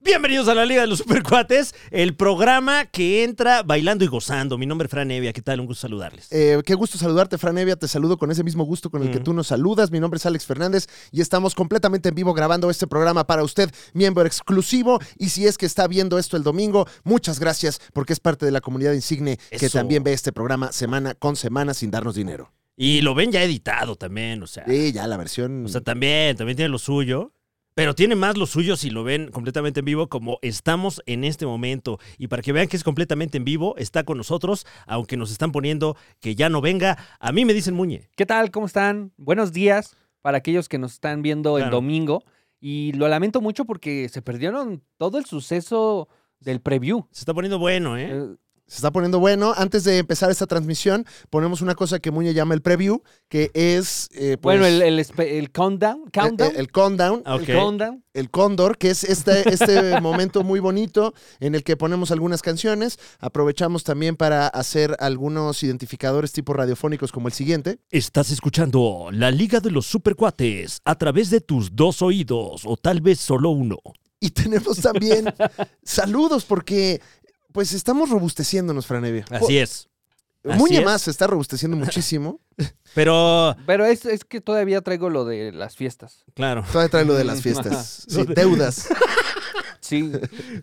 Bienvenidos a la Liga de los Supercuates, el programa que entra bailando y gozando. Mi nombre es Fran Evia, ¿qué tal? Un gusto saludarles. Eh, qué gusto saludarte, Fran Evia. Te saludo con ese mismo gusto con el que tú nos saludas. Mi nombre es Alex Fernández y estamos completamente en vivo grabando este programa para usted, miembro exclusivo. Y si es que está viendo esto el domingo, muchas gracias porque es parte de la comunidad insigne que Eso. también ve este programa semana con semana sin darnos dinero. Y lo ven ya editado también, o sea. Sí, ya la versión. Ah. O sea, también, también tiene lo suyo. Pero tiene más lo suyo si lo ven completamente en vivo como estamos en este momento. Y para que vean que es completamente en vivo, está con nosotros, aunque nos están poniendo que ya no venga. A mí me dicen Muñe. ¿Qué tal? ¿Cómo están? Buenos días para aquellos que nos están viendo el Claro. domingo. Y lo lamento mucho porque se perdieron todo el suceso del preview. Se está poniendo bueno, ¿eh? Eh, Se está poniendo bueno. Antes de empezar esta transmisión, ponemos una cosa que Muñe llama el preview, que es. eh, pues, bueno, el, el espe- el countdown. countdown, el- el countdown. Ah, ok. el countdown. El Cóndor, que es este, este momento muy bonito en el que ponemos algunas canciones. Aprovechamos también para hacer algunos identificadores tipo radiofónicos como el siguiente. Estás escuchando la Liga de los Supercuates a través de tus dos oídos, o tal vez solo uno. Y tenemos también saludos porque pues estamos robusteciéndonos, Franevia. Así es. así Muñe es. más se está robusteciendo muchísimo. Pero, Pero es, es que todavía traigo lo de las fiestas. claro, Todavía trae lo de las fiestas. Sí, deudas. Sí.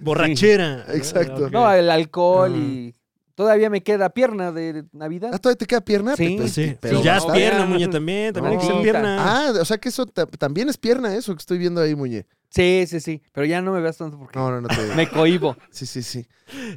borrachera. Exacto. no, el alcohol Ah. y todavía me queda pierna de Navidad. Ah, todavía te queda pierna. Sí. Pues, Sí, pero sí, ya no es está- pierna, Muñe, también. También hay que ser No. pierna. Ah, o sea que eso ta- también es pierna, eso que estoy viendo ahí, Muñe. Sí, sí, sí. Pero ya no me veas tanto porque No, no, no Ah, te. me cohibo. Sí, sí, sí.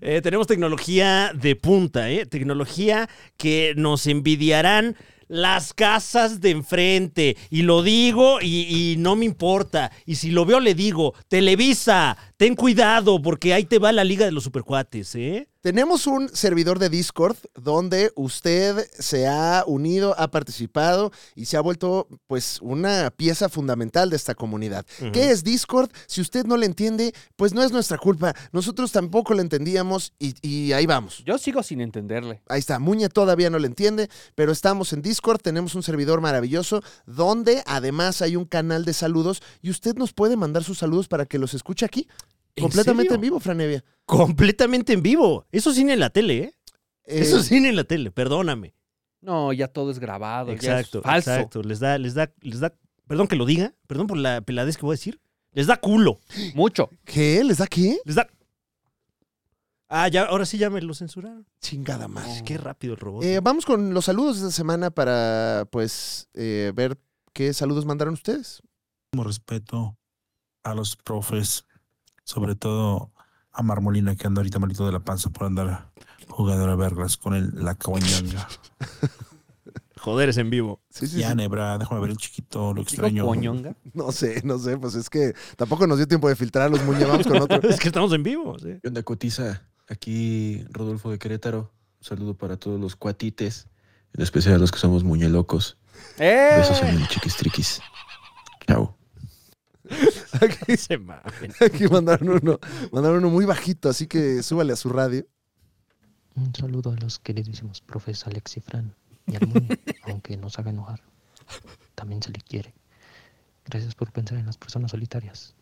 Eh, tenemos tecnología de punta, ¿eh? Tecnología que nos envidiarán las casas de enfrente. Y lo digo y, y no me importa. Y si lo veo, le digo, Televisa, ten cuidado, porque ahí te va la Liga de los Supercuates, ¿eh? Tenemos un servidor de Discord donde usted se ha unido, ha participado y se ha vuelto pues una pieza fundamental de esta comunidad. Ujú. ¿Qué es Discord? Si usted no le entiende, pues no es nuestra culpa. Nosotros tampoco le entendíamos y, y ahí vamos. Yo sigo sin entenderle. Ahí está, Muñe todavía no le entiende, pero estamos en Discord, tenemos un servidor maravilloso donde además hay un canal de saludos y usted nos puede mandar sus saludos para que los escuche aquí, ¿En completamente serio? en vivo, Franevia. Completamente en vivo. Eso sí ni en la tele, ¿eh? Eh, Eso sí ni en la tele, perdóname. No, ya todo es grabado. Exacto, Exacto. falso. exacto. Les da, les da, les da, perdón que lo diga, perdón por la peladez que voy a decir. Les da culo. Mucho. ¿Qué? ¿Les da qué? Les da. Ah, ya, ahora sí ya me lo censuraron. Chingada madre. Ay, qué rápido el robot. Eh, vamos con los saludos de esta semana para, pues, eh, ver qué saludos mandaron ustedes. muchísimo respeto a los profes, sobre todo a Marmolina que anda ahorita malito de la panza por andar jugando a vergas con el, la cabañanga. Joder, es en vivo. Sí, sí, Ya, sí. Nebra, déjame ver el chiquito, lo Digo extraño. coñonga. No sé, no sé, pues es que tampoco nos dio tiempo de filtrar los muñe, vamos con otro. Es que estamos en vivo. sí. ¿Qué onda, Cotiza? Aquí Rodolfo de Querétaro. Un saludo para todos los cuatites, en especial a los que somos muñelocos. ¡Eh! Besos en el chiquistriquis. Chao. Aquí, Se mamen. aquí mandaron uno, mandaron uno muy bajito, así que súbale a su radio. Un saludo a los queridísimos profes Alex y Fran y al Muni, aunque nos haga enojar. También se le quiere. Gracias por pensar en las personas solitarias.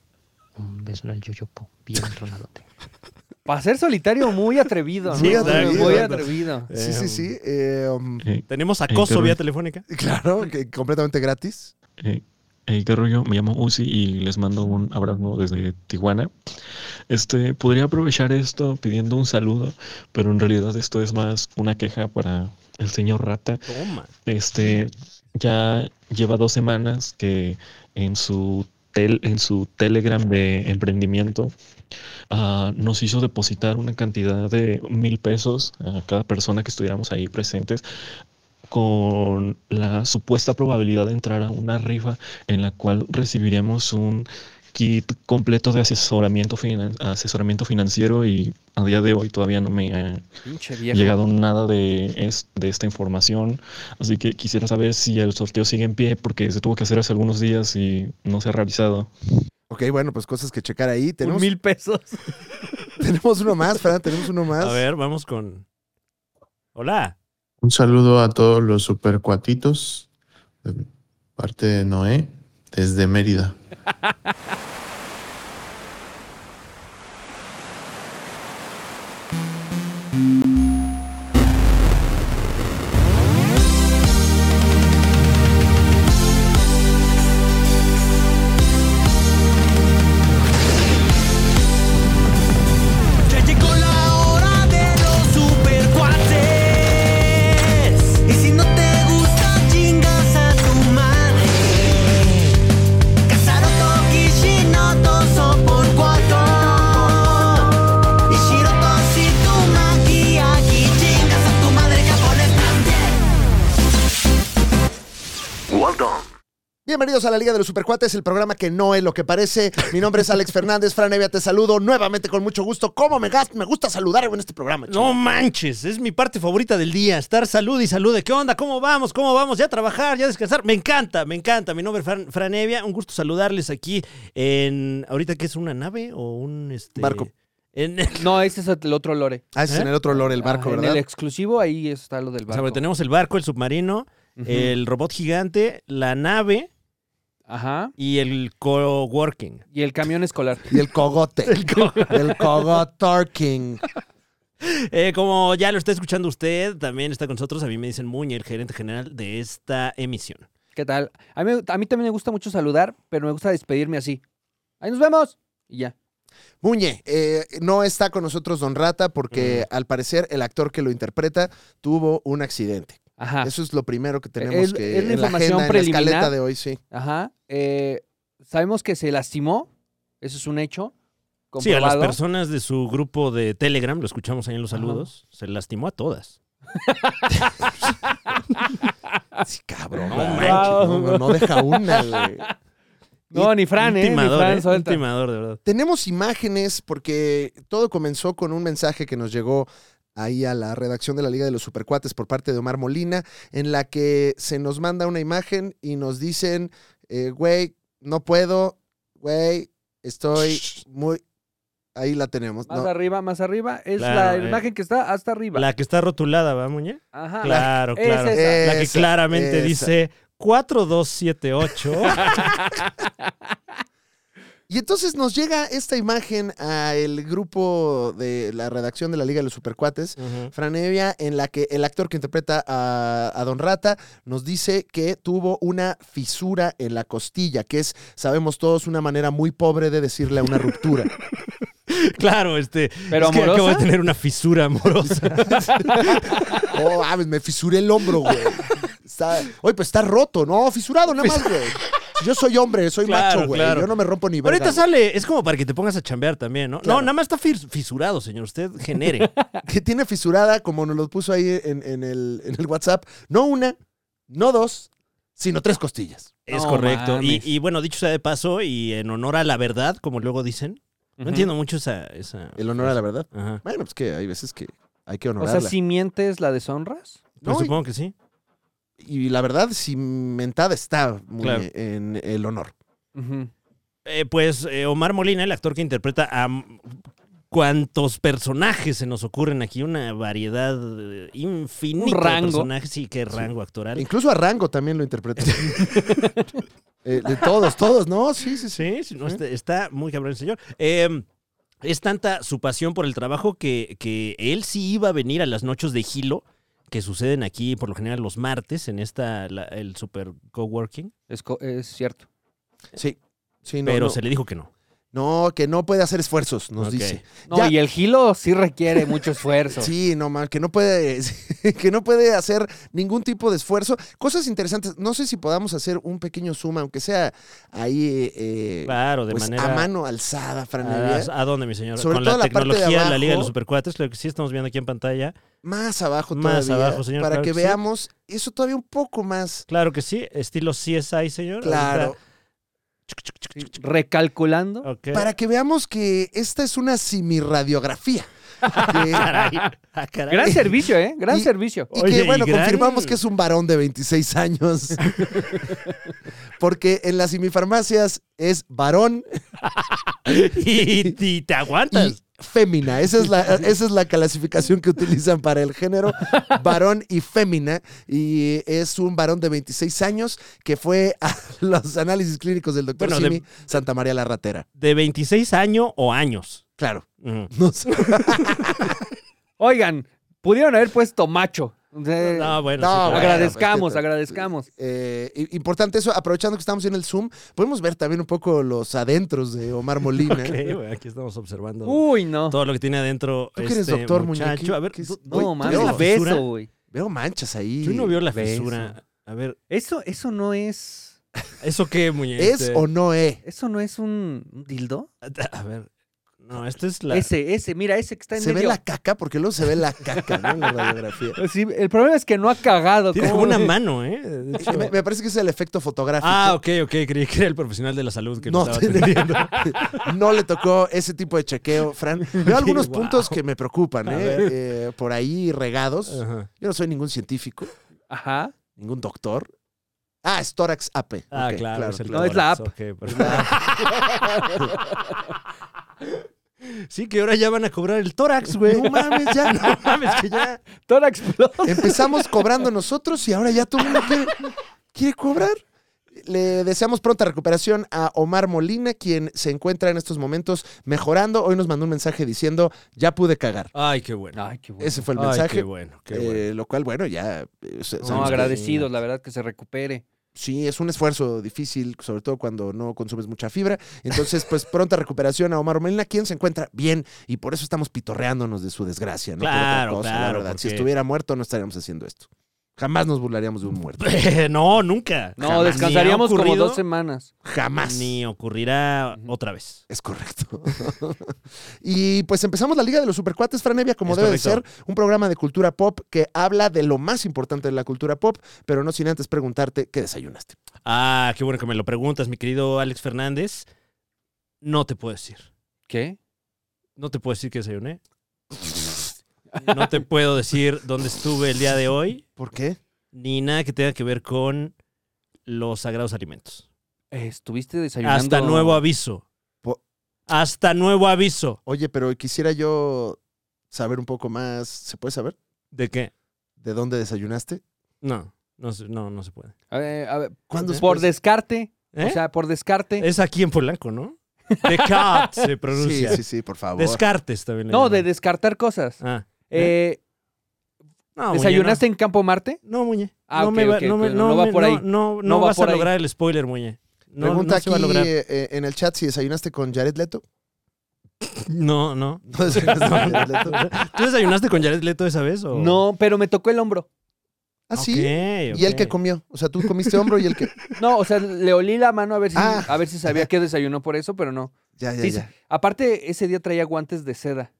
Un beso en el yoyopo, bien tronadote. Para ser solitario, muy atrevido, ¿no? Sí, atrevido. Muy atrevido. Sí, sí, sí. eh, um, Tenemos acoso Internet. vía telefónica. claro, que completamente gratis. Eh, eh, ¿Qué rollo? Me llamo Uzi y les mando un abrazo desde Tijuana. Este, podría aprovechar esto pidiendo un saludo, pero en realidad esto es más una queja para el señor Rata. Toma. Este, ya lleva dos semanas que en su, tel- en su Telegram de emprendimiento ah, nos hizo depositar una cantidad de mil pesos a cada persona que estuviéramos ahí presentes con la supuesta probabilidad de entrar a una rifa en la cual recibiríamos un kit completo de asesoramiento, finan- asesoramiento financiero y a día de hoy todavía no me ha Pinche viejo. llegado nada de, es- de esta información, así que quisiera saber si el sorteo sigue en pie porque se tuvo que hacer hace algunos días y no se ha realizado. Ok, bueno, pues cosas que checar ahí. Un Tenemos, mil pesos. tenemos uno más, Fran, tenemos uno más. A ver, vamos con. Hola. Un saludo a todos los supercuatitos, de parte de Noé, desde Mérida. Bienvenidos a la Liga de los Supercuates, el programa que no es lo que parece. Mi nombre es Alex Fernández, Fran Evia, te saludo nuevamente con mucho gusto. ¿Cómo me, gas- me gusta saludar en este programa? No chingada? manches, es mi parte favorita del día, estar salud y salud. ¿Qué onda? ¿Cómo vamos? ¿Cómo vamos? ¿Ya a trabajar? ¿Ya a descansar? Me encanta, me encanta. Mi nombre es Fran, Fran Evia, un gusto saludarles aquí en... ¿Ahorita qué es una nave o un... Este, Barco. En, No, ese es el otro lore. Ah, ese es ¿Eh? en el otro lore, el barco, Ah, ¿verdad? En el exclusivo ahí está lo del o barco. sea, bueno, tenemos el barco, el submarino, Ujú. el robot gigante, la nave Ajá. y el coworking. Y el camión escolar. Y el cogote. el, cogotorking. Eh, como ya lo está escuchando usted, también está con nosotros, a mí me dicen Muñe, el gerente general de esta emisión. ¿Qué tal? A mí, a mí también me gusta mucho saludar, pero me gusta despedirme así. Ahí nos vemos. Y ya. Muñe, eh, no está con nosotros Don Rata porque Mm. al parecer el actor que lo interpreta tuvo un accidente. Ajá. Eso es lo primero que tenemos Ah. Es- que es la en la información agenda, en la escaleta preliminar. de hoy, sí. Ajá. Eh, sabemos que se lastimó. Eso es un hecho. Sí, a las comprobado. personas de su grupo de Telegram, lo escuchamos ahí en los Ajá. saludos, se lastimó a todas. Ah. Sí, cabrón. No güey. manches. No, no, no deja una, güey. No, ni Fran, ¿eh? Ni Intimador, Fran ¿eh? suelta. Intimador, de verdad. Tenemos imágenes porque todo comenzó con un mensaje que nos llegó ahí a la redacción de la Liga de los Supercuates por parte de Omar Molina, en la que se nos manda una imagen y nos dicen, eh, güey, no puedo, güey, estoy muy... Ahí la tenemos. Más ¿no? arriba, más arriba. Es Claro, la eh. imagen que está hasta arriba. La que está rotulada, ¿va, Muñe? Ajá. Claro, Es claro. Ah, esa. La que Esa, claramente esa. dice 4278. Y entonces nos llega esta imagen al grupo de la redacción de la Liga de los Supercuates Ujú. Franevia, en la que el actor que interpreta a, a Don Rata nos dice que tuvo una fisura en la costilla, que es, sabemos todos, una manera muy pobre de decirle a una ruptura. claro, este. Pero es que acabo de amorosa. tener una fisura amorosa. oh, ah, me fisuré el hombro, güey. Está, oye, pues está roto, ¿no? Fisurado nada más, güey. Yo soy hombre, soy Claro, macho, güey. claro. Yo no me rompo ni verga. Ahorita sale, es como para que te pongas a chambear también, ¿no? Claro. No, nada más está fis- fisurado, señor. Usted genere. güey. Que tiene fisurada, como nos lo puso ahí en, en el, en el WhatsApp, no una, no dos, sino tres costillas. Es No correcto. Y, mames. y bueno, dicho sea de paso, y en honor a la verdad, como luego dicen. No Ujú. entiendo mucho esa. esa El honor a la verdad. Ajá. Bueno, pues que hay veces que hay que O honorarla. sea, si mientes, la deshonras. Pero No, y- supongo que sí. y la verdad, cimentada está muy Claro. en el honor. Ujú. Eh, pues eh, Omar Molina, el actor que interpreta a m- cuantos personajes se nos ocurren aquí, una variedad eh, infinita Un rango. de personajes y qué rango actoral. Incluso a Rango también lo interpreta. Eh, de todos, todos, ¿no? Sí, sí, sí. Sí, sí, no, está, está muy cabrón el señor. Eh, es tanta su pasión por el trabajo que, que él sí iba a venir a las noches de Gilo, que suceden aquí por lo general los martes en esta, la- el super coworking, Es, co- es cierto. Sí, sí, no, pero no. se le dijo que no. No, que no puede hacer esfuerzos, nos Ok. dice. No, Ya. y el gilo sí requiere mucho esfuerzo. Sí, no mal, que no puede, que no puede hacer ningún tipo de esfuerzo. Cosas interesantes. No sé si podamos hacer un pequeño zoom, aunque sea ahí eh, Claro, de pues, manera... a mano alzada, Fran ¿A, Evia. a dónde, mi señor? Sobre Con todo la la parte de tecnología, la Liga de los abajo. Supercuates, lo que sí estamos viendo aquí en pantalla. Más abajo Más todavía, abajo, señor, para claro que, que sí. veamos eso todavía un poco más Claro que sí, estilo CSI, señor. claro. Ahorita- Recalculando. Ok. para que veamos que esta es una semirradiografía. Que- Caray, ah, caray. Gran servicio, ¿eh? Gran Y- servicio. y Oye, que, y bueno, gran- confirmamos que es un varón de 26 años. Porque en las semifarmacias es varón Y, y te aguantas. y fémina. Esa es, la, esa es la clasificación que utilizan para el género, varón y fémina. Y es un varón de 26 años que fue a los análisis clínicos del doctor Bueno, de- Simi Santa María la Ratera. De 26 años o años. Claro. Mm. No sé. Oigan, pudieron haber puesto macho. Eh, No, bueno. No, sí, claro. bueno, agradezcamos, es que- agradezcamos. Eh, i- importante eso, aprovechando que estamos en el Zoom, podemos ver también un poco los adentros de Omar Molina. Ok, güey, aquí estamos observando Uy, no. todo lo que tiene adentro. Uh. ¿Tú que eres este doctor, muchacho. muñequito? A ver, ¿Qué es- tú- Uy, No, ¿tú mames, ves la fisura? beso, güey. Veo manchas ahí. Yo no veo la Beso. fisura. A ver, Eso, eso no es. ¿eso qué, muñeco? ¿Es o no E? es? ¿Eso no es un un dildo? A ver, No, esta es la. Ese, ese, mira, ese que está en Se ve medio. la caca, porque luego se ve la caca, ¿no? En la radiografía. Sí, el problema es que no ha cagado. Tiene ¿cómo como una ves? mano, ¿eh? De hecho- Me, me parece que es el efecto fotográfico. Ah, ok, ok. Creí que era el profesional de la salud que no, no, estaba tiene- atendiendo. no le tocó ese tipo de chequeo, Fran. Veo algunos Guau. puntos que me preocupan, A ¿eh? ver. Ah. Eh, Por ahí regados. Ajá. Yo no soy ningún científico, Ajá. ningún doctor. Ah, es Tórax AP. Ah, Ok, claro. el No, es la tórax, app. ok, perfecto. pues, sí, que ahora ya van a cobrar el tórax, güey. No mames, ya. No mames, que ya. Tórax Plus. Empezamos cobrando nosotros y ahora ya todo el mundo quiere, quiere cobrar. Le deseamos pronta recuperación a Omar Molina, quien se encuentra en estos momentos mejorando. Hoy nos mandó un mensaje diciendo, ya pude cagar. Ay, qué bueno. Ay, qué bueno. Ese fue el Ay, qué mensaje. bueno, qué bueno. eh, lo cual, bueno, ya... eh, se- No, sabemos que- agradecidos, la verdad, que se recupere. Sí, es un esfuerzo difícil, sobre todo cuando no consumes mucha fibra. Entonces, pues pronta recuperación a Omar Molina, quien se encuentra bien y por eso estamos pitorreándonos de su desgracia, ¿no? Por otra Claro, la claro, verdad. Si porque- estuviera muerto, no estaríamos haciendo esto. Jamás nos burlaríamos de un muerto. no, nunca. No, Jamás. descansaríamos Ni ha como ocurrido, dos semanas. Jamás. Ni ocurrirá otra vez. Es correcto. y pues empezamos la Liga de los Supercuates, Franevia, como Es debe de correcto. ser, un programa de cultura pop que habla de lo más importante de la cultura pop, pero no sin antes preguntarte qué desayunaste. Ah, qué bueno que me lo preguntas, mi querido Alex Fernández. No te puedo decir. ¿Qué? No te puedo decir que desayuné. No te puedo decir dónde estuve el día de hoy, ¿Por qué? ni nada que tenga que ver con los sagrados alimentos. Eh, Estuviste desayunando. Hasta nuevo aviso. Po- Hasta nuevo aviso. Oye, pero quisiera yo saber un poco más. ¿Se puede saber? ¿De qué? ¿De dónde desayunaste? No, no, se- no, no se puede. A ver, a ver, ¿Cuándo por después? descarte. ¿Eh? O sea, por descarte. es aquí en Polanco, ¿no? Descartes se pronuncia. Sí, sí, sí, por favor. Descartes también. le No, de llaman. descartar cosas. Ah. Eh, No, Muñe, ¿Desayunaste en Campo Marte? No, No, Muñe. Ah, no ok, me va- ok, no me- pero no no va me- por no- ahí. No, no No va vas por a ahí. lograr el spoiler, Muñe. No, no Pregunta se aquí va a lograr. eh, eh, en el chat si desayunaste con Jared Leto. No, no. ¿No desayunaste con Jared Leto? ¿Tú desayunaste con Jared Leto esa vez? O? No, pero me tocó el hombro. Ah, sí. Ok, Y el ok. que comió. O sea, tú comiste hombro y el que. No, o sea, le olí la mano a ver si, Ah. a ver si sabía que desayunó por eso, pero no. Ya, ya, Sí, sí. ya. Aparte, ese día traía guantes de seda.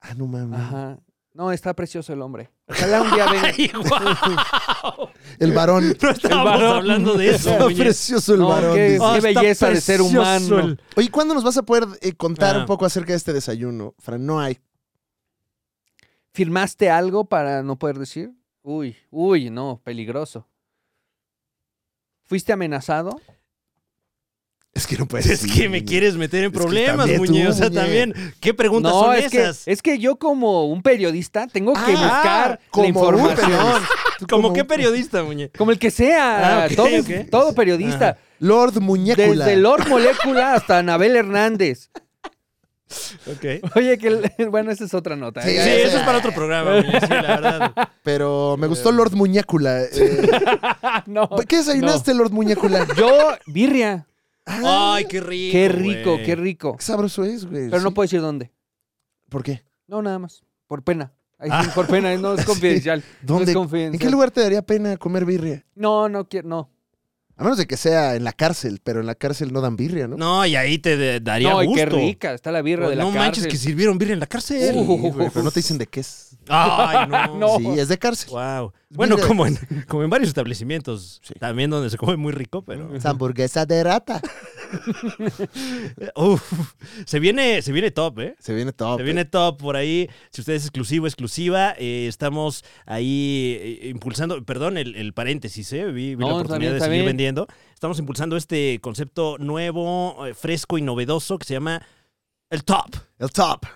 Ah, no Mm. mames. Ajá. No, está precioso el hombre. Ojalá un día venga. Ay, guau. El varón. No estábamos varón. hablando de eso, Está Muñe. precioso el No, varón. qué- dice. Ah, está belleza de ser precioso humano. el- Oye, ¿cuándo nos vas a poder eh, contar Ah. un poco acerca de este desayuno? Fran, no hay. ¿Firmaste algo para no poder decir? Uy, uy, no, peligroso. ¿Fuiste amenazado? Es que no puedes. Es que me quieres meter en Es que problemas, también tú, Muñe. O sea, Muñe. también. ¿Qué preguntas no, son es que, esas? es que yo como un periodista tengo que Ah, buscar como la un información. pelón. Tú ¿Como un- qué periodista, Muñe? Como el que sea, Ah, ok, todo, ok. todo periodista. Lord Muñecula. Desde Lord Molécula hasta Anabel Hernández. Ok. Oye, que el- bueno, esa es otra nota. ¿eh? Sí, Sí, Ya, ya, eso es para otro programa, Muñe. Sí, la verdad. Pero me gustó Lord Muñecula. eh, ya, no. ¿Qué desayunaste, Lord Muñecula? Yo, birria. Ah, Ay, qué rico. Qué rico, güey. qué rico. qué sabroso es, güey. Pero no Sí. puedo decir dónde. ¿Por qué? No, nada más. Por pena. Ahí sí, por pena, no es confidencial. ¿Dónde? No es confidencial. ¿En qué lugar te daría pena comer birria? No, no quiero, no. A menos de que sea en la cárcel, pero en la cárcel no dan birria, ¿no? No, y ahí te de- daría No, y gusto. qué rica, está la birra de la no manches cárcel. que sirvieron birria en la cárcel. Sí, Uh. güey, pero no te dicen de qué es. Ay, no. No. Sí, es de cárcel. Wow. Bueno, Birria de como en, como en varios establecimientos, Sí. también donde se come muy rico, pero Es hamburguesa de rata. eh, uf, se viene se viene top, ¿eh? Se viene todo. Se viene top por ahí. Si usted es exclusivo, exclusiva, eh, estamos ahí eh, impulsando, perdón, el, el paréntesis, ¿eh? Vi, vi la No, está oportunidad bien, de está seguir bien. vendiendo. Estamos impulsando este concepto nuevo, eh, fresco y novedoso que se llama el top. El top.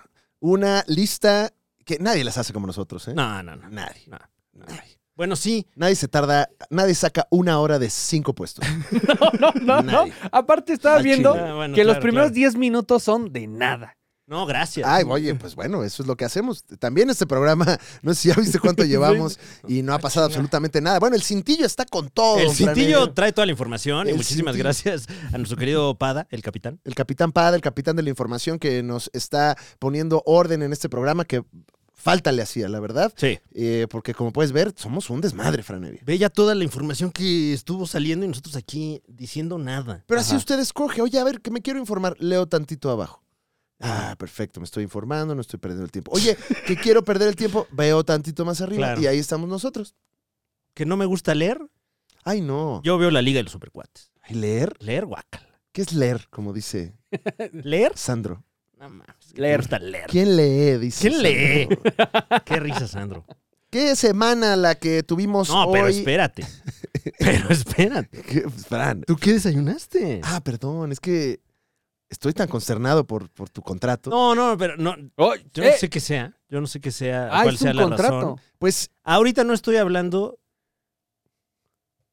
Una lista que nadie las hace como nosotros, ¿eh? No, no, no. Nadie. No, no. Nadie. Bueno, sí. Nadie se tarda, nadie saca una hora de cinco puestos. No, no, no. Nadie. Aparte estaba Ah, viendo chingada. Ah, bueno, que los claro, primeros claro. 10 minutos son de nada. No, gracias. Ay, oye, pues bueno, eso es lo que hacemos. También este programa, no sé si ya viste cuánto llevamos y no ha pasado absolutamente nada. Bueno, el cintillo está con todo. Ah, El don Fran cintillo Evia. trae toda la información y El muchísimas cintillo. gracias a nuestro querido Pada, el capitán. El capitán Pada, el capitán de la información que nos está poniendo orden en este programa que falta le hacía, la verdad. Sí. Eh, porque como puedes ver, somos un desmadre, Franevia. Ve ya toda la información que estuvo saliendo y nosotros aquí diciendo nada. Pero así usted escoge, oye, a ver, que me quiero informar, leo tantito abajo. Ah, perfecto, me estoy informando, no estoy perdiendo el tiempo. Oye, que quiero perder el tiempo, veo tantito más arriba Claro. y ahí estamos nosotros. Que no me gusta leer, Ay, no. yo veo la Liga de los Supercuates. Ay, ¿Leer? Leer, guacal. ¿Qué es leer? Como dice ¿Leer? Sandro. No mames. Leer. Leer. gusta leer. ¿Quién lee? Dice ¿Quién Sandro. lee? Qué risa, Sandro. ¿Qué semana la que tuvimos No, hoy? pero espérate. Pero espérate. ¿Qué? Fran. ¿Tú qué desayunaste? Ah, perdón, es que estoy tan consternado por, por tu contrato. No, no, pero no, ¡Oh! yo ¡Eh! no sé qué sea. Yo no sé qué sea, Ah, cuál es sea un la contrato. razón. Pues Ahorita no estoy hablando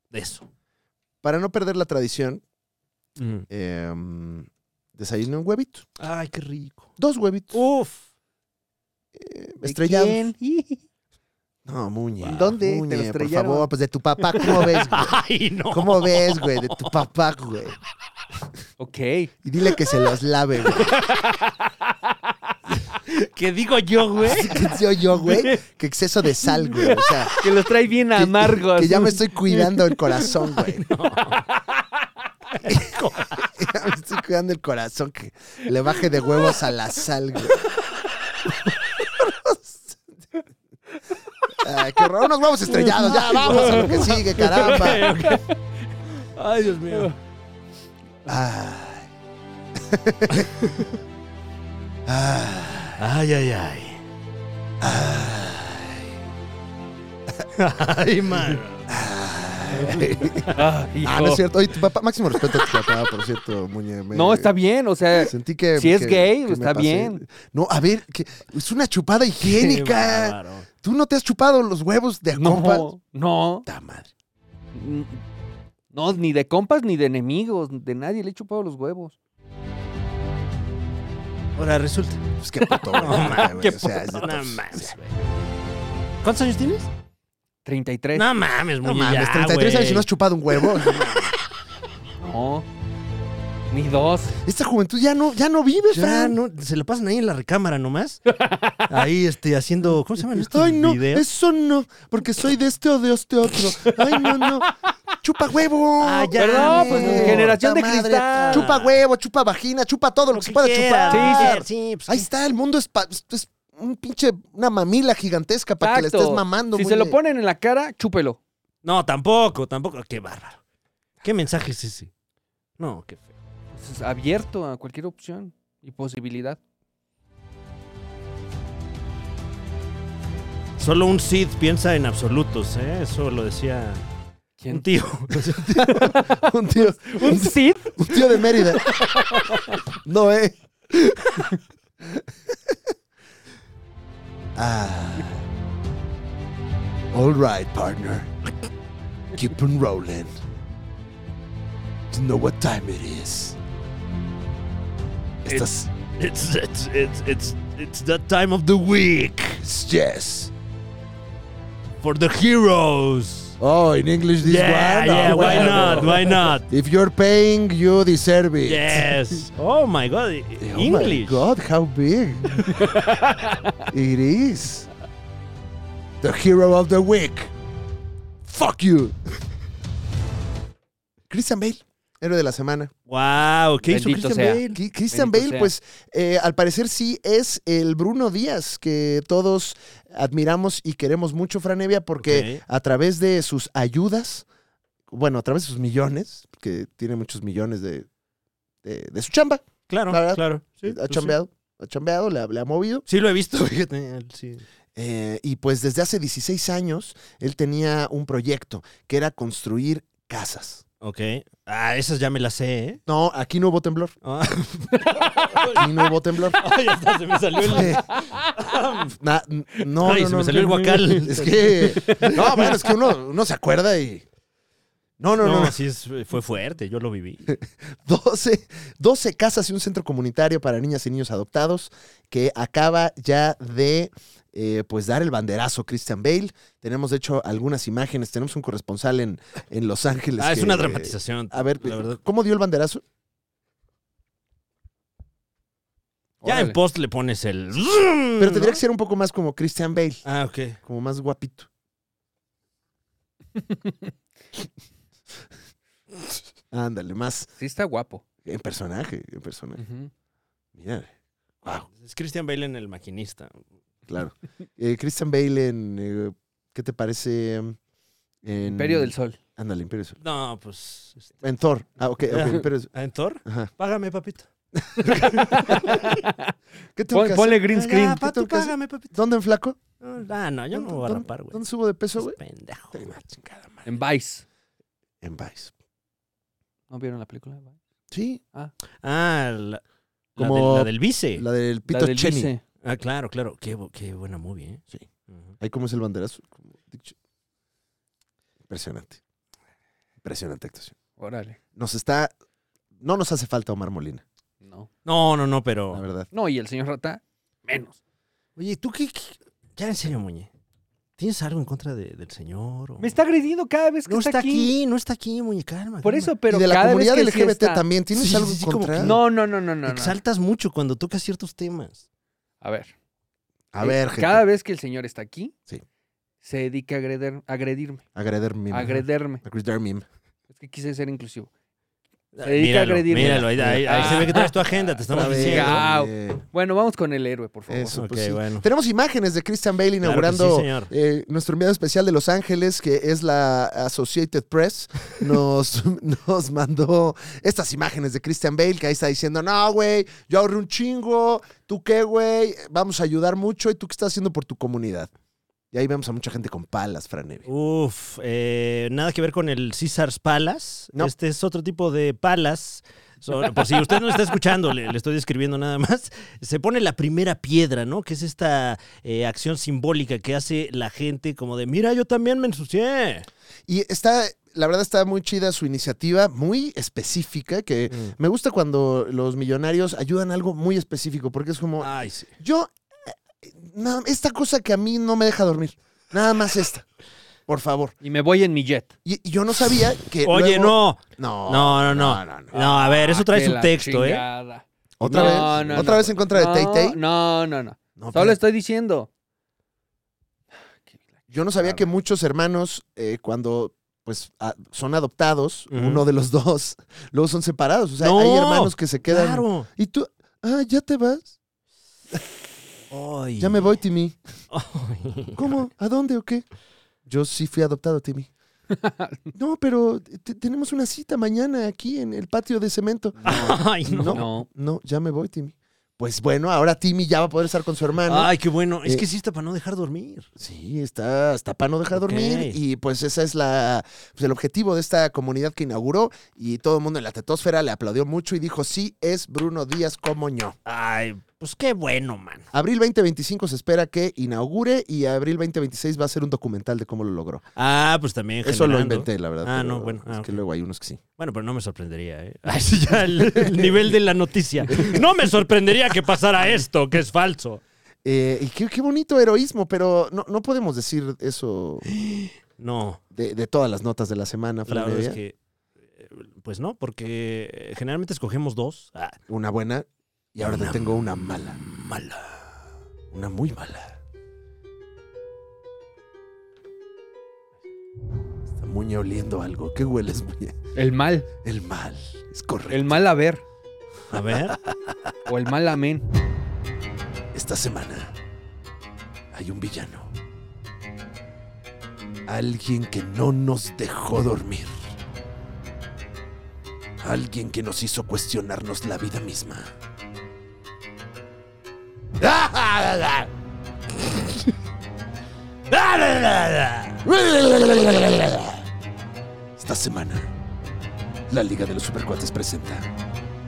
de eso. para no perder la tradición, Mm. eh, desayuné un huevito. Ay, qué rico. Dos huevitos. Uf. eh, ¿De estrellados. quién? No, Muñe. Wow. ¿Dónde? Muñe, Te lo por estrellaron. favor, pues de tu papá, ¿cómo ves, güey? Ay, no. ¿Cómo ves, güey? De tu papá, güey. Ok. Y dile que se los lave, güey. ¿Qué digo yo, güey? Así que yo, yo, güey, que exceso de sal, güey. O sea, Que los trae bien que- amargos. Que, ya me estoy cuidando el corazón, güey. Ya me estoy cuidando el corazón que le baje de huevos a la sal, güey. Ay, qué horror. Unos huevos estrellados. Ya, vamos a lo que sigue, caramba. Ay, Dios mío. Ay. Ay. Ay, ay, ay. Ay, man. Ah, hijo. Ah, no es cierto. Oye, tu papá, máximo respeto a tu papá, por cierto, Muñe. me- No, está bien, o sea, Sentí que. Si es que- gay, me está pasé. bien. No, a ver, que es una chupada Qué higiénica. bárbaro. Tú no te has chupado los huevos de compa. no, no, Puta madre. n- no, ni de compas ni de enemigos, de nadie le he chupado los huevos. Ahora resulta. Pues qué puto, güey. güey, Ah, Qué o sea, es de puto. No tos. mames, güey. ¿Cuántos años tienes? 33. No mames, No muy mames, 33 años y no has chupado un huevo. No. Ni dos. Esta juventud ya no, ya no vive, Ya, Fran. no, se la pasan ahí en la recámara nomás. Ahí, este, haciendo. ¿Cómo se llaman estos Ay, no, videos? eso no, porque soy de este o de este otro. Ay, no, no. Chupa huevo. Ah, ya, Perdón, pues, güey. generación de Puta madre. cristal. Chupa huevo, chupa vagina, chupa todo lo, que se pueda quieras. chupar. Sí, sí, sí. pues, Ahí ¿qué? está, el mundo es, pa- es- es un pinche, una mamila gigantesca para que le Exacto. estés mamando. Si muy se lo bien. ponen en la cara, chúpelo. No, tampoco, tampoco. Qué bárbaro. ¿Qué mensaje es ese? No, qué feo. Pues, Es abierto a cualquier opción y posibilidad. Solo un Sid piensa en absolutos, ¿eh? Eso lo decía un ¿Quién? tío. un, tío, ¿Un Cid? un tío de Mérida. no, eh. ah. All right, partner. Keep on rolling. You know what time it is. Estás... It's, it's, it's, it's, it's that time of the week It's yes. for the heroes. Oh, in English this yeah, one? yeah, Oh, why bueno. not? Why not? If you're paying, you deserve it. Yes. Oh my god, i- Oh English. my God, how big it is. The hero of the week. Fuck you. Christian Bale, héroe de la semana. Wow, ¿qué hizo Bendito Christian sea. Bale? Qui- Christian Bendito Bale, sea. pues eh, al parecer sí es el Bruno Díaz que todos admiramos y queremos mucho, Franevia, porque Ok. a través de sus ayudas, bueno, a través de sus millones, que tiene muchos millones de- de- de su chamba, Claro, La verdad, claro. Sí, ha pues sí. chambeado, ha chambeado, le ha, le ha movido. Sí, lo he visto, fíjate. Sí. Eh, y pues desde hace 16 años él tenía un proyecto que era construir casas. Ok. Ah, esas ya me las sé, ¿eh? No, aquí no hubo temblor. Ah. Aquí no hubo temblor. Ay, hasta se me salió el. Eh, na- n- no, Ay, no, se me no, salió el no. guacal. Es que. No, bueno, es que uno, uno se acuerda y. No, no, no. No, no. sí, es- fue fuerte, yo lo viví. 12, 12 casas y un centro comunitario para niñas y niños adoptados que acaba ya de eh, pues dar el banderazo Christian Bale. Tenemos de hecho algunas imágenes, tenemos un corresponsal en, en Los Ángeles. Ah, es que, una eh, dramatización. a ver, la verdad. ¿cómo dio el banderazo? Ya en Órale. post le pones el. Pero tendría ¿no? que ser un poco más como Christian Bale, Ah, ok. como más guapito. Ándale, más Sí, está guapo. en personaje, en personaje. Ujú. Mm. Mira, Es Christian Bale en El Maquinista. Claro. Eh, Christian Bale en. eh, ¿Qué te parece? em, En, Imperio del Sol. Ándale, Imperio del Sol. No, pues. este, En Thor. Ah, ok, ok, Imperio del Sol. ¿En Thor? Ajá. Págame, papito. ¿Qué tengo Pon- que ponle hacer? green Ah, screen. ya, pa, tú ¿Qué tengo que págame, papito. ¿Dónde enflaco? Ah, no, yo no me voy a ¿Dónde- rapar, güey. ¿Dónde subo de peso, güey? Es Pendejo. Sí, güey. güey, chingada madre. En Vice. En Vice. ¿No vieron la película? de Vice? Sí, Ah, la, la Como del, la del vice. la del La Pito del Cheney. Vice. Ah, claro, claro. Qué, bu- qué buena movie, ¿eh? Sí. Ujú. Ahí como es el banderazo. como dicho. Impresionante. Impresionante actuación. Órale. Nos está. No nos hace falta Omar Molina, No. No, no, no, la pero. verdad. No, y el señor Rata, menos. Oye, ¿tú qué, qué- Ya en serio, Muñe. ¿Tienes algo en contra de- del señor? o- Me está agrediendo cada vez que No está, aquí. no está aquí, Muñe, calma. Por calma. eso, pero y de la cada comunidad vez que sí LGBT está. también. ¿Tienes Sí, sí, algo sí, en como contra? que No, no, no, no, no. no. Exaltas mucho cuando tocas ciertos temas. A ver. A eh, ver, gente. Cada vez que el señor está aquí, Sí. se dedica a agreder- agredirme. Agreder meme. Agrederme. Agreder meme. Es que quise ser inclusivo. Se dedica a Ah, Míralo, agredirme. míralo. Ahí, ahí- ahí Ah. se ve que traes tu agenda, te estamos Otra vez, diciendo. Gao. eh, Bueno, vamos con el héroe, por favor. Eso, Ok, pues sí. bueno. Tenemos imágenes de Christian Bale Claro que inaugurando sí, señor. eh, nuestro enviado especial de Los Ángeles, que es la Associated Press. Nos, nos mandó estas imágenes de Christian Bale, que ahí está diciendo, no, güey, yo ahorré un chingo, tú qué, güey, vamos a ayudar mucho y tú qué estás haciendo por tu comunidad. Y ahí vemos a mucha gente con palas, Franevi. Uf, eh, nada que ver con el Caesar's Palace. No. Este es otro tipo de palas. Son- por si usted no está escuchando, le, le estoy describiendo nada más. Se pone la primera piedra, ¿no? Que es esta eh, acción simbólica que hace la gente como de, mira, yo también me ensucié. Y está, la verdad está muy chida su iniciativa, muy específica, que me gusta cuando los millonarios ayudan a algo muy específico, porque es como, Ay, sí. Yo, eh, nada- esta cosa que a mí no me deja dormir. Nada más esta. Por favor. Y me voy en mi jet. Y, y yo no sabía que. Oye, Eh, luego- no. no. No, no, no. No, a ver, eso trae Ah, que la subtexto, ¿eh? chingada. Otra No, vez. no, Otra no. vez en contra de No, Tay-Tay. No, no, no. No, Solo pero estoy diciendo. Yo no sabía Claro. que muchos hermanos, eh, cuando pues a- son adoptados, Ujú. uno de los dos, luego son separados. O sea, No. hay hermanos que se quedan. Claro. Y tú, ah, ya te vas. Ay. Ya me voy, Timmy. Ay. ¿Cómo? ¿A dónde o qué? Yo sí fui adoptado, Timmy. No, pero te- tenemos una cita mañana aquí en el patio de cemento. Ay, no. No. No. No, ya me voy, Timmy. Pues bueno, ahora Timmy ya va a poder estar con su hermano. Ay, qué bueno. Es Eh. que sí está para no dejar dormir. Sí, está hasta para no dejar Ok. dormir. Y pues ese es la, pues, el objetivo de esta comunidad que inauguró. Y todo el mundo en la tetosfera le aplaudió mucho y dijo, sí, es Bruno Díaz como ño. Ay, pues qué bueno, man. Abril 2025 se espera que inaugure y abril 2026 va a ser un documental de cómo lo logró. Ah, pues también Eso lo generando. inventé, la verdad. Ah, pero no, bueno, Es ah, que ok. luego hay unos que sí. Bueno, pero no me sorprendería, ¿eh? Ay, sí, ya el, el nivel de la noticia. No me sorprendería que pasara esto, que es falso. Eh, y qué, qué bonito heroísmo, pero no, no podemos decir eso No, de, de todas las notas de la semana, la Fran verdad es Evia. que. eh, Pues no, porque eh, generalmente escogemos dos. Ah, Una buena y ahora Una te tengo una mala. mala. Una muy mala. Está Muña oliendo algo. ¿Qué hueles, Muña? El mal. El mal. Es correcto. El mal haber. A ver. O el mal amén. Esta semana hay un villano. Alguien que no nos dejó dormir. Alguien que nos hizo cuestionarnos la vida misma. Esta semana, la Liga de los Supercuates presenta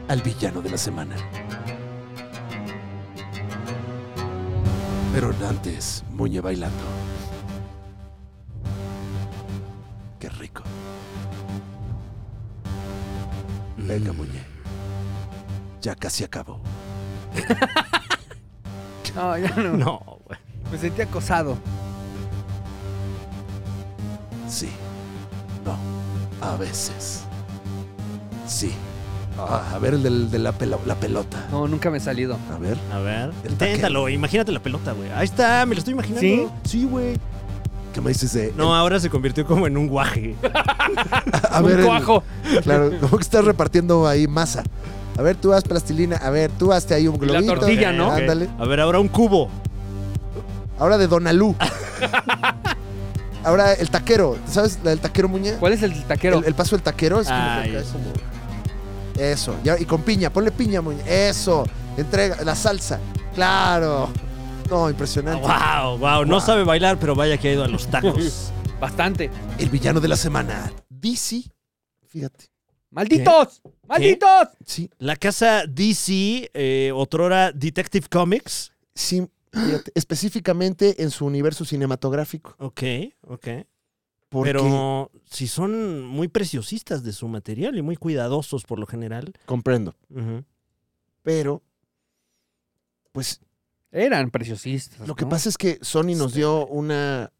al villano de la semana. Pero antes, Muñe bailando. Qué rico. Mm. Venga, Muñe. Ya casi acabo. No, ya no. No, güey. Me sentí acosado. Sí. No. A veces. Sí. Ah, a ver el del- de la, pelo- la pelota. No, nunca me he salido. A ver. A ver. El Inténtalo, imagínate la pelota, güey. Ahí está, me lo estoy imaginando. ¿Sí? Sí, güey. ¿Qué me dices de.? No, ahora se convirtió como en un guaje. a Un ver. el- coajo. claro, como que estás repartiendo ahí masa. A ver, tú haz plastilina. A ver, tú hazte ahí un Y la globito. tortilla, ¿no? Ok. Ándale. A ver, ahora un cubo. Ahora de Donalú. Ahora el taquero. ¿Sabes la del taquero muña? ¿Cuál es el taquero? El, el paso del taquero es como que Ay. acá es como- Eso. ya, y con piña. Ponle piña, muña. Eso. Entrega. La salsa. Claro. No, impresionante. Wow, wow. No sabe bailar, pero vaya que ha ido a los tacos. Bastante. El villano de la semana. DC. Fíjate. ¡Malditos! ¡Malditos! Sí, La casa DC, eh, otrora Detective Comics. sí. Fíjate. Específicamente en su universo cinematográfico. Ok, ok. Porque Pero si son muy preciosistas de su material y muy cuidadosos por lo general. comprendo. Ujú. Pero, pues Eran preciosistas. Lo que ¿no? pasa es que Sony nos dio una,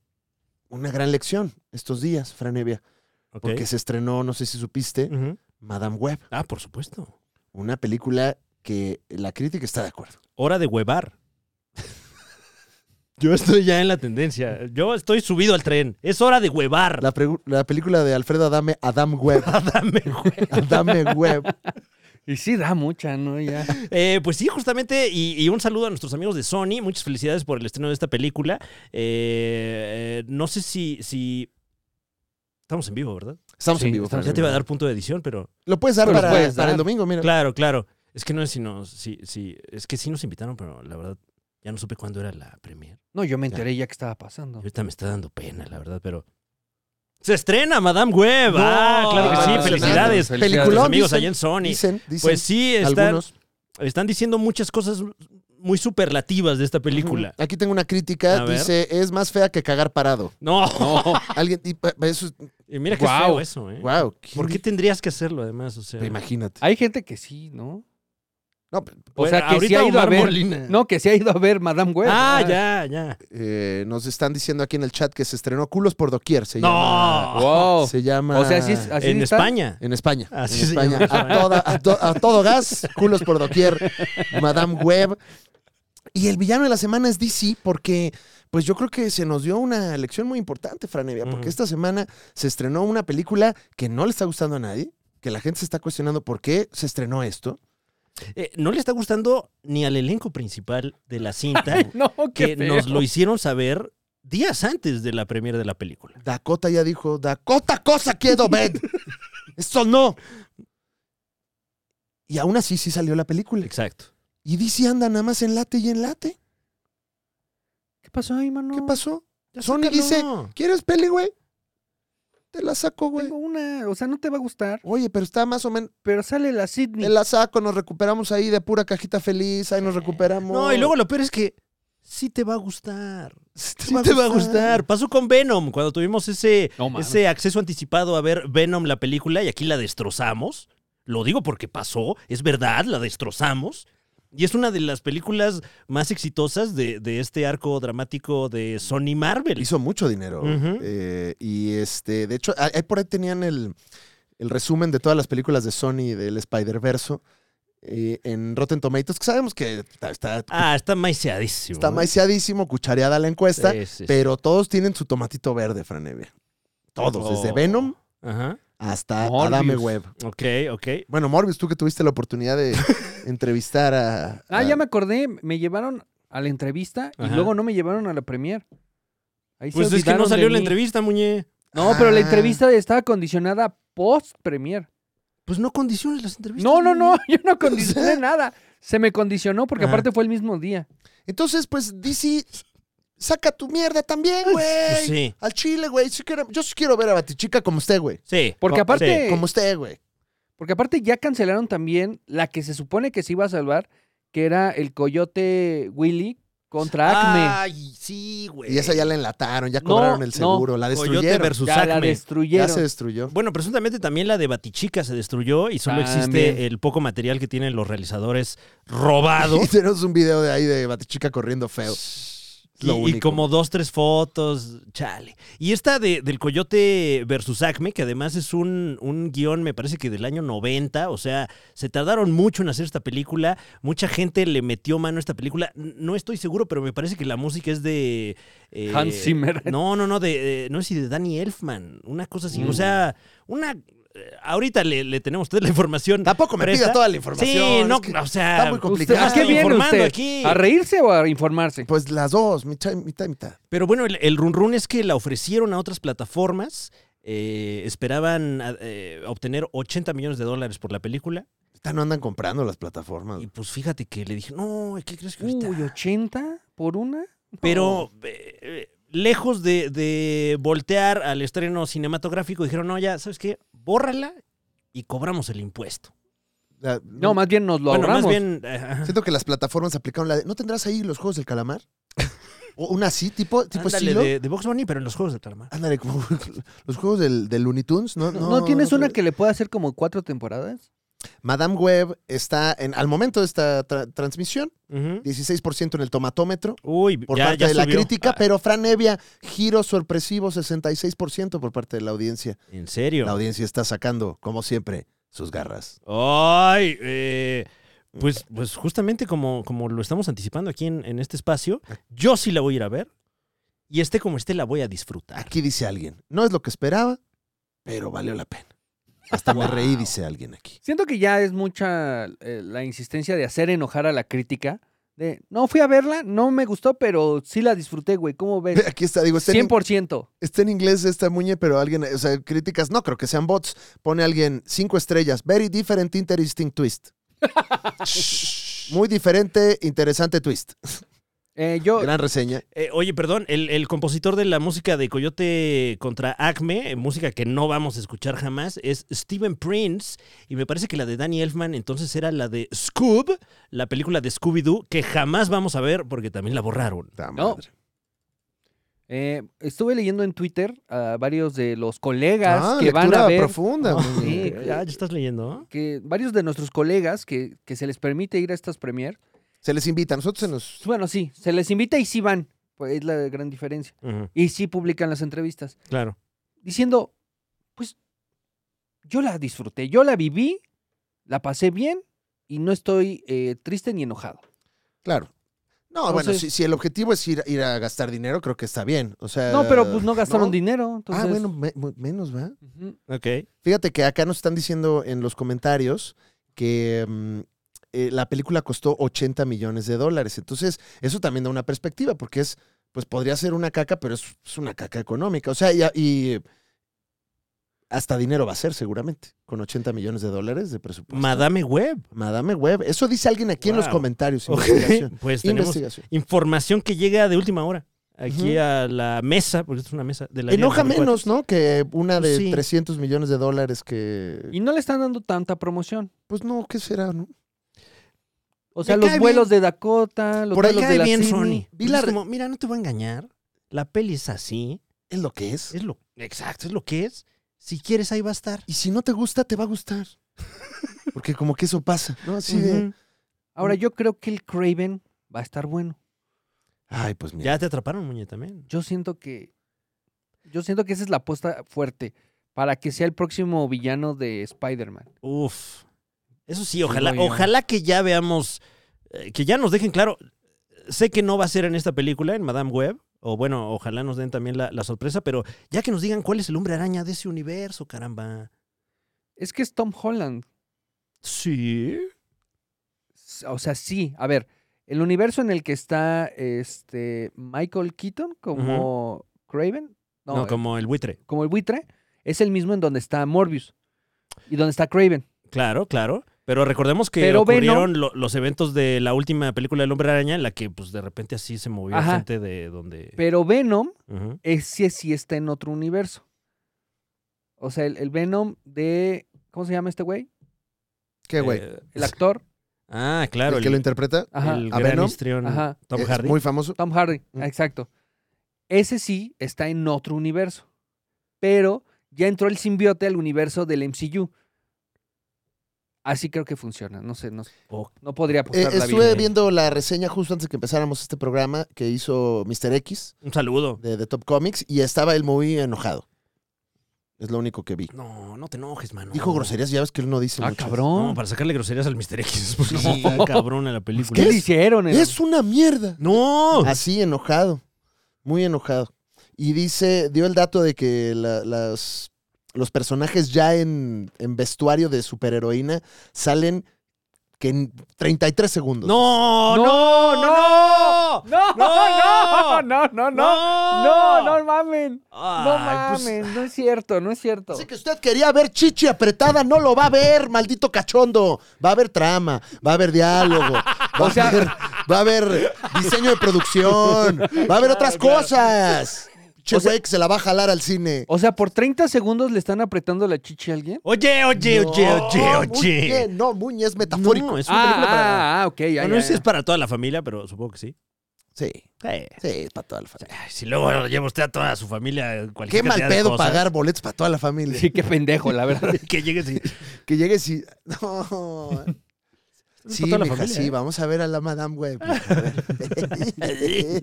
una gran lección estos días, Franevia, Ok. Mm. porque se estrenó, no sé si supiste, Ujú. Madame Web, Ah, por supuesto. una película que la crítica está de acuerdo. Hora de huevar. Yo estoy ya en la tendencia. Yo estoy subido al tren. Es hora de huevar. La, pregu- la película de Alfredo Adame, Adam Web. Dame Adame Web. Y sí da mucha, ¿no? Ya. Eh, pues sí, justamente, y, y un saludo a nuestros amigos de Sony. Muchas felicidades por el estreno de esta película. Eh, eh, no sé si, si... Estamos en vivo, ¿verdad? Estamos Sí, en vivo, estamos Ya Fran te iba a Evia. dar punto de edición, pero... Lo puedes dar, Pero para, puedes para dar. el domingo, mira. Claro, claro. Es que no es si nos... Si, si, es que sí nos invitaron, pero la verdad ya no supe cuándo era la premier. No, yo me enteré ya que estaba pasando. Ahorita me está dando pena, la verdad, pero... ¡Se estrena, Madame Web! ¡Ah, claro que sí! Ah, ¡Felicidades! felicidades. Los Peliculón, amigos dicen, allá en Sony. dicen, dicen Pues sí, están, algunos. están diciendo muchas cosas muy superlativas de esta película. Ujú. Aquí tengo una A crítica, ver. dice, es más fea que cagar parado. No, Alguien, y pa- pa- eso, Y mira qué Guau. feo eso, ¿eh? wow. ¿Por qué tendrías que hacerlo además? O sea, Imagínate. Hay gente que sí, ¿no? No, O sea, que sí ahorita ha ido a Omar ver. Molina. No, que sí ha ido a ver Madame Web. ah, ya, ya. Eh, nos están diciendo aquí en el chat que se estrenó Culos por Doquier. Se llama. No. Wow. Se llama. Oh. O sea, sí es- así en está. España. En España. Así en se España. llama en España. A, toda- a to- a todo gas, Culos por Doquier, Madame Web. Y el villano de la semana es DC porque, pues yo creo que se nos dio una lección muy importante, Franevia, porque Ujú. esta semana se estrenó una película que no le está gustando a nadie, que la gente se está cuestionando por qué se estrenó esto. Eh, no le está gustando ni al elenco principal de la cinta No, qué que feo. nos lo hicieron saber días antes de la premiere de la película. Dakota ya dijo, Dakota cosa quiero ver. Esto no. Y aún así sí salió la película. Exacto. Y DC anda nada más en late y en late. ¿Qué pasó ahí, mano? ¿Qué pasó? Sony dice, ¿quieres peli, güey? Te la saco, güey. Tengo una, o sea, no te va a gustar, Oye, pero está más o menos. pero sale la Sydney. Te la saco, nos recuperamos ahí de pura cajita feliz, ahí nos recuperamos. No, y luego lo peor es que sí te va a gustar. Sí Sí te va a gustar. Pasó con Venom cuando tuvimos ese, No mames. ese acceso anticipado a ver Venom la película y aquí la destrozamos. Lo digo porque pasó, es verdad, la destrozamos. Y es una de las películas más exitosas de, de este arco dramático de Sony Marvel. Hizo mucho dinero. Ujú. Eh, y este, de hecho, ahí ahí por ahí tenían el, el resumen de todas las películas de Sony del Spider-Verso eh, en Rotten Tomatoes, que sabemos que está, está, Ah, está maiseadísimo. está ¿eh? maiceadísimo, cuchareada la encuesta, Sí, sí, sí. pero todos tienen su tomatito verde, Franevia. Todos, desde Oh. Venom Ajá. hasta Morbius. Adame Web. Ok, ok. Bueno, Morbius, tú que tuviste la oportunidad de entrevistar a... Ah, a- ya me acordé, me llevaron a la entrevista y Ajá. luego no me llevaron a la premier. Ahí se Pues es que no olvidaron de salió la mí. entrevista, muñe. No, pero la Ah. entrevista estaba condicionada post premier. Pues no condiciones las entrevistas. No, no, Muñe. no, yo no condicioné nada. Se me condicionó porque Ajá. aparte fue el mismo día. Entonces, pues, DC, saca tu mierda también, Pues güey. sí, Al chile, güey. Sí quiero- yo sí quiero ver a Batichica como usted, güey. sí. Porque Co- aparte, Como usted, güey. porque aparte ya cancelaron también la que se supone que se iba a salvar, que era el coyote Willy contra Ah, Acme. Ay, sí, güey. Y esa ya la enlataron, ya No, cobraron el no. seguro, la Coyote destruyeron. versus ya la Acme. Ya destruyeron. se destruyó. Bueno, presuntamente también la de Batichica se destruyó y solo También. existe el poco material que tienen los realizadores robado. Y tenemos un video de ahí de Batichica corriendo feo. Y- Lo y, único. como dos, tres fotos, chale. Y esta de, del Coyote versus Acme, que además es un, un guión, me parece que del año 90, o sea, se tardaron mucho en hacer esta película, mucha gente le metió mano a esta película, N- no estoy seguro, pero me parece que la música es de... eh, Hans Zimmer. No, no, no, de, de- no sé si de Danny Elfman, una cosa así, o sea, una eh, ahorita le, le tenemos usted la información. Tampoco me presta. pida toda la información. Sí, no, es que o sea, está muy Usted, complicado. ¿A complicado. qué viene Informando usted? aquí. ¿A reírse o a informarse? Pues las dos, mitad, mitad, mitad. Pero bueno, el, el run run es que la ofrecieron a otras plataformas. eh, esperaban a- eh, obtener 80 millones de dólares por la película. Ahorita no andan comprando las plataformas. Y pues fíjate que le dije, no, ¿qué crees que ahorita? Uy, 80 por una. No. Pero eh, eh, lejos de, de voltear al estreno cinematográfico, dijeron, no, ya, ¿sabes qué? Bórrala y cobramos el impuesto. La- No, más bien nos lo bueno, ahorramos. más bien... eh, ajá. Siento que las plataformas aplicaron la de, ¿No tendrás ahí los juegos del calamar? o una así, tipo, tipo Ándale, estilo. de, de Box Bunny, pero en los juegos de calamar. Ándale, como los juegos del, del Looney Tunes, ¿no? ¿No, tienes no, una pero- que le pueda hacer como cuatro temporadas? Madame Web está en, al momento de esta tra- transmisión, Ujú. 16% en el tomatómetro Uy, por ya, parte ya de la subió. crítica, Ah, pero Fran Evia, giro sorpresivo, 66% por parte de la audiencia. ¿En serio? La audiencia está sacando, como siempre, sus garras. Ay, eh, pues, pues justamente como, como lo estamos anticipando aquí en, en este espacio, yo sí la voy a ir a ver y esté como esté la voy a disfrutar. Aquí dice alguien, no es lo que esperaba, pero valió la pena. Hasta me reí, dice alguien aquí. Siento que ya es mucha eh, la insistencia de hacer enojar a la crítica. De, no fui a verla, no me gustó, pero sí la disfruté, güey. ¿Cómo ves? Aquí está, digo, está en, 100%. está en inglés esta muñe, pero alguien, o sea, críticas, no creo que sean bots. Pone alguien cinco estrellas, very different, interesting twist. Muy diferente, interesante twist. Eh, yo, Gran reseña. Eh, oye, perdón, el, el compositor de la música de Coyote contra Acme, eh, música que no vamos a escuchar jamás, es Steven Prince. Y me parece que la de Danny Elfman entonces era la de Scoob, la película de Scooby-Doo, que jamás vamos a ver porque también la borraron. Ta No. madre. Eh, estuve leyendo en Twitter a varios de los colegas Ah, que van lectura a ver. profunda. muñe. Sí, Eh, ya, ya estás leyendo. que varios de nuestros colegas que, que se les permite ir a estas premier, Se les invita, a nosotros se nos... bueno, sí, se les invita y sí van, pues es la gran diferencia. Ujú, Y sí publican las entrevistas, claro. diciendo, pues yo la disfruté, yo la viví, la pasé bien y no estoy eh, triste ni enojado. Claro. No, Entonces- bueno, si, si el objetivo es ir, ir a gastar dinero, creo que está bien. O sea... No, pero pues no gastaron Eh, ¿no? dinero, entonces... Ah, bueno, me- me- menos, ¿va? ujú. Ok. Fíjate que acá nos están diciendo en los comentarios que mm, eh, la película costó 80 millones de dólares. Entonces, eso también da una perspectiva, porque es, pues podría ser una caca, pero es, es una caca económica. O sea, y, y hasta dinero va a ser seguramente, con 80 millones de dólares de presupuesto. Madame Web. Madame Web. Eso dice alguien aquí en los Wow. comentarios. Ok, Investigación. Pues tenemos Investigación. información que llega de última hora aquí Ujú. a la mesa, porque esto es una mesa de la Liga Enoja de los menos, ¿no? Que una de Pues sí. 300 millones de dólares que... Y no le están dando tanta promoción. Pues no, ¿qué será? no? O sea, Me los cae vuelos de Dakota, los Por ahí vuelos cae de la bien Sydney. Sony. Vi la Es re- como, mira, no te voy a engañar. La peli es así. Es lo que es. Es lo exacto, es lo que es. Si quieres, ahí va a estar. Y si no te gusta, te va a gustar. Porque como que eso pasa, ¿no? Así de... Ujú. Ahora, yo creo que el Craven va a estar bueno. Ay, pues mira. Ya te atraparon, muñe, también. Yo siento que. Yo siento que esa es la apuesta fuerte para que sea el próximo villano de Spider-Man. Uf. Eso sí, ojalá, voy a- ojalá que ya veamos, eh, que ya nos dejen claro. Sé que no va a ser en esta película, en Madame Web. O bueno, ojalá nos den también la, la sorpresa, pero ya que nos digan cuál es el hombre araña de ese universo, caramba. Es que es Tom Holland. Sí. S- O sea, sí. A ver, el universo en el que está este Michael Keaton como Craven. No, No, eh, como... como el buitre. el buitre. Es el mismo en donde está Morbius. Y donde está Craven. Claro, claro. Pero recordemos que Pero ocurrieron lo- los eventos de la última película del Hombre Araña en la que, pues, de repente así se movió Ajá. gente de donde... Pero Venom Ujú. ese sí está en otro universo. O sea, el, el Venom de. ¿Cómo se llama este güey? ¿Qué, güey? Eh, El actor. ah, claro. ¿El que lo interpreta? Ajá. el ¿A gran Venom? histrión Ajá. Tom Es Hardy. muy famoso. Tom Hardy, Mm. exacto. Ese sí está en otro universo. Pero ya entró el simbiote al universo del MCU. Así creo que funciona. No sé, no, sé. Ok. no podría Pues Eh, apostar la vida. estuve viendo la reseña justo antes de que empezáramos este programa que hizo Mr. X Un saludo. de, de Top Comics y estaba él muy enojado. Es lo único que vi. No, no te enojes, mano. Dijo groserías, ya ves que él no dice Ah, muchas. No, cabrón. para sacarle groserías al Mister X. pues, Porque Sí. sí, está cabrón a la película. ¿Qué le hicieron? Eno? ¡Es una mierda! ¡No! Así, enojado. Muy enojado. Y dice, dio el dato de que la- las los personajes ya en, en vestuario de superheroína salen que en 33 segundos. No, no, no, no, No, no, no, no, no, no, no, no mamen. No Ay, pues, mamen, no es cierto, no es cierto. Así que usted quería ver chichi apretada, no lo va a ver, maldito cachondo. Va a haber trama, va a haber diálogo, va, O sea- a, haber, va a haber diseño de producción, va a haber otras cosas. Che, güey, que se la va a jalar al cine. O sea, por 30 segundos le están apretando la chichi a alguien. Oye, oye, oye, oye, No, oye. Muñe, No, Muñe es metafórico. No, es una película para. Ah, ah, ah, ok. ya, Bueno, no ya, sé si ya. es para toda la familia, pero supongo que sí. Sí, Sí. sí, es para toda la familia. Ay, si luego lo lleva usted a toda su familia, cualquier Qué mal cantidad de pedo cosas, pagar boletos para toda la familia. Sí, qué pendejo, la verdad. Que llegue y. Que llegues y. No. Sí, toda la mija, familia, sí, ¿eh? vamos a ver a la Madame Web.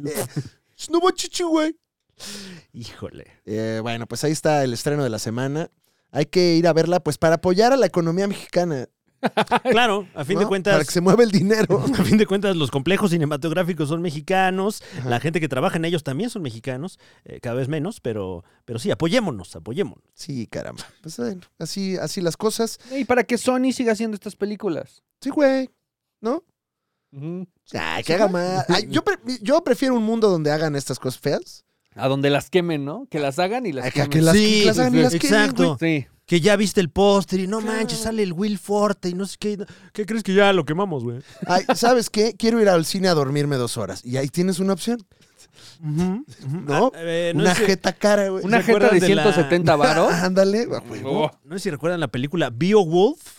no va chichi, güey. Híjole. Eh, bueno, pues ahí está el estreno de la semana. Hay que ir a verla, pues, para apoyar a la economía mexicana. Claro, a fin de ¿no? Para cuentas. que se mueva el dinero. A fin de cuentas, los complejos cinematográficos son mexicanos, Ajá. la gente que trabaja en ellos también son mexicanos, eh, cada vez menos, pero, pero sí, apoyémonos, apoyémonos. Sí, caramba. Pues, bueno, así, así las cosas. Y para que Sony siga haciendo estas películas. Sí, güey. ¿No? Ujú. Ay, que haga más. Ay, yo, pre- yo prefiero un mundo donde hagan estas cosas feas. A donde las quemen, ¿no? Que las hagan y las Ay, que- quemen. que las, que las hagan y las quemen, exacto. güey. Sí. Que ya viste el póster y no Claro. manches, sale el Will Forte y no sé qué. no- ¿Qué crees que ya lo quemamos, güey? Ay, ¿sabes qué? Quiero ir al cine a dormirme dos horas. Y ahí tienes una opción. Ujú, ujú. ¿No? Ah, eh, no una sé- jeta cara, güey. Una ¿Se jeta acuerdan de de la- 170 varos. Ándale, güey, pues, güey. Oh, No sé si recuerdan la película Beowulf.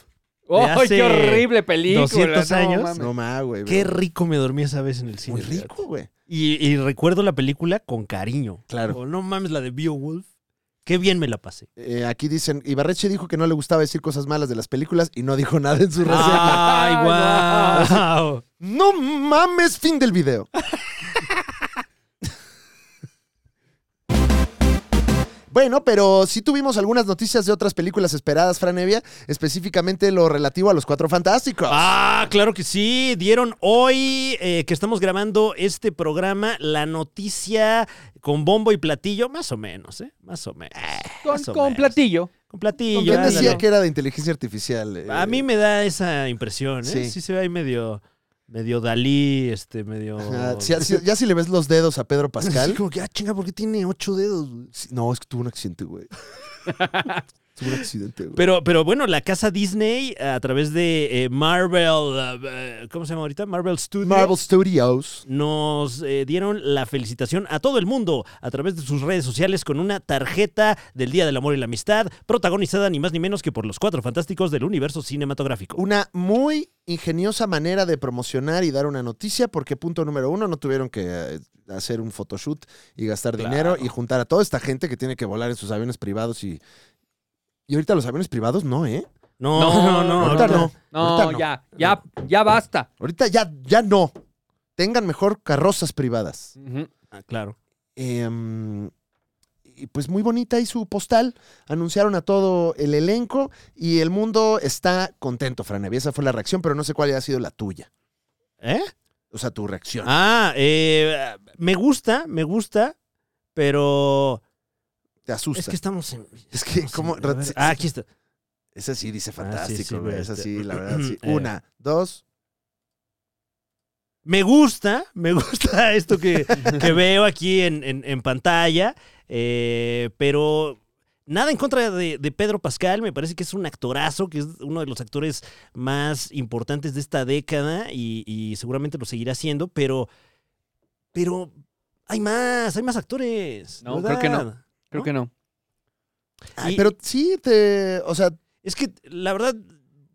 ¡Ay, hace qué horrible película! 200 no años. mames. No más, güey. Qué güey. rico me dormí esa vez en el cine. Muy fíjate. rico, güey. Y, y recuerdo la película con cariño. Claro. O, no mames, la de Beowulf. Qué bien me la pasé. Eh, aquí dicen, Ibarreche dijo que no le gustaba decir cosas malas de las películas y no dijo nada en su reseña. Ah. ¡Ay, wow! No mames, fin del video. Bueno, pero sí tuvimos algunas noticias de otras películas esperadas, Franevia, específicamente lo relativo a los Cuatro Fantásticos. Ah, claro que sí. Dieron hoy eh, que estamos grabando este programa la noticia con bombo y platillo, más o menos, ¿eh? Más o menos. Con, Más o con menos. platillo. Con platillo. Ah, ¿Quién decía ándale. que era de inteligencia artificial? eh? A mí me da esa impresión, ¿eh? Sí, Sí. se ve ahí medio, medio Dalí, este, medio... Ajá, si- si- ya si le ves los dedos a Pedro Pascal. Sí, como que, ah, chinga, ¿por qué tiene ocho dedos? Sí, No, es que tuvo un accidente, güey. tuvo un accidente, güey. Pero, pero bueno, la casa Disney, eh, a través de eh, Marvel, eh, ¿cómo se llama ahorita? Marvel Studios. Marvel Studios. nos eh, dieron la felicitación a todo el mundo a través de sus redes sociales con una tarjeta del Día del Amor y la Amistad, protagonizada ni más ni menos que por los cuatro fantásticos del universo cinematográfico. Una muy ingeniosa manera de promocionar y dar una noticia, porque punto número uno, no tuvieron que eh, hacer un photoshoot y gastar dinero y juntar a toda esta gente que tiene que volar en sus aviones privados y. Y ahorita los aviones privados no, ¿eh? No, no, no, ahorita no. No, Ahorita no. ya, ya, ya basta. Ahorita ya, ya no. Tengan mejor carrozas privadas. Ujú. Ah, claro. Em, y pues muy bonita y su postal. Anunciaron a todo el elenco y el mundo está contento, Franevi. Esa fue la reacción, pero no sé cuál haya sido la tuya. ¿Eh? O sea, tu reacción. Ah, eh, me gusta, me gusta, pero Te asusta. es que estamos en... Es que, ¿cómo? A ver, Sí, Ah, aquí está. Esa sí dice Ah, sí, sí, fantástico, güey. güey, Esa este- sí, la verdad, sí. Eh. Una, dos. Me gusta, me gusta esto que, que veo aquí en, en- en pantalla, eh, pero nada en contra de, de Pedro Pascal, me parece que es un actorazo, que es uno de los actores más importantes de esta década y, y seguramente lo seguirá siendo, pero, pero hay más, hay más actores. No, creo que no. ¿verdad? Creo ¿No? que no. Ay, Y- pero sí te. O sea, Es que la verdad,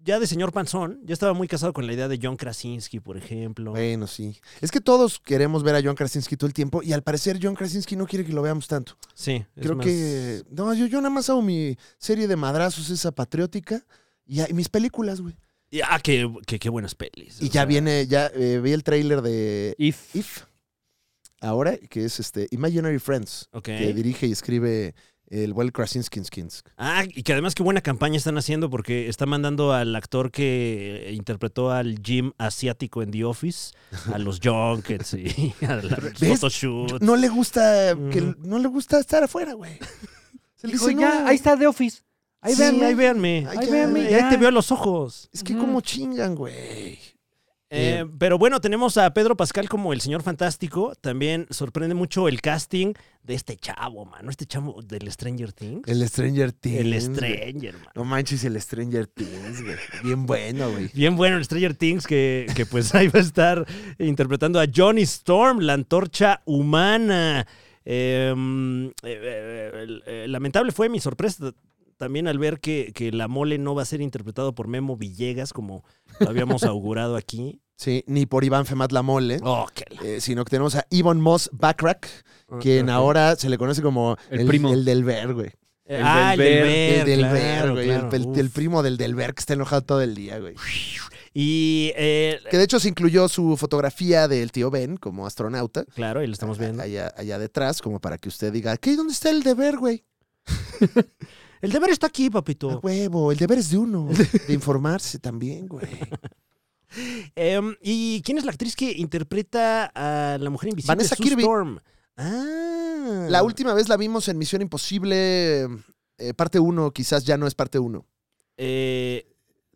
ya de señor Panzón, yo estaba muy casado con la idea de John Krasinski, por ejemplo. bueno, sí. Es que todos queremos ver a John Krasinski todo el tiempo y al parecer John Krasinski no quiere que lo veamos tanto. Sí, es Creo más- que. No, yo, yo nada más hago mi serie de madrazos, esa patriótica. Y, y mis películas, güey. Y- Ah, qué, qué, qué buenas pelis. Y o ya sea. viene, ya eh, vi el tráiler de If. If. Ahora, que es este Imaginary Friends, Ok. que dirige y escribe el Well Krasinski-Skinsk. Ah, y que además qué buena campaña están haciendo porque está mandando al actor que eh, interpretó al Jim asiático en The Office, a los junkets y a los ¿Ves? photoshoot. No le gusta que Pues Ujú. no le gusta estar afuera, güey. Se le Dijo, dice, ya, "No". ahí está The Office. Ahí sí, véanme. ahí véanme. Ay, Ahí ya, véanme, güey. Y ahí ya. te veo a los ojos. Es que Ujú. como chingan, güey. Eh, pero bueno, tenemos a Pedro Pascal como el señor fantástico. También sorprende mucho el casting de este chavo, mano. Este chavo del Stranger Things. El Stranger Things. El güey. Stranger, man. No manches, el Stranger Things, güey. Bien bueno, güey. Bien bueno el Stranger Things, que, que pues ahí va a estar interpretando a Johnny Storm, la antorcha humana. Eh, eh, eh, eh, lamentable fue mi sorpresa también al ver que, que La Mole no va a ser interpretado por Memo Villegas, como lo habíamos augurado aquí. Sí, ni por Iván Femat la mole. Oh, qué la- eh, sino que tenemos a Ivon Moss Backrack, quien ahora se le conoce como El primo. el del Ver, güey. Eh, El ah, el del del Ver, Ver, El del claro, Ver, güey. el claro. pel- el, Uf. primo del del Ver que está enojado todo el día, güey. Y, eh, Que de hecho se incluyó su fotografía del tío Ben como astronauta. claro, y lo estamos viendo. Allá, allá detrás, como para que usted diga, ¿qué? ¿Dónde está el deber, güey? El deber está aquí, A papito. huevo, el deber es de uno, de informarse también, güey. Em, ¿Y quién es la actriz que interpreta a la mujer invisible? Vanessa Sue Kirby. Storm. Ah. La última vez la vimos en Misión Imposible, eh, parte 1, quizás ya no es parte 1. Eh,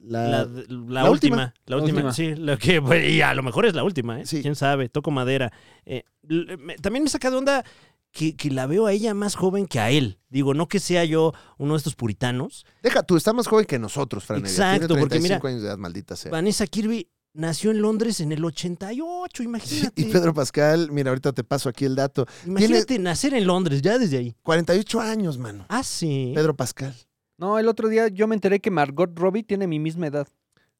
La, la, la Ah, la última. última, La última, Última. sí. la que, bueno, y a lo mejor es la última, ¿eh? Sí. ¿Quién sabe? Toco madera. Eh, l- me- también me saca de onda que, que la veo a ella más joven que a él. Digo, no que sea yo uno de estos puritanos. Deja, tú estás más joven que nosotros, Fran. Evia. Exacto, Tiene porque mira- 35 años de edad, maldita sea. Vanessa Kirby nació en Londres en el 88, imagínate. Y Pedro Pascal, mira, ahorita te paso aquí el dato. imagínate nacer en Londres ya desde ahí. 48 años, mano. Ah, sí. Pedro Pascal. No, el otro día yo me enteré que Margot Robbie tiene mi misma edad.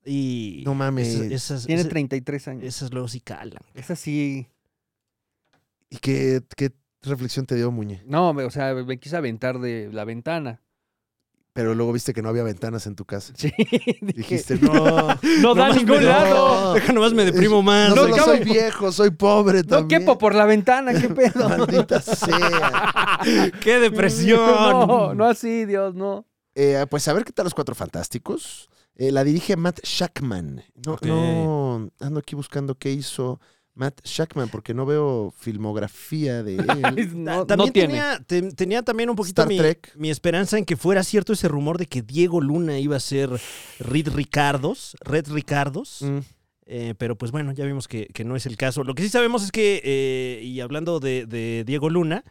Y No mames. Esas, esas- Tiene esas- 33 años. esas luego sí calan. Es así. ¿Y qué, qué reflexión te dio, Muñe? No, me- o sea, me quise aventar de la ventana. Pero luego viste que no había ventanas en tu casa. Sí. Dijiste, no. No da a Nomás ningún me- lado. Deja nomás me deprimo más. No, No solo cabe- soy viejo, soy pobre No también. quepo por la ventana, qué pedo. Maldita sea. ¡Qué depresión! No, no así, Dios, no. Eh, pues a ver qué tal los cuatro fantásticos. Eh, la dirige Matt Shackman. No, Ok. no, ando aquí buscando qué hizo Matt Shackman porque no veo filmografía de él. No, Ta- también no tiene. tenía, te- tenía también un poquito Star mi, Trek. mi esperanza en que fuera cierto ese rumor de que Diego Luna iba a ser Red Ricardos, Red Ricardos, Mm. eh, pero pues bueno, ya vimos que, que no es el caso. Lo que sí sabemos es que, eh, y hablando de, de Diego Luna,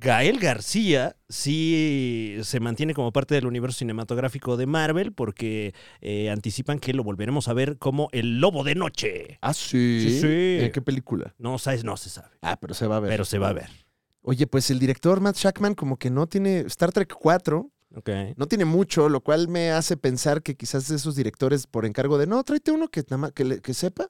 Gael García sí se mantiene como parte del universo cinematográfico de Marvel porque eh, anticipan que lo volveremos a ver como el Lobo de Noche. Ah, sí. Sí, sí. ¿En qué película? No, sabes, no se sabe, Ah, pero se va a ver. pero se va a ver. Oye, pues el director Matt Shackman como que no tiene Star Trek 4, Okay. no tiene mucho, lo cual me hace pensar que quizás esos directores por encargo de, no, tráete uno que, nada más- que, le- que sepa.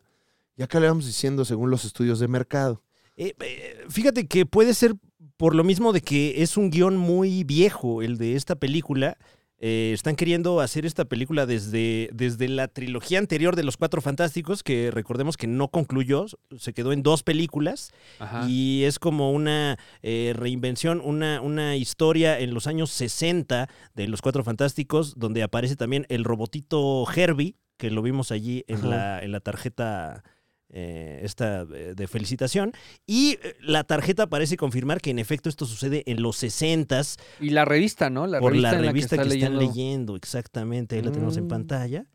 Y acá le vamos diciendo según los estudios de mercado. Eh, eh, fíjate que puede ser por lo mismo de que es un guión muy viejo el de esta película. Eh, están queriendo hacer esta película desde, desde la trilogía anterior de Los Cuatro Fantásticos, que recordemos que no concluyó, se quedó en dos películas Ajá. y es como una eh, reinvención, una, una historia en los años 60 de Los Cuatro Fantásticos, donde aparece también el robotito Herbie, que lo vimos allí en, la, en la tarjeta eh, esta eh, de felicitación. Y eh, la tarjeta parece confirmar que en efecto esto sucede en los 60 Y la revista, ¿no? La por revista la en revista la que, que, está están leyendo. leyendo, exactamente. Ahí la tenemos en Mm. pantalla.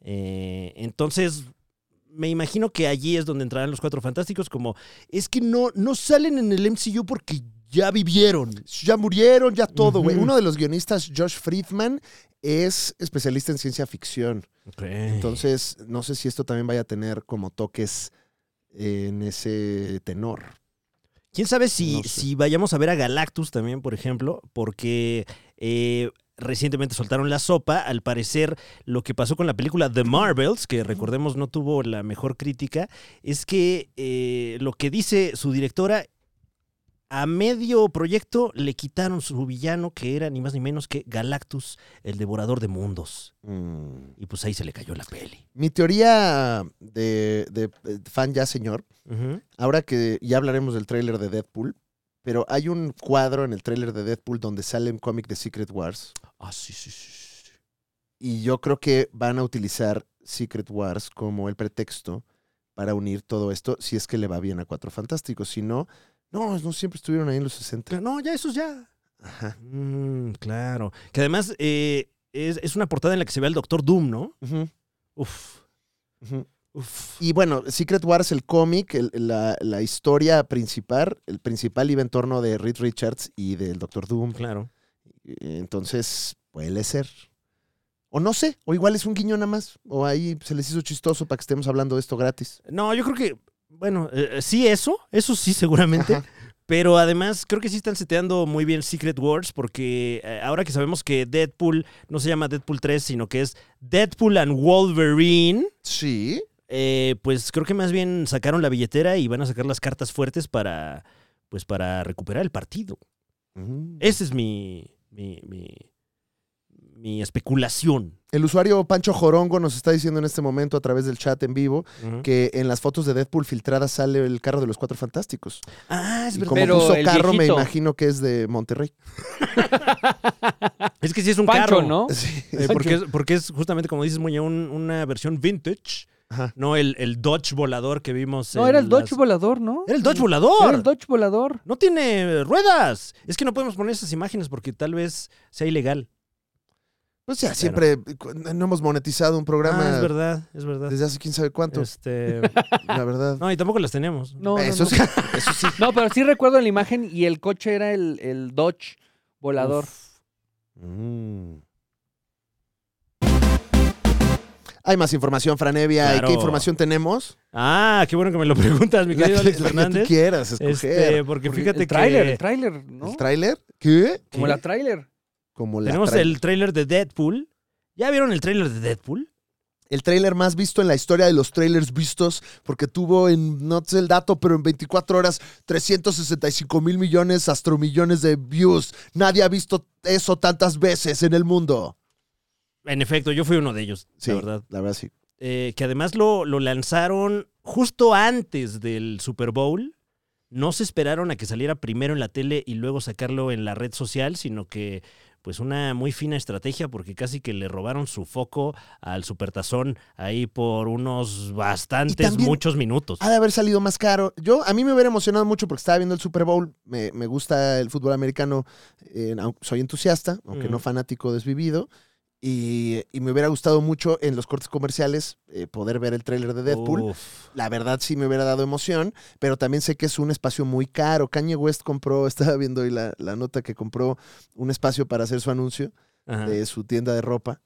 Eh, entonces, me imagino que allí es donde entrarán los cuatro fantásticos. Como es que no, no salen en el MCU porque ya vivieron. Ya murieron, ya todo, güey. Ujú. Uno de los guionistas, Josh Friedman, es especialista en ciencia ficción. Entonces, no sé si esto también vaya a tener como toques en ese tenor. Quién sabe si, No sé. si vayamos a ver a Galactus también, por ejemplo, porque eh, recientemente soltaron la sopa. Al parecer, lo que pasó con la película The Marvels, que recordemos no tuvo la mejor crítica, es que eh, lo que dice su directora, a medio proyecto le quitaron su villano, que era ni más ni menos que Galactus, el devorador de mundos. Mm. Y pues ahí se le cayó la peli. Mi teoría de, de- de fan ya señor, ahora que ya hablaremos del tráiler de Deadpool, pero hay un cuadro en el tráiler de Deadpool donde sale un cómic de Secret Wars Ah, sí, sí, sí. y yo creo que van a utilizar Secret Wars como el pretexto para unir todo esto si es que le va bien a Cuatro Fantásticos, si no, no, no siempre estuvieron ahí en los 60. No, ya, esos ya. Ajá. Mm, claro. Que además eh, es, es una portada en la que se ve al Doctor Doom, ¿no? Ujú, Uf, ujú. uf. Y bueno, Secret Wars, el cómic, el- la, la historia principal, el principal iba en torno de Reed Richards y del Doctor Doom. Claro. Entonces, puede ser. O no sé, o igual es un guiño nada más. O ahí se les hizo chistoso para que estemos hablando de esto gratis. No, yo creo que, bueno, eh, sí eso, eso sí seguramente. Ajá. Pero además creo que sí están seteando muy bien Secret Wars porque eh, ahora que sabemos que Deadpool no se llama Deadpool 3, sino que es Deadpool and Wolverine, Sí. eh, pues creo que más bien sacaron la billetera y van a sacar las cartas fuertes para, pues para recuperar el partido. Mm. Esa es mi, mi, mi, mi especulación. El usuario Pancho Jorongo nos está diciendo en este momento a través del chat en vivo Ujú. que en las fotos de Deadpool filtradas sale el carro de los Cuatro Fantásticos. Ah, es Y verdad. como Pero puso el carro, me viejito. imagino que es de Monterrey. Es que sí es un Pancho, carro. ¿no? Sí. Eh, porque, es, porque es justamente como dices, Muñe, un- una versión vintage, Ajá. no el, el Dodge volador que vimos. No, en era el las- Dodge volador, ¿no? Era el Dodge Era volador. el Dodge volador. No tiene ruedas. Es que no podemos poner esas imágenes porque tal vez sea ilegal. Pues ya, Claro. siempre cu- no hemos monetizado un Ah, programa es verdad, es verdad. desde hace quién sabe cuánto, Este, la verdad. no, y tampoco las tenemos. No, no, eso, no. Sí, eso sí. No, pero sí recuerdo la imagen y el coche era el, el Dodge volador. Uf. Mm. Hay más información, Franevia. ¿Y Claro. qué información tenemos? Ah, qué bueno que me lo preguntas, mi La que, querido Alex la que tú Fernández. quieras escoger. Este, porque Porque fíjate el tráiler, que el tráiler, ¿no? ¿El tráiler? ¿Qué? Como la tráiler. Como la tenemos tra- el tráiler de Deadpool. ¿Ya vieron el tráiler de Deadpool? el tráiler más visto en la historia de los trailers vistos, porque tuvo, en, no sé el dato, pero en 24 horas, 365 mil millones, astromillones de views. Nadie ha visto eso tantas veces en el mundo. En efecto, yo fui uno de ellos, Sí, la verdad. La verdad, sí. eh, que además lo, lo lanzaron justo antes del Super Bowl. No se esperaron a que saliera primero en la tele y luego sacarlo en la red social, sino que pues una muy fina estrategia porque casi que le robaron su foco al Supertazón ahí por unos bastantes, también- muchos minutos. Ha de haber salido más caro. Yo, a mí me hubiera emocionado mucho porque estaba viendo el Super Bowl. Me, me gusta el fútbol americano. eh, au- soy entusiasta, aunque Ujú. no fanático desvivido. Y, y me hubiera gustado mucho en los cortes comerciales eh, poder ver el tráiler de Deadpool. Uf. La verdad sí me hubiera dado emoción, pero también sé que es un espacio muy caro. Kanye West compró, estaba viendo hoy la, la nota que compró un espacio para hacer su anuncio Ajá. de su tienda de ropa.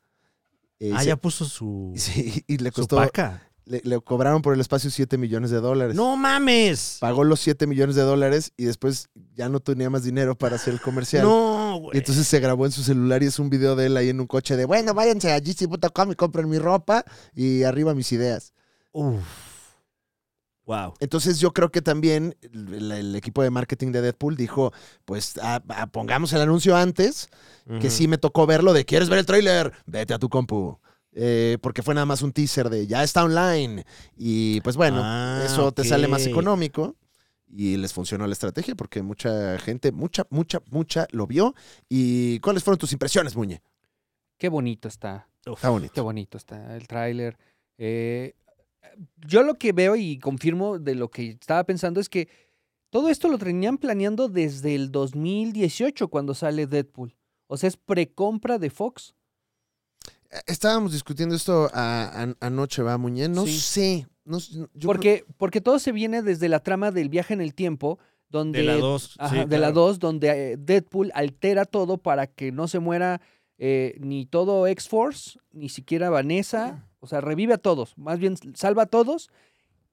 Eh, Ah, y ya se- puso su, y sí, y le su costó, paca. le, le cobraron por el espacio 7 millones de dólares. ¡No mames! Pagó los 7 millones de dólares y después ya no tenía más dinero para hacer el comercial. No, Y güey. entonces se grabó en su celular y es un video de él ahí en un coche de, bueno, váyanse a gc.com y compren mi ropa y arriba mis ideas. Uf. Wow. Entonces yo creo que también el, el equipo de marketing de Deadpool dijo, pues a- a- pongamos el anuncio antes, que sí me tocó verlo de ¿quieres ver el tráiler? Vete a tu compu. Eh, porque fue nada más un teaser de ya está online. Y pues bueno, Ah, eso ok. te sale más económico. Y les funcionó la estrategia porque mucha gente, mucha, mucha, mucha lo vio. ¿Y cuáles fueron tus impresiones, Muñe? Qué bonito está. Uf. Está bonito. Qué bonito está el tráiler. Eh, yo lo que veo y confirmo de lo que estaba pensando es que todo esto lo tenían planeando desde el 2018 cuando sale Deadpool. O sea, es precompra de Fox. Estábamos discutiendo esto a- a- anoche, ¿va, Muñe? No Sí. sé. No, s- yo creo- Porque, porque todo se viene desde la trama del viaje en el tiempo, donde... De la 2. Ajá, de la 2, donde eh, Deadpool altera todo para que no se muera eh, ni todo X-Force, ni siquiera Vanessa. O sea, revive a todos. Más bien, salva a todos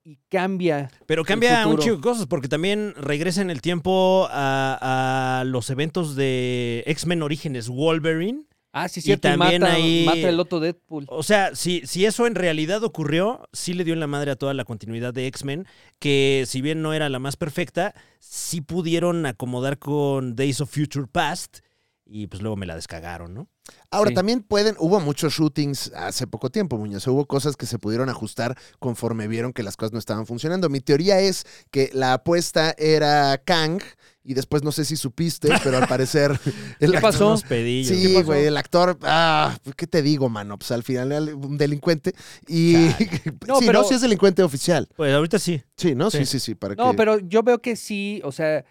y cambia. Pero el cambia un futuro. chico de cosas, porque también regresa en el tiempo a, a los eventos de X-Men Orígenes Wolverine. Ah, sí, cierto. Y también mata, ahí- mata el otro Deadpool. O sea, si, si eso en realidad ocurrió, sí le dio en la madre a toda la continuidad de X-Men, que si bien no era la más perfecta, sí pudieron acomodar con Days of Future Past y pues luego me la descagaron, ¿no? Ahora, Sí. también pueden, hubo muchos shootings hace poco tiempo, Muñoz. Hubo cosas que se pudieron ajustar conforme vieron que las cosas no estaban funcionando. Mi teoría es que la apuesta era Kang y después no sé si supiste, pero al parecer... El ¿Qué actor- pasó? Unos pedillos. ¿Qué Sí, pasó? güey, el actor, ah, ¿qué te digo, mano? Pues al final era un delincuente y... No, sí, pero- no, sí es delincuente oficial. Pues ahorita sí. Sí, ¿no? Sí, Sí. sí, sí, para No, que... pero yo veo que sí, o sea,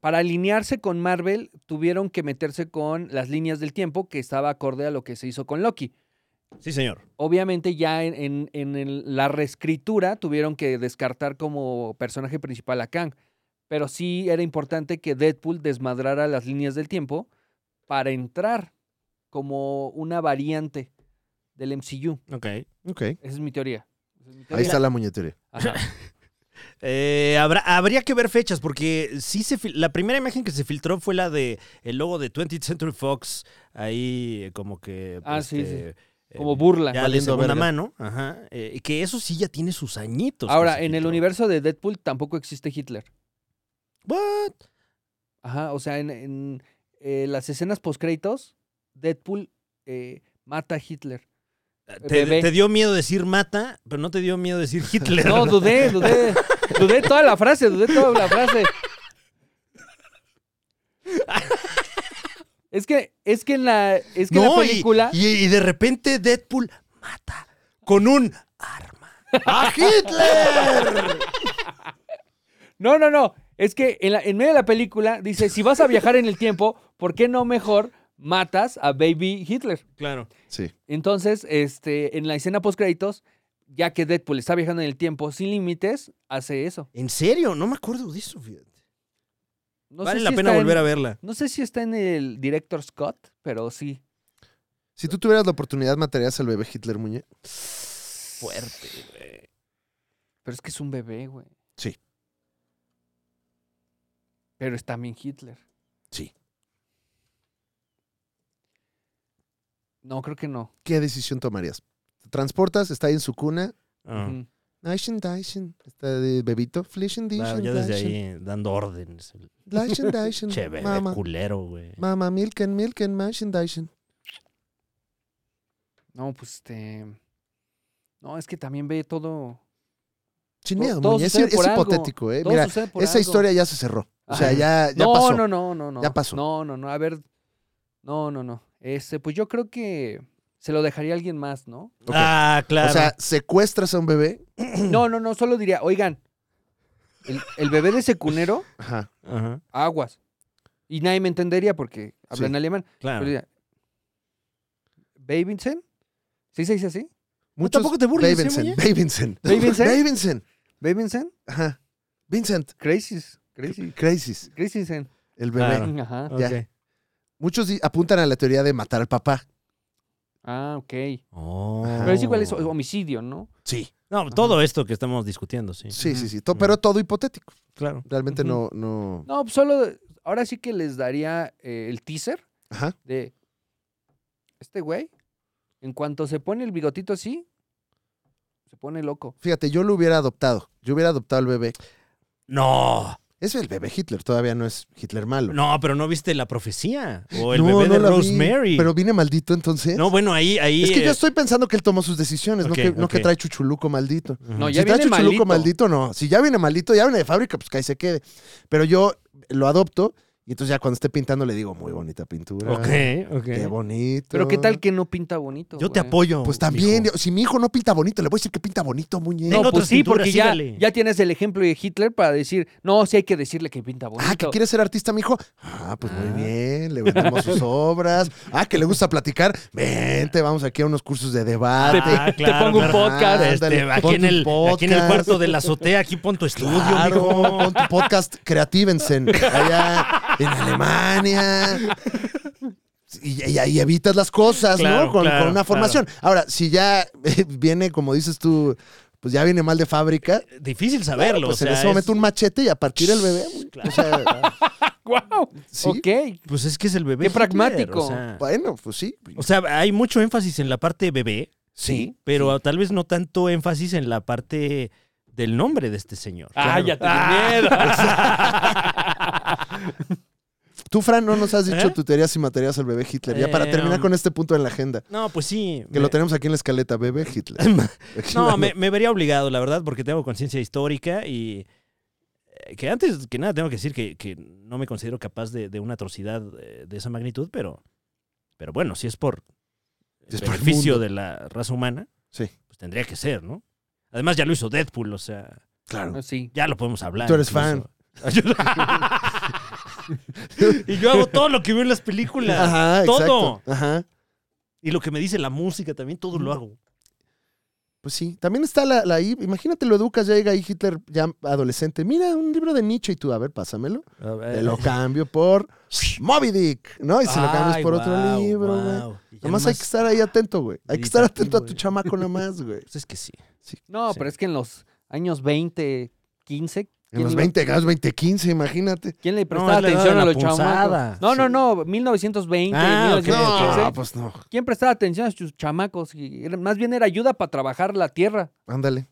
para alinearse con Marvel, tuvieron que meterse con las líneas del tiempo que estaba acorde a lo que se hizo con Loki. Sí, señor. Obviamente ya en, en- en el- la reescritura tuvieron que descartar como personaje principal a Kang, pero sí era importante que Deadpool desmadrara las líneas del tiempo para entrar como una variante del MCU. Ok. Ok. Esa es mi teoría. Esa es mi Ahí teoría. está la muñetería. Ajá. Eh, habrá, habría que ver fechas porque sí se fil- la primera imagen que se filtró fue la de el logo de 20th Century Fox ahí eh, como que Ah, sí, este, eh, Como burla. ya de Valiendo segunda verga. mano, ajá, eh, y que eso sí ya tiene sus añitos. que Ahora, se en el filtró. universo de Deadpool tampoco existe Hitler. What? Ajá, o sea, en, en, eh, las escenas postcréditos, Deadpool eh, mata a Hitler. Te, Bebé. te dio miedo decir mata, pero no te dio miedo decir Hitler. No, dudé, dudé. Dudé toda la frase, dudé toda la frase. Es que, es que en la, es que en No, la y- película. Y, y de repente Deadpool mata con un arma. ¡A Hitler! No, no, no. Es que en, la- en medio de la película dice: si vas a viajar en el tiempo, ¿por qué no mejor matas a Baby Hitler? Claro. Sí. Entonces, este, en la escena postcréditos, ya que Deadpool está viajando en el tiempo sin límites, hace eso. ¿En serio? No me acuerdo de eso, fíjate. No vale sé la si pena está en- volver a verla. No sé si está en el Director Scott, pero sí. Si tú tuvieras la oportunidad, ¿matarías al bebé Hitler, Muñe? Fuerte, güey. Pero es que es un bebé, güey. Sí. Pero es también Hitler. Sí. No, creo que no. ¿Qué decisión tomarías? ¿Te transportas? ¿Está ahí en su cuna? Ah. Ujú. Naishin Daishin. Está de bebito. Flishin Claro, Dishin. ya desde ahí dando órdenes. el Daishin Daishin. Che, bebé Mama. culero, güey. Mama, Milken, Milken, Mashin Daishin. No, pues este. No, es que también ve todo. Sin Todo- miedo, todo Muñe. Es, sucede es por algo. hipotético, ¿eh? todo Mira, sucede por esa algo. historia ya se cerró. O sea, Ajá. ya, ya no, pasó. no, no, no, no. Ya pasó. No, no, no. A ver. No, no, no. Este, pues yo creo que se lo dejaría a alguien más, ¿no? Ok. Ah, claro. O sea, secuestras a un bebé. No, no, no. Solo diría, oigan, el, el bebé de secunero, Ajá. Ajá, aguas. Y nadie me entendería porque habla Sí. Ah. en alemán. claro. Pero diría, ¿Babinson? ¿Sí se dice así? Muchos- tampoco te burles, ¿eh, Babensen, Muñe? Babensen. ¿Babensen? Babensen. ¿Babinson? Ajá. Vincent. Crisis. Crisis. Crisis. Crisisen. El bebé. Claro. Ajá. Ok. ya. Muchos di- apuntan a la teoría de matar al papá. Ah, ok. Oh. Pero es igual es homicidio, ¿no? Sí. No, todo esto que estamos discutiendo, sí. Sí, Ujú. sí, sí. To- pero todo hipotético. Claro. Realmente Ujú. no, no. No, pues solo. Ahora sí que les daría eh, el teaser Ajá. de. Este güey, en cuanto se pone el bigotito así, se pone loco. Fíjate, yo lo hubiera adoptado. Yo hubiera adoptado al bebé. No, Es el bebé Hitler, todavía no es Hitler malo. no, pero no viste la profecía. O el No, bebé no de la vi, Rosemary. pero vine maldito entonces. No, bueno, ahí, ahí. es que eh, yo estoy pensando que él tomó sus decisiones, Ok, no, que, no ok. que trae chuchuluco maldito. Ujú. No, Si ya trae viene chuchuluco malito. maldito, no. Si ya viene maldito, ya viene de fábrica, pues que ahí se quede. Pero yo lo adopto y entonces ya cuando esté pintando le digo, muy bonita pintura. Ok, ok. Qué bonito. Pero qué tal que no pinta bonito. Yo te güey? apoyo. Pues también, mijo. digo, si mi hijo no pinta bonito, le voy a decir que pinta bonito, muñe. Tengo No, pues otras sí, porque pinturas, ya, sígale. ya tienes el ejemplo de Hitler para decir, no, sí hay que decirle que pinta bonito. Ah, que quiere ser artista, mijo. Ah, pues Ah. muy bien, le vendemos sus obras. Ah, que le gusta platicar. Vente, vamos aquí a unos cursos de debate. Ah, claro, pongo un claro. podcast. Este, Ándale, aquí, pon en tu el, aquí en el podcast. cuarto de la azotea, aquí pon tu estudio, Claro, mijo. pon tu podcast Creativensen allá en Alemania. Y, y ahí evitas las cosas, Claro, ¿no? Con, claro, con una formación. Ahora, si ya eh, viene, como dices tú, pues ya viene mal de fábrica, Difícil saberlo. pues o sea, en ese momento es- un machete y a partir el bebé. Claro. O sea, ¡Guau! sí. Ok. Pues es que es el bebé. Qué Hitler, pragmático. o sea. Bueno, pues sí. O sea, hay mucho énfasis en la parte bebé, Sí. pero tal vez no tanto énfasis en la parte del nombre de este señor. Ah, ya te di miedo. Tú, Fran, no nos has dicho ¿Eh? tu teoría y materias al bebé Hitler. Ya para Eh, terminar um, con este punto en la agenda, No, pues sí. que me- lo tenemos aquí en la escaleta, bebé Hitler. Aquí No, la- me, me vería obligado, la verdad, porque tengo conciencia histórica y eh, que antes que nada tengo que decir que, que no me considero capaz de, de una atrocidad eh, de esa magnitud, pero, pero bueno, si es por el Si es por el beneficio mundo. de la raza humana, Sí. pues tendría que ser, ¿no? Además ya lo hizo Deadpool, o sea, Claro. Sí. ya lo podemos hablar. Tú eres incluso. Y yo hago todo lo que veo en las películas. Ajá, todo. exacto. Ajá. Y lo que me dice la música también, todo Mm. lo hago. Pues sí, también está la, la I. Imagínate, lo educas, ya llega ahí Hitler ya adolescente. Mira, un libro de Nietzsche y tú, a ver, pásamelo. Eh. Te lo cambio por Moby Dick, ¿no? Y se lo cambias Ay, por otro guau, libro, güey. guau. Y ya Nomás hay que estar ahí atento, güey. Hay que estar Meditativo, atento a tu güey. chamaco nomás, güey. Pues es que sí. No, Sí. pero es que en los años 20, 15. En ¿quién los iba- 20, en los 20, 15, imagínate. ¿Quién le No, prestaba es la edad atención de a la los chamacos? punzada. No, no, Sí. no, 1920, Ah, ok. 1915. No, pues no. ¿Quién prestaba atención a sus chamacos? Y era- más bien era ayuda para trabajar la tierra. Ándale.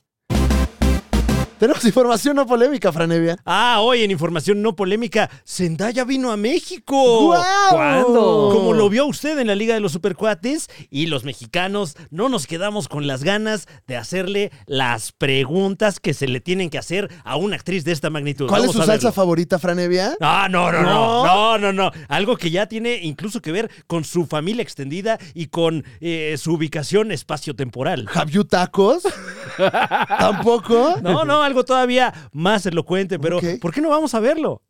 Tenemos información no polémica, Franevia. Ah, hoy en información no polémica, Zendaya vino a México. ¡Guau! ¿Cuándo? Como lo vio usted en la Liga de los Supercuates y los mexicanos no nos quedamos con las ganas de hacerle las preguntas que se le tienen que hacer a una actriz de esta magnitud. ¿Cuál es Vamos su a salsa verlo. favorita, Franevia? Ah, no, no, no, ¿No? no, no, no. Algo que ya tiene incluso que ver con su familia extendida y con eh, su ubicación espaciotemporal. ¿Have you tacos? ¿Tampoco? No, no, algo todavía más elocuente, pero Ok. ¿por qué no vamos a verlo?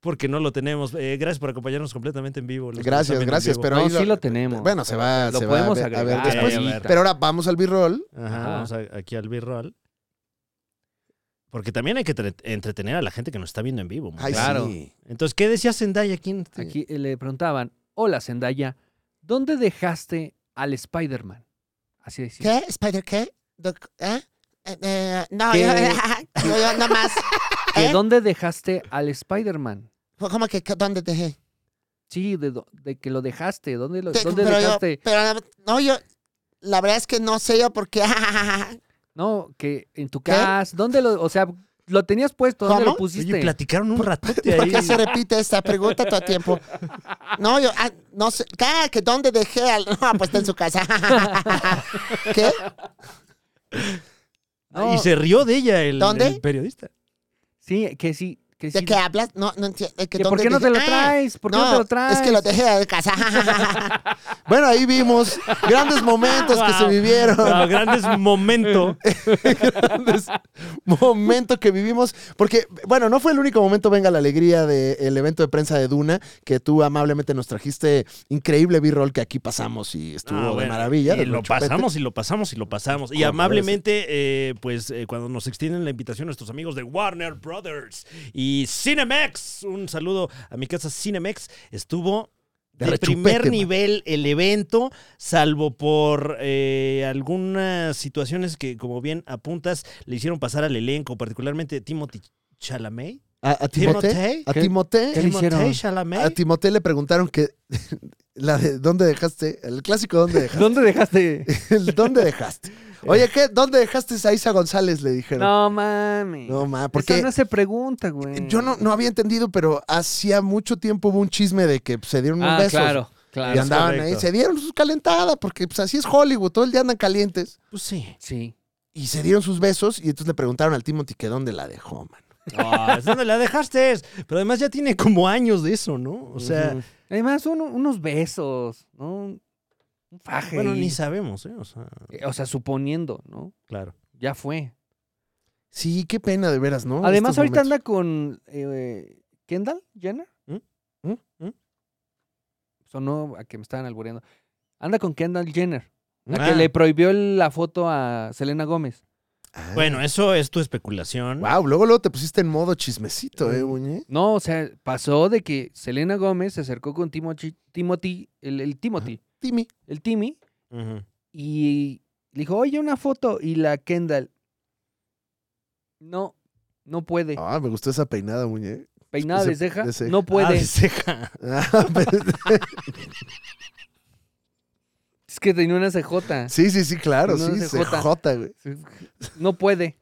Porque no lo tenemos. Eh, gracias por acompañarnos completamente en vivo. los que nos están Gracias, viendo en gracias. vivo. Pero no, ahí sí lo tenemos. Bueno, se va, Lo se va podemos a, ver, a ver agregar eh. después. ahorita. Pero ahora vamos al B-roll. Ajá, Ajá. vamos a- aquí al B-roll. Porque también hay que tre- entretener a la gente que nos está viendo en vivo. Ay, Claro. sí. Entonces, ¿qué decía Zendaya aquí? en este- Aquí eh, le preguntaban, hola Zendaya, ¿dónde dejaste al Spider-Man? Así decía. ¿Qué? ¿Spider qué? Doc- ¿Eh? Eh, eh, no, ¿Qué? yo, yo, yo nada más. ¿Que ¿Eh? ¿Dónde dejaste al Spider-Man? ¿Cómo que qué- dónde dejé? Sí, de, do- de que lo dejaste. ¿Dónde, lo, Te- dónde pero, yo, dejaste? pero no, yo. La verdad es que no sé yo por qué. No, que en tu ¿Qué? casa. ¿Dónde lo.? O sea, lo tenías puesto. ¿Dónde lo ¿Cómo? pusiste? Oye, platicaron un ratote ¿Por ahí. qué se repite esta pregunta todo el tiempo? No, yo. ah, no sé. ¿Qué? ¿Que dónde dejé al.? No, pues está en su casa. ¿Qué? Y se rió de ella el, ¿Dónde? el periodista. Sí, que sí. Que ¿De sí. qué hablas? No, no entiendo. ¿Que Que ¿Por dónde qué no te dejé? lo Ah, traes? ¿Por qué no, te lo traes? Es que lo dejé en casa. Bueno, ahí vimos grandes momentos que se Wow. vivieron. Ah, grandes momento. grandes momento que vivimos. Porque, bueno, no fue el único momento, venga la alegría del evento de prensa de Duna, que tú amablemente nos trajiste increíble b-roll que aquí pasamos y estuvo Ah, de bueno, maravilla. Y de lo chupete. pasamos y lo pasamos y lo pasamos. Y Correcto. amablemente, eh, pues eh, cuando nos extienden la invitación nuestros amigos de Warner Brothers y Cinemex, un saludo a mi casa Cinemex, estuvo De de, rechupete, primer man. nivel el evento, salvo por eh, algunas situaciones que, como bien apuntas, le hicieron pasar al elenco, particularmente Timothy Chalamet. A, a Timote. A ¿Qué- Timote. qué le hicieron? Chalamet. A Timote le preguntaron que la de dónde dejaste, el clásico dónde dejaste. ¿Dónde dejaste? El dónde dejaste. Oye, ¿qué? ¿Dónde dejaste a Isa González? Le dijeron. No mames. No, ma, porque Eso no se pregunta, güey. yo no, no había entendido, pero hacía mucho tiempo hubo un chisme de que pues, se dieron un Ah, beso. claro, y claro. anda- andaban correcto. ahí, se dieron sus calentadas, porque pues así es Hollywood, todo el día andan calientes. Pues sí. Sí. Y se dieron sus besos y entonces le preguntaron al Timothy que dónde la dejó, man. Ah, es donde la dejaste. Pero además ya tiene como años de eso, ¿no? O sea, Ujú. Además, uno- unos besos, ¿no? Un un faje. bueno, ahí. ni sabemos, ¿eh? O sea, Eh, O sea, suponiendo, ¿no? claro. Ya fue. Sí, qué pena de veras, ¿no? Este Además, Estos ahorita momentos. anda con eh, Kendall Jenner. ¿Mm? ¿Mm? Sonó a que me estaban albureando. Anda con Kendall Jenner. La Ah. que le prohibió la foto a Selena Gómez. Ah. Bueno, eso es tu especulación. Wow, luego, luego te pusiste en modo chismecito, ¿eh, Muñe? No, o sea, pasó de que Selena Gómez se acercó con Timothy, Timothy el, el Timothy, Timmy. el Timmy, Ujú. y le dijo, oye, una foto. Y la Kendall, no, no puede. Ah, me gustó esa peinada, Muñe. Peinada ese- de ceja, de ceja. no Ah, puede. de es... ceja. Ah, pero- que tenía una CJ. sí, sí, sí, claro, No, sí, CJ. CJ, güey. No puede.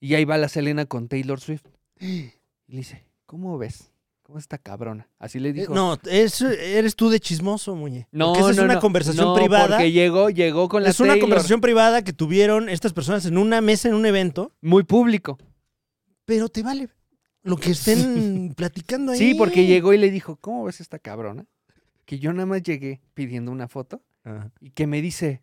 Y ahí va la Selena con Taylor Swift. Y le dice, ¿cómo ves? ¿Cómo está cabrona? Así le Eh, dijo. No, es- eres tú de chismoso, Muñe. No, Porque esa es no, una no, conversación no, privada. Porque llegó, llegó con la Es una Taylor. conversación privada que tuvieron estas personas en una mesa, en un evento, muy público. pero te vale lo que estén platicando ahí. Sí, porque llegó y le dijo, ¿cómo ves esta cabrona? Que yo nada más llegué pidiendo una foto Ajá. y que me dice,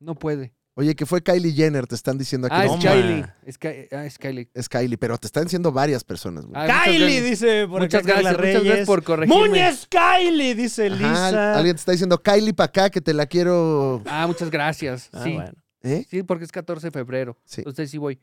no puede. Oye, que fue Kylie Jenner, te están diciendo aquí. Ah, es Toma. Kylie. Es Ki- ah, es Kylie. Es Kylie, pero te están diciendo varias personas, güey. Ah, muchas Kylie, gracias. dice por Muchas acá Carla gracias, muchas gracias Reyes. por corregirme. ¡Muñez Kylie! Dice Ajá, Lisa. alguien te está diciendo Kylie para acá que te la quiero. Ah, muchas gracias. Ah, sí. bueno. ¿Eh? Sí, porque es 14 de febrero. Sí. Entonces sí voy.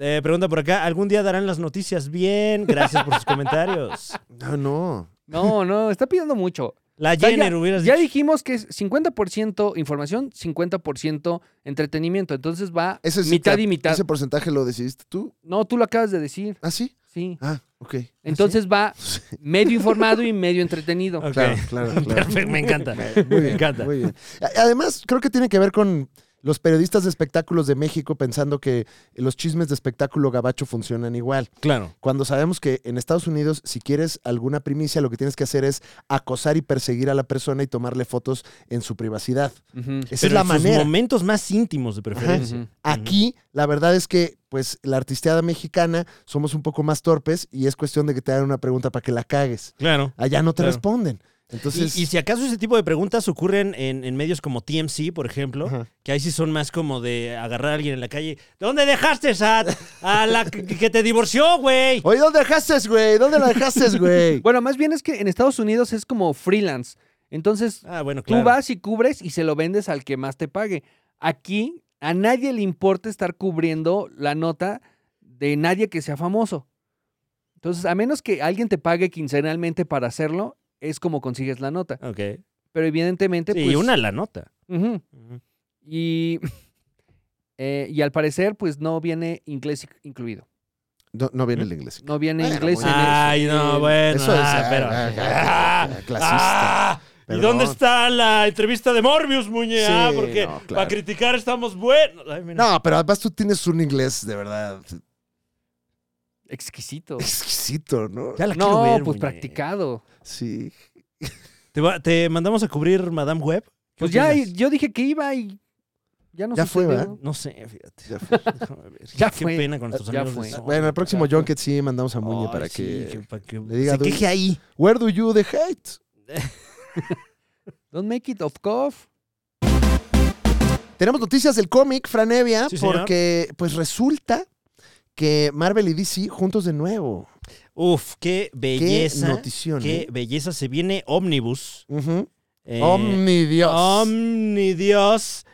Eh, pregunta por acá, ¿algún día darán las noticias bien? Gracias por sus comentarios. No, no. No, no, está pidiendo mucho. La sea, Jenner hubieras Ya dicho. dijimos que es 50% información, 50% entretenimiento. Entonces va Ese sí mitad te- y mitad. Ese porcentaje lo decidiste tú. No, tú lo acabas de decir. ¿Ah, sí? Sí. Ah, ok. Entonces va medio informado y medio entretenido. Ok. Claro, claro, claro. Perfecto, me encanta. Muy me bien, encanta. muy bien. A- Además, creo que tiene que ver con los periodistas de espectáculos de México pensando que los chismes de espectáculo gabacho funcionan igual. Claro. Cuando sabemos que en Estados Unidos, si quieres alguna primicia, lo que tienes que hacer es acosar y perseguir a la persona y tomarle fotos en su privacidad. Ujú, Pero Esa es la en sus manera. momentos más íntimos de preferencia. ujú. Aquí, la verdad es que, pues, la artisteada mexicana somos un poco más torpes y es cuestión de que te hagan una pregunta para que la cagues. Claro. Allá no te Claro. responden. Entonces, y, y si acaso ese tipo de preguntas ocurren en, en medios como TMC, por ejemplo, Ajá. que ahí sí son más como de agarrar a alguien en la calle. ¿Dónde dejaste a, a la que que te divorció, güey? oye, ¿dónde dejaste, güey? ¿Dónde la dejaste, güey? Bueno, más bien es que en Estados Unidos es como freelance. Entonces Ah, bueno, claro. tú vas y cubres y se lo vendes al que más te pague. Aquí a nadie le importa estar cubriendo la nota de nadie que sea famoso. Entonces, a menos que alguien te pague quincenalmente para hacerlo, es como consigues la nota. Ok. Pero evidentemente, Sí, pues, una la nota. ujú. Y, eh, y al parecer, pues no viene inglés incluido. No, no viene el inglés. No viene Bueno, inglés. muy pues, en el- bien. Ay, no, bueno. Eso es, ah, ah, pero- ah, ah, ah, clasista. ah, ¿Y Perdón. dónde está la entrevista de Morbius, Muñe? Sí, ah, porque no, claro. para criticar estamos buenos. Ay, mira. No, pero además tú tienes un inglés de verdad Exquisito. exquisito, ¿no? Ya la quiero No, ver, pues Muñe. practicado. Sí. ¿Te, va- te mandamos a cubrir Madame Web? ¿Qué Pues ya, opinas? y- yo dije que iba y ya no Ya fue, sucedió. ¿verdad? No sé, fíjate. Ya fue. Déjame ver. Ya Qué fue. pena con nuestros Ya amigos de fue. Sony. Bueno, el próximo ya fue. Junket sí mandamos a Muñe Ay, para sí, que. para que le diga se du- queje ahí. Where do you the hate? Don't make it of cough. Tenemos noticias del cómic, Franevia, Sí, señor. porque pues resulta que Marvel y DC juntos de nuevo. Uf, qué Qué belleza. Qué, notición. ¿eh? belleza. Se viene Omnibus. Ujú. Eh, Omnidios. Omnidios.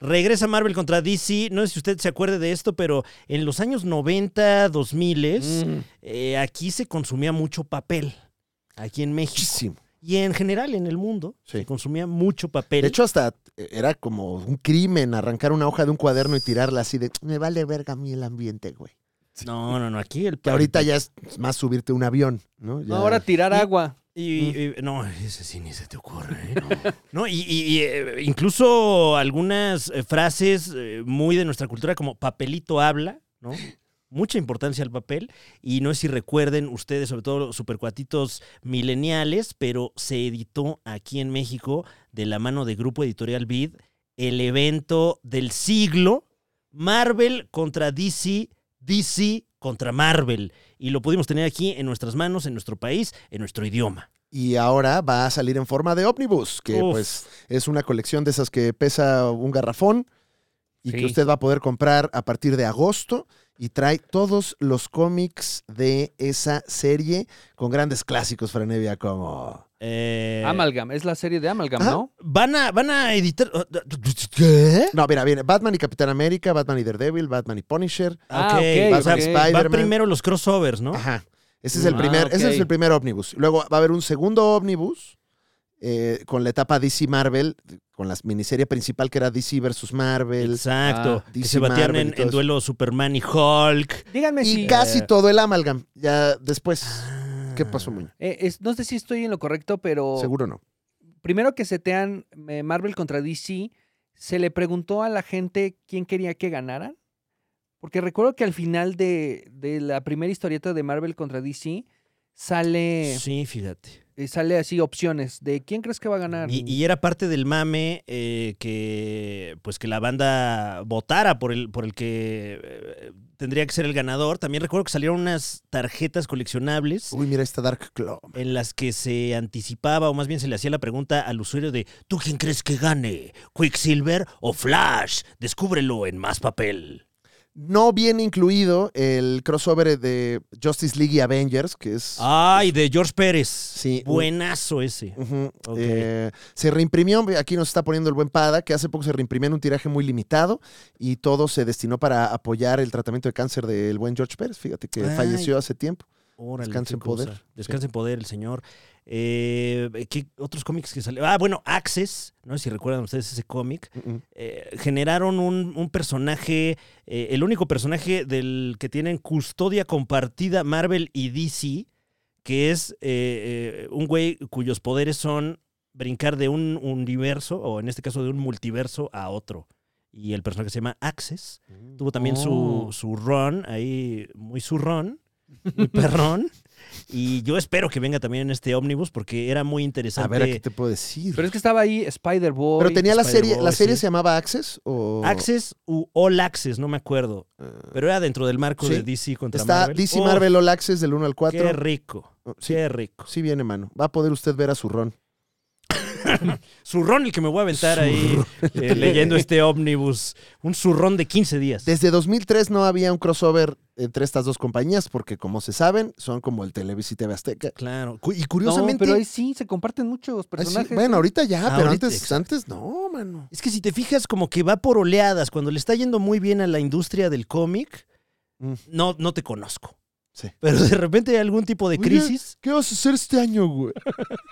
Regresa Marvel contra DC. No sé si usted se acuerde de esto, pero en los años 90, 2000, Mm. eh, aquí se consumía mucho papel. Aquí en México. Muchísimo. Y en general en el mundo Sí. se consumía mucho papel. De hecho, hasta eh, era como un crimen arrancar una hoja de un cuaderno y tirarla así de me vale verga a mí el ambiente, güey. no, no, no. Aquí el Que ahorita ya es más subirte a un avión, ¿no? No, Ya- ahora tirar agua. Y, y- no, ese sí ni se te ocurre. ¿eh? No, No, y, y- y, eh, incluso algunas eh, frases eh, muy de nuestra cultura como papelito habla, ¿no? Mucha importancia al papel y no sé si recuerden ustedes, sobre todo los supercuatitos mileniales, pero se editó aquí en México de la mano de Grupo Editorial Vid el evento del siglo Marvel contra DC, DC contra Marvel y lo pudimos tener aquí en nuestras manos, en nuestro país, en nuestro idioma. Y ahora va a salir en forma de ómnibus, que Uf. pues es una colección de esas que pesa un garrafón y Sí. que usted va a poder comprar a partir de agosto y trae todos los cómics de esa serie con grandes clásicos, Franevia, como... Eh, Amalgam, es la serie de Amalgam, Ajá. ¿no? van a, van a editar. ¿Qué? No, mira, viene Batman y Capitán América, Batman y Daredevil, Batman y Punisher. Ah, Ok, ok, o sea, ok. Va Spider-Man. primero los crossovers, ¿no? Ajá. Ese es el Ah, primer, ese ok. es el primer ómnibus. Luego va a haber un segundo ómnibus eh, con la etapa DC Marvel, con la miniserie principal que era DC versus Marvel. Exacto. Ah, que DC se batían Marvel y en, todo en eso. duelo Superman y Hulk. Díganme Y si. casi Eh. todo el amalgam. Ya después. ¿Qué pasó, Muñoz? eh, es- no sé si estoy en lo correcto, pero. Seguro no. Primero que setean eh, Marvel contra DC, se le preguntó a la gente quién quería que ganaran. Porque recuerdo que al final de, de la primera historieta de Marvel contra DC, sale, Sí, fíjate. eh, sale así opciones de quién crees que va a ganar. Y, y era parte del mame eh, que pues que la banda votara por el, por el que eh, tendría que ser el ganador. También recuerdo que salieron unas tarjetas coleccionables. Uy, mira esta Dark Club. en las que se anticipaba o más bien se le hacía la pregunta al usuario de ¿tú quién crees que gane? ¿Quicksilver o Flash? Descúbrelo en más papel. No viene incluido el crossover de Justice League y Avengers, que es... Ay, de George Pérez. Sí. Buenazo ese. Ujú. Ok. Eh, se reimprimió, aquí nos está poniendo el buen Pada, que hace poco se reimprimió en un tiraje muy limitado y todo se destinó para apoyar el tratamiento de cáncer del buen George Pérez, fíjate que Ay. falleció hace tiempo. Órale, Descanse qué en poder. cosa. Descanse en poder, el señor. Eh, ¿Qué otros cómics que salieron? Ah, bueno, Access, no sé si recuerdan ustedes ese cómic. Mm, mm. eh, generaron un, un personaje, eh, el único personaje del que tienen custodia compartida Marvel y DC, que es eh, eh, un güey cuyos poderes son brincar de un universo, o en este caso de un multiverso, a otro. Y el personaje se llama Access. Mm. Tuvo también Oh. su, su run, ahí muy su run, muy perrón. Y yo espero que venga también en este ómnibus porque era muy A interesante. ver, ¿a qué te puedo decir? Pero Pero, es que estaba ahí Spider-Boy. tenía la serie, Spider-Boy, ¿la serie sí. se llamaba Access o...? Access u All Access, no me acuerdo. Ah. Pero era dentro del marco Sí. de DC contra Está Marvel. DC Uf, Marvel All Access del 1 al 4. Qué rico, sí, qué rico. sí viene, mano. Va a poder usted ver a su Ron. Zurrón el que me voy a aventar ahí eh, leyendo este ómnibus. Un zurrón de 15 días. Desde 2003 no había un crossover entre estas dos compañías porque, como se saben, son como el Televisa y TV Azteca. Claro. Cu- Y No, curiosamente... pero ahí sí, se comparten muchos Ah, sí, personajes. Bueno, ahorita ya, pero Ahorita, antes, exacto. antes no, mano. Es que si te fijas, como que va por oleadas. Cuando le está yendo muy bien a la industria del cómic, Mm. no, no te conozco. Sí. Pero de repente hay algún tipo de Oye, crisis. ¿Qué vas a hacer este año, güey?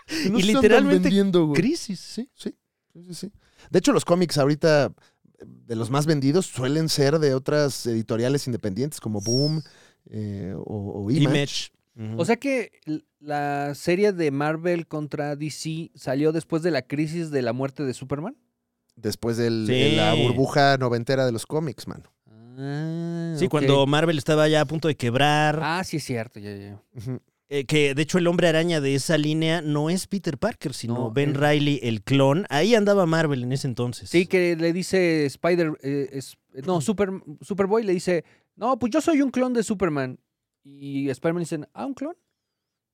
Que no Y se andan literalmente vendiendo, güey. Crisis, sí. Sí, sí, sí, sí. De hecho, los cómics ahorita eh, de los más vendidos suelen ser de otras editoriales independientes como Boom eh, o, o Image. Image. Ujú. O sea que l- la serie de Marvel contra DC salió después de la crisis de la muerte de Superman. Después del- Sí. de la burbuja noventera de los cómics, mano. Ah, sí, cuando Marvel estaba ya a punto de quebrar. Ah, sí, es cierto, ya, ya. Ujú. Eh, que de hecho el hombre araña de esa línea no es Peter Parker, sino No, Ben es- Riley, el clon. Ahí andaba Marvel en ese entonces. Sí, que le dice Spider. eh, es- no, Super, Superboy le dice: No, pues yo soy un clon de Superman. Y Spider-Man dicen: Ah, un clon.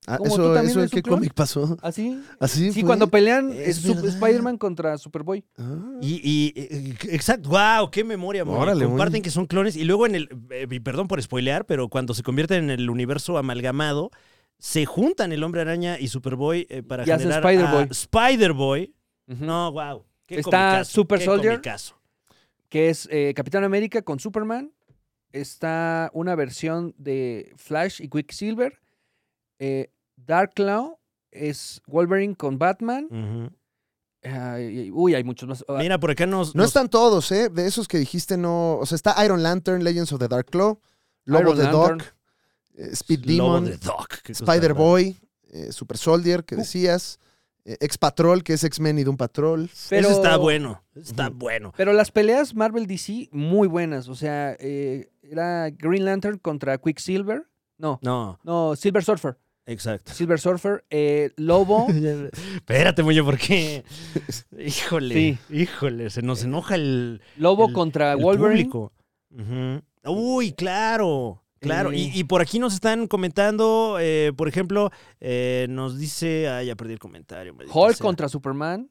Ah, ¿Cómo tú ¿Eso, también eso en eres un qué clon? cómic pasó? Así. ¿Así Sí, fue? cuando pelean Es es Sup- verdad. Spider-Man contra Superboy. Ah. Y, y- eh, exacto, wow, qué memoria, Moy. Órale, muy Comparten bien. que son clones y luego en el, eh, y perdón por spoilear, pero cuando se convierten en el universo amalgamado, se juntan el hombre araña y Superboy eh, para Y hacen generar Spider-Boy. a Spider-Boy. No, wow. Qué Está comicazo, Super qué Soldier. comicazo. que es eh, Capitán América con Superman. Está una versión de Flash y Quicksilver. Eh, Dark Cloud es Wolverine con Batman. Ujú. Ah, y- uy, hay muchos más. Ah, Mira, por acá nos, No nos- están todos, ¿eh? De esos que dijiste, no. O sea, está Iron Lantern, Legends of the Dark Claw, Lobo Iron de Lantern. Doc, eh, Speed Lobo Demon, de Doc, qué cosa rara. Spider-Boy, eh, Super Soldier, Uh. que decías, eh, Ex-Patrol, que es X-Men y Doom Patrol. pero, Eso está bueno, está bueno. Pero las peleas Marvel DC, muy buenas. O sea, eh, era Green Lantern contra Quicksilver. No, No, no, Silver Surfer. exacto. Silver Surfer, eh, Lobo. Espérate, Muñe, porque. Híjole, Sí. híjole, se nos enoja el, Lobo El- contra el Wolverine. público. Ujú. Uy, claro. Claro, y, Eh. y por aquí nos están comentando, eh, por ejemplo, eh, nos dice, ah, ya perdí el comentario. maldita Hulk sea. contra Superman.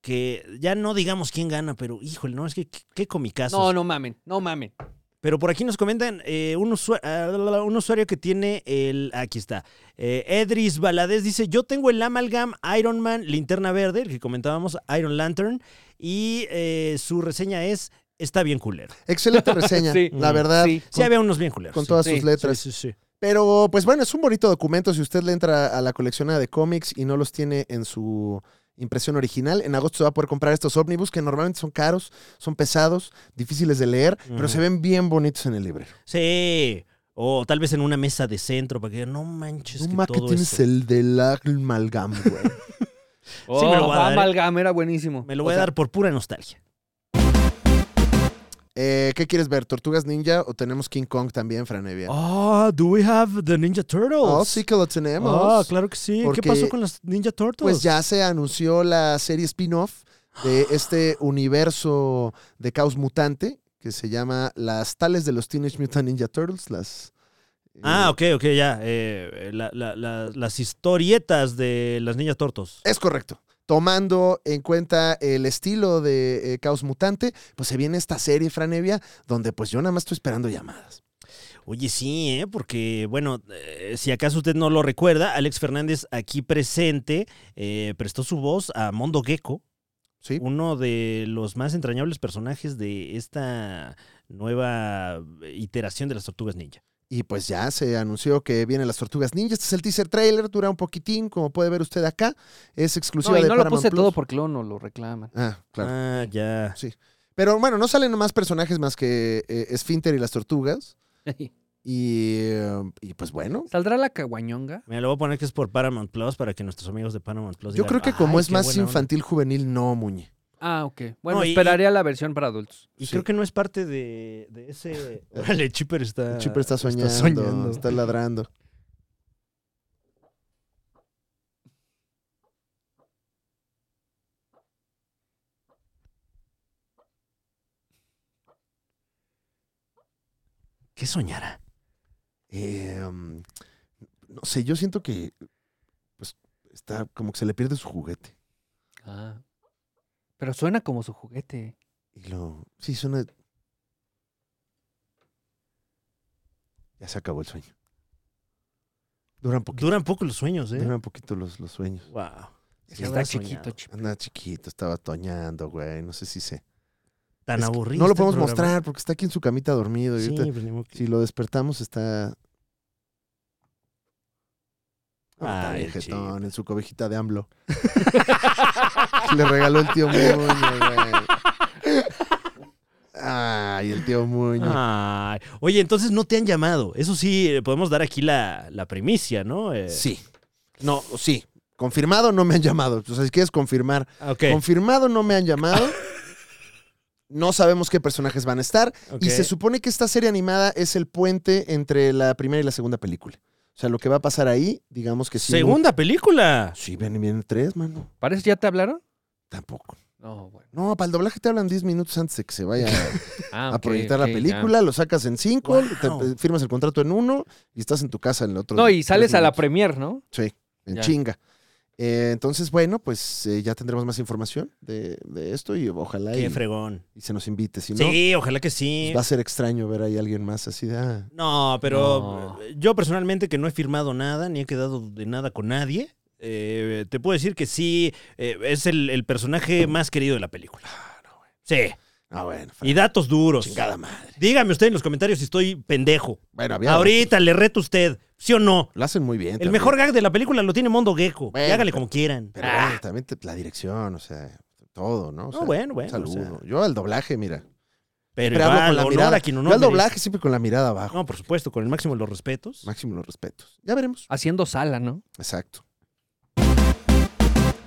Que ya no digamos quién gana, pero híjole, no, es que qué, qué comicazos. No, no mamen, no mamen. Pero por aquí nos comentan eh, un, usua- ah, un usuario que tiene el. Aquí está. Eh, Edris Valadez dice: Yo tengo el Amalgam Iron Man, linterna verde, el que comentábamos, Iron Lantern. Y eh, su reseña es: Está bien culero. Excelente reseña, Sí. la verdad, Sí. Sí, había unos bien culeros. con sí. todas Sí, sus letras. Sí, sí, sí. Pero, pues bueno, es un bonito documento si usted le entra a la coleccionada de cómics y no los tiene en su impresión original. En agosto se va a poder comprar estos ómnibus que normalmente son caros, son pesados, difíciles de leer, pero Ujú. se ven bien bonitos en el librero. Sí. O tal vez en una mesa de centro para que digan, no manches. Un que ma que todo tienes esto- el del amalgam, güey. Sí, me lo Oh, voy a dar, ¿eh? Amalgam era buenísimo. Me lo voy O a sea, dar por pura nostalgia. Eh, ¿Qué quieres ver? ¿Tortugas Ninja o tenemos King Kong también, Franevia? Ah, do we have the Ninja Turtles? Oh, sí que lo tenemos. Ah, claro que sí. Porque- ¿Qué pasó con las Ninja Turtles? Pues ya se anunció la serie spin-off de este universo de caos mutante que se llama Las Tales de los Teenage Mutant Ninja Turtles. Las, eh, Ah, ok, ok, ya. Eh, la- la- la- las historietas de las Ninja Turtles. Es correcto. Tomando en cuenta el estilo de eh, Caos Mutante, pues se viene esta serie, Franevia, donde pues yo nada más estoy esperando llamadas. Oye, sí, ¿eh? porque, bueno, eh, si acaso usted no lo recuerda, Alex Fernández aquí presente eh, prestó su voz a Mondo Gecko, ¿Sí? uno de los más entrañables personajes de esta nueva iteración de las Tortugas Ninja. Y pues ya se anunció que vienen las Tortugas Ninja. Este es el teaser trailer, dura un poquitín, como puede ver usted acá. Es exclusiva No, y de no lo Paramount puse Plus. todo porque luego no lo reclaman. Ah, claro. Ah, ya. Pero bueno, no salen más personajes más que eh, Esfínter y las Tortugas. Y, eh, y pues bueno, ¿Saldrá la caguañonga? Mira, lo voy a poner que es por Paramount Plus para que nuestros amigos de Paramount Plus. yo digan, creo que "Ay, como es qué más buena onda". infantil juvenil, no, Muñe. Ah, ok. Bueno, No, y- esperaré a la versión para adultos. Y Sí. creo que no es parte de, de ese. Órale, Chipper Ah, está. El Chipper está soñando, está, ladrando. ¿Qué soñará? Eh, um, no sé, yo siento que pues está como que se le pierde su juguete. Ah. Pero suena como su juguete. Y lo. Sí, suena. Ya se acabó el sueño. Duran poquito. Duran poco los sueños, ¿eh? Duran poquito los, los sueños. Wow. que está habrá chiquito, soñado. chip. Anda chiquito, estaba toñando, güey. No sé si se. Tan Es que aburrido. No lo este podemos programa. mostrar porque está aquí en su camita dormido. y Sí, ahorita- pues, ni modo que- Si lo despertamos, está. Ah, está Ay, viejetón, en su cobijita de AMLO. Que le regaló el tío Muño, güey. Ay, el tío Muño. Ah, Ay. Oye, entonces no te han llamado. Eso sí, eh, podemos dar aquí la, la primicia, ¿no? Eh, Sí. No, sí. Confirmado no me han llamado. O sea, si quieres confirmar. ah, Ok. Confirmado no me han llamado. No sabemos qué personajes van a estar. ok. Y se supone que esta serie animada es el puente entre la primera y la segunda película. O sea, lo que va a pasar ahí, digamos que sí. Segunda película. Sí, vienen, vienen tres, mano. ¿Parece ya te hablaron? Tampoco. No, bueno. No, para el doblaje te hablan 10 minutos antes de que se vaya Ah, a ok, proyectar ok, la ya. película, lo sacas en cinco, Wow. te- firmas el contrato en uno y estás en tu casa en el otro. No, y tres sales a la minutos. premier, ¿no? Sí, en Ya. chinga. Eh, entonces, bueno, pues eh, ya tendremos más información de, de esto y ojalá Qué y, fregón. y se nos invite. Si no, Sí, ojalá que sí. pues va a ser extraño ver ahí a alguien más así de... ah, No, pero No. eh, yo personalmente que no he firmado nada, ni he quedado de nada con nadie, eh, te puedo decir que sí, eh, es el, el personaje más querido de la película. Sí, ah, bueno, y datos duros. chingada madre. Dígame usted en los comentarios si estoy pendejo. Bueno, había Ahorita le reto a usted, ¿sí o no? Lo hacen muy bien. El también. mejor gag de la película lo tiene Mondo Gecko. Bueno, y hágale pero- como quieran. Pero Ah, bueno, también te- la dirección, o sea, todo, ¿no? O No, sea, bueno, un bueno, o Saludo. Yo al doblaje, mira. pero Siempre hablo igual, con la honor mirada. a quien Yo honor al merece. doblaje siempre con la mirada abajo. No, por supuesto, con el máximo de los respetos. Máximo los respetos. Ya veremos. Haciendo sala, ¿no? Exacto.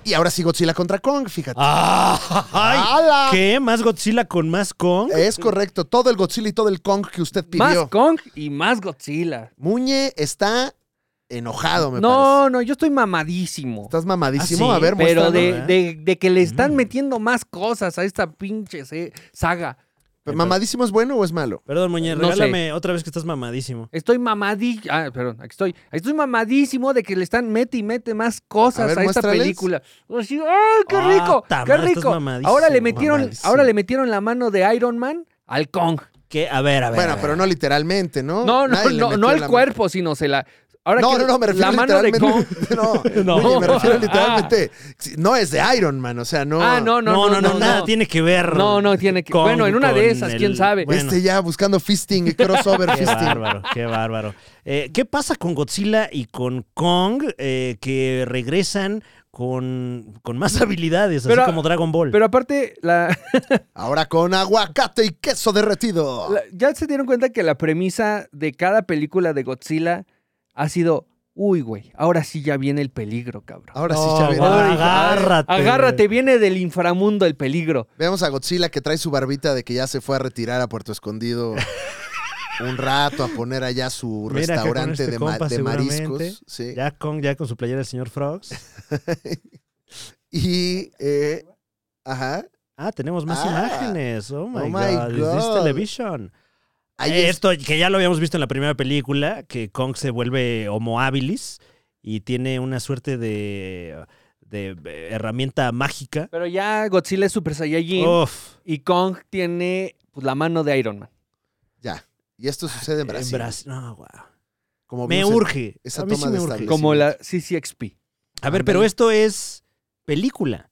Y ahora sí Godzilla contra Kong, fíjate. Ah, ¡Ay! ¡Hala! ¿Qué? ¿Más Godzilla con más Kong? Es correcto, todo el Godzilla y todo el Kong que usted pidió. Más Kong y más Godzilla. Muñe está enojado, me No, parece. no, yo estoy mamadísimo. Estás mamadísimo. Ah, sí, A ver, Pero muéstranos. de, ¿eh? de- de que le están Mm. metiendo más cosas a esta pinche se- saga. ¿Pero ¿Mamadísimo es bueno o es malo? Perdón, Muñe, No regálame otra vez que estás mamadísimo. Estoy mamadísimo. Ah, perdón, aquí estoy. Estoy mamadísimo de que le están mete y mete más cosas A a, ver, esta muéstrales. película. Así, ¡Ay, qué Ah, rico! ta ¡Qué madre, estás rico! mamadísimo, Ahora le metieron, mamadísimo. ahora le metieron la mano de Iron Man al Kong. ¿Qué? A ver, a ver. Bueno, a ver. pero no literalmente, ¿no? No, no, Nadie le no, metió no al la- cuerpo, sino se la. Ahora no, que no, no, me refiero la mano de Kong. literalmente. no, No. Ah. Muñe, me refiero literalmente. Sí, No es de Iron Man, o sea, no. Ah, no, no, no, no, nada tiene que ver. No, no tiene que- con- bueno, en una de con esas, quién sabe. bueno, Este ya buscando fisting, crossover Qué fisting. bárbaro, qué bárbaro. Eh, ¿Qué pasa con Godzilla y con Kong eh, que regresan con, con más habilidades, Pero- así como Dragon Ball? Pero aparte, la, Ahora con aguacate y queso derretido. la- ya se dieron cuenta que la premisa de cada película de Godzilla ha sido Uy, güey, ahora sí ya viene el peligro, cabrón. Ahora No, sí, ya verás. ahora- Ay, agárrate, Agárrate, viene del inframundo el peligro. Vemos a Godzilla que trae su barbita de que ya se fue a retirar a Puerto Escondido un rato a poner allá su Mira que con restaurante este de, ma- compa de seguramente mariscos. sí. Ya con, ya con su playera el señor Frogs. Y, eh, ajá, Ah, tenemos más Ah. imágenes. Oh my, Oh my God. Is this God. television? ahí Eh, es- Esto que ya lo habíamos visto en la primera película, que Kong se vuelve Homo habilis y tiene una suerte de, de eh, herramienta mágica. Pero ya Godzilla es Super Saiyajin Uf, y Kong tiene pues, la mano de Iron Man. ya. Y esto sucede en Brasil. en Brasil. No, wow. Como Me vimos en- urge. esa A mí sí toma me de urge. estable. Como la CCXP. A ver, pero esto es película.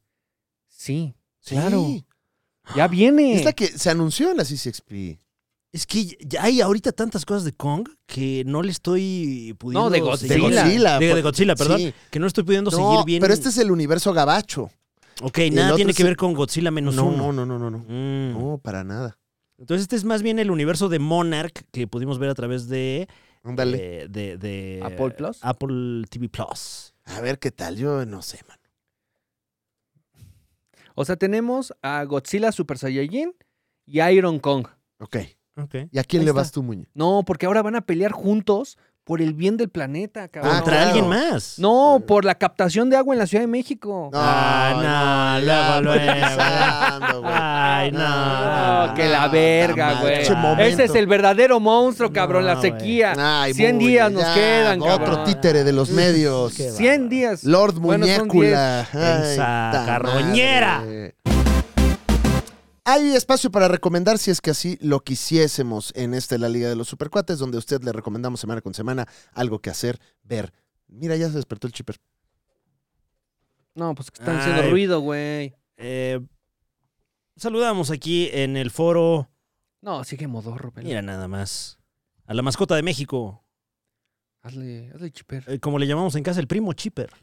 Sí, Sí. claro. Ya viene. Es la que se anunció en la CCXP. Es que ya hay ahorita tantas cosas de Kong que no le estoy pudiendo No, de seguir. Godzilla. De, de Godzilla, perdón. Sí. Que no estoy pudiendo No, seguir bien. pero este es el universo gabacho. Ok, el nada otro tiene es que el- ver con Godzilla menos no, uno. no, no, no, no, no. Mm. No, para nada. Entonces este es más bien el universo de Monarch que pudimos ver a través de... Ándale. eh, de, de- Apple Plus. Apple TV Plus. A ver qué tal, yo no sé, man. O sea, tenemos a Godzilla Super Saiyajin y a Iron Kong. Ok. Ok. ¿Y a quién Ahí le está. vas tú, Muñe? No, porque ahora van a pelear juntos por el bien del planeta, cabrón. Contra claro. alguien más. No, por la captación de agua en la Ciudad de México. No, Ah, no, luego, no, luego. pensando, güey. Ay, no. No, que la verga, madre, güey. pinche momento. Ese es el verdadero monstruo, cabrón, No, la sequía. Ay, 100 Muñe, días nos ya, quedan, Otro cabrón. títere de los medios. Qué va- 100 días. Lord Bueno, son Muñécula. Ay, Esa ta carroñera. madre. Hay espacio para recomendar si es que así lo quisiésemos en este La Liga de los Supercuates, donde a usted le recomendamos semana con semana algo que hacer, ver. Mira, ya se despertó el chipper. No, pues que están haciendo Ay. ruido, güey. Eh, saludamos aquí en el foro. No, sigue modorro, pelo. Mira nada más. A la mascota de México. Hazle, hazle chiper. eh, como le llamamos en casa, el primo Chipper.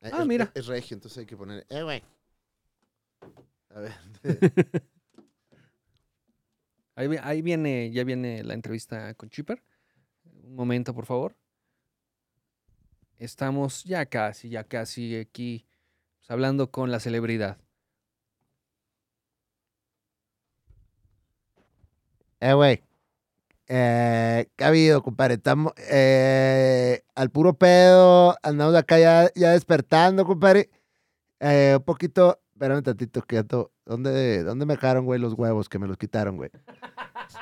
Eh, Ah, es- mira. Es regio, entonces hay que poner. Eh, güey. A ver. Ahí, vi- ahí viene, ya viene la entrevista con Chipper. Un momento, por favor. Estamos ya casi, ya casi aquí pues, hablando con la celebridad. Eh, güey. Eh, ¿Qué ha habido, compadre? Estamos eh, al puro pedo. Andamos acá ya, ya despertando, compadre. Eh, un poquito. Espérame tantito, quieto. ¿Dónde, ¿Dónde me dejaron, güey, los huevos que me los quitaron, güey?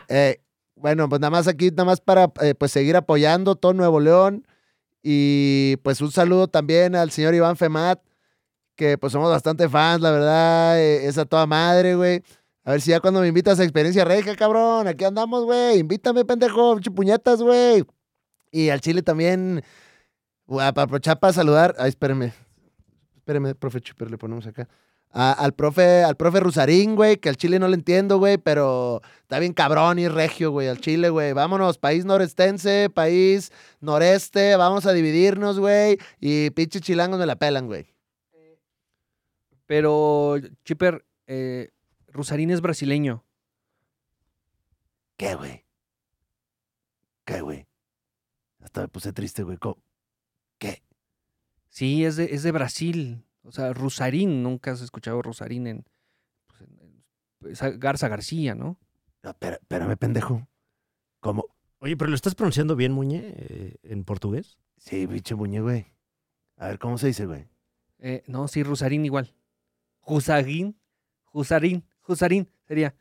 Eh, bueno, pues nada más aquí, nada más para eh, pues seguir apoyando todo Nuevo León. Y pues un saludo también al señor Iván Femat, que pues somos bastante fans, la verdad. eh, es a toda madre, güey. A ver si ya cuando me invitas a Experiencia Regia, cabrón. Aquí andamos, güey. Invítame, pendejo. pinche Puñetas, güey. Y al Chile también. güey, Para aprovechar para saludar. Ay, espérame. Espérame, profe Chuper, le ponemos acá. A- al profe, al profe Rusarín, güey, que al Chile no le entiendo, güey, pero está bien cabrón y regio, güey, al Chile, güey. Vámonos, país norestense, país noreste, vamos a dividirnos, güey. Y pinche chilangos me la pelan, güey. Pero, Chipper, eh, Rusarín es brasileño. ¿Qué, güey? ¿Qué, güey? Hasta me puse triste, güey. ¿Cómo? Sí, es de, es de Brasil. O sea, Rusarín. Nunca has escuchado Rusarín en, pues, en- en- pues, a- Garza García, ¿no? No, espera- espérame, pendejo. ¿Cómo? Oye, pero lo estás pronunciando bien, Muñe, eh, en portugués. Sí, bicho muñe, güey. A ver, ¿cómo se dice, güey? Eh, no, sí, Rusarín igual. Rusarín, Rusarín, Rusarín. Sería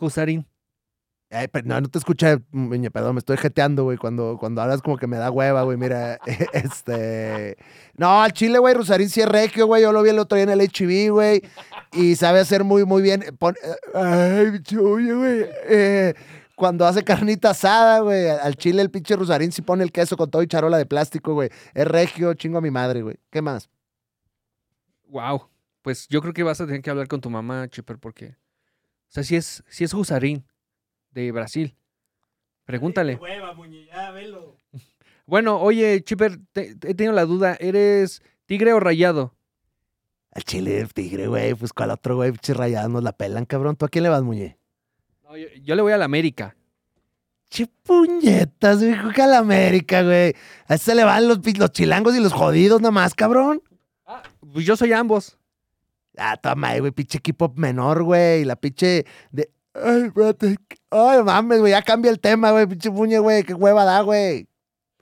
Rusarín. Ay, pe- no, no te escuché, muñe, perdón, me estoy jeteando, güey. Cuando, cuando hablas como que me da hueva, güey. Mira, este. No, al chile, güey, Rosarín sí es regio, güey. Yo lo vi el otro día en el HIV, güey. Y sabe hacer muy, muy bien. Pon- Ay, bicho muñe, güey. Eh, Cuando hace carnita asada, güey. Al chile el pinche Rosarín sí pone el queso con todo y charola de plástico, güey. Es regio, chingo a mi madre, güey. ¿Qué más? Wow. Pues yo creo que vas a tener que hablar con tu mamá, Chipper, porque. O sea, si es, si es Rusarín de Brasil. Pregúntale. Bueno, oye, Chipper, te- te- he tenido la duda. ¿Eres tigre o rayado? Al chile el tigre, güey. Pues cuál otro, güey. Pinches rayadas nos la pelan, cabrón. ¿Tú a quién le vas, muñe? No, yo, yo le voy a la América. Che puñetas, güey, juega la América, güey. A ese le van los, los chilangos y los jodidos nomás, cabrón. Ah, pues yo soy ambos. Ah, toma, ahí, güey, pinche equipo menor, güey. La pinche de. Ay, espérate. Ay, mames, güey. Ya cambia el tema, güey. Pinche puñe, güey. Qué hueva da, güey.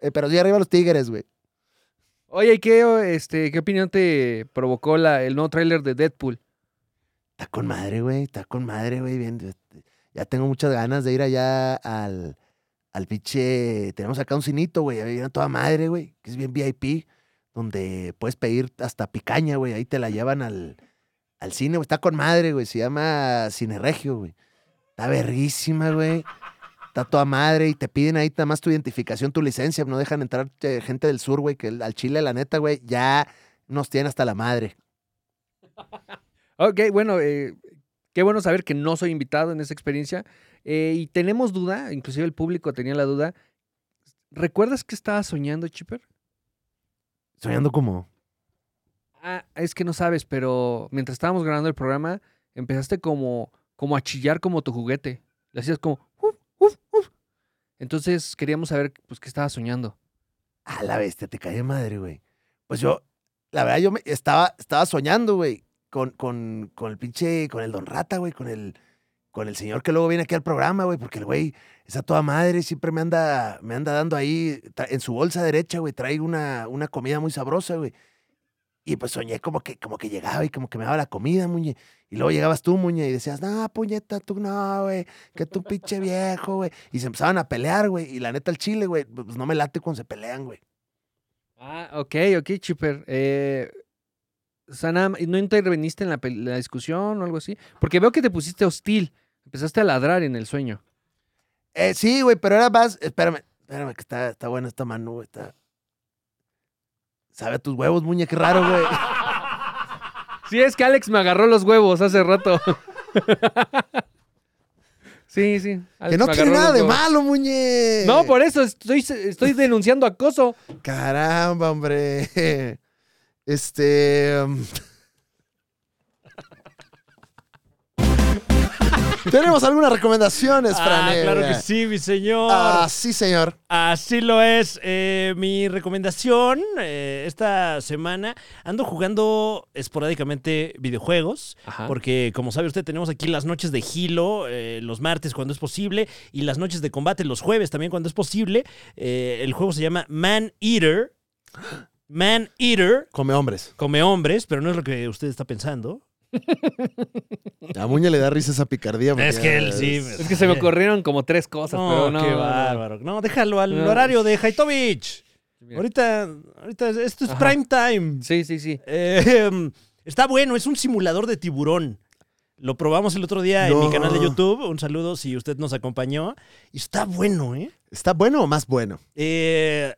Eh, pero sí arriba los tigres, güey. Oye, ¿y qué, o- este, qué opinión te provocó la, el nuevo tráiler de Deadpool? Está con madre, güey. Está con madre, güey. Bien. Ya tengo muchas ganas de ir allá al, al pinche. Tenemos acá un cinito, güey. Ahí a toda madre, güey. Que es bien VIP. Donde puedes pedir hasta picaña, güey. Ahí te la llevan al, al cine, güey. Está con madre, güey. Se llama Cineregio, güey. Está verguísima, güey. Está toda madre y te piden ahí nada más tu identificación, tu licencia. No dejan entrar eh, gente del sur, güey. Que el- al Chile, la neta, güey, ya nos tienen hasta la madre. Ok, bueno, eh, qué bueno saber que no soy invitado en esa experiencia. Eh, y tenemos duda, inclusive el público tenía la duda. ¿Recuerdas que estaba soñando, Chipper? Soñando como. Ah, es que no sabes, pero mientras estábamos grabando el programa, empezaste como, como a chillar como tu juguete. Le hacías como... "Uf, uf, uf". Entonces queríamos saber pues, qué estaba soñando. A la bestia, te cae de madre, güey. Pues yo, la verdad, yo me- estaba, estaba soñando, güey, con, con, con el pinche, con el Don Rata, güey, con el, con el señor que luego viene aquí al programa, güey, porque el güey es a toda madre, siempre me anda, me anda dando ahí, tra- en su bolsa derecha, güey, trae una, una comida muy sabrosa, güey. Y pues soñé como que, como que llegaba y como que me daba la comida, muñe. Y luego llegabas tú, muñe, y decías, no, puñeta, tú no, güey, que tú pinche viejo, güey. Y se empezaban a pelear, güey. Y la neta, el chile, güey, pues no me late cuando se pelean, güey. Ah, ok, ok, Chipper. Eh, o sea, nada ma- ¿no interveniste en la, pel- la discusión o algo así? Porque veo que te pusiste hostil. Empezaste a ladrar en el sueño. Eh, sí, güey, pero era más. Espérame, espérame, que está, está buena esta mano, güey. Está... Sabe a tus huevos, muñe, qué raro, güey. Sí, es que Alex me agarró los huevos hace rato. sí, sí. Alex que no me tiene agarró nada los de huevos. malo, muñe. No, por eso estoy, estoy denunciando acoso. Caramba, hombre. Este. um, Tenemos algunas recomendaciones, Ah, Fran. claro que sí, mi señor. Ah, sí, señor. Así lo es. Eh, mi recomendación eh, esta semana, ando jugando esporádicamente videojuegos, Ajá. porque como sabe usted, tenemos aquí las noches de Hilo, eh, los martes cuando es posible, y las noches de combate los jueves también cuando es posible. Eh, el juego se llama Man Eater. Man Eater Come hombres. come hombres, pero no es lo que usted está pensando. A Muñe le da risa esa picardía. porque Es que él sí. pues, Es que se me ocurrieron como tres cosas, pero No, no. qué no, no. bárbaro. No, déjalo al No. horario de Haitovich. Bien. Ahorita, ahorita, esto es Ajá. prime time. Sí, sí, sí. Eh, está bueno, es un simulador de tiburón. Lo probamos el otro día en No. mi canal de YouTube. Un saludo si usted nos acompañó. Y está bueno, ¿eh? ¿Está bueno o más bueno? Eh,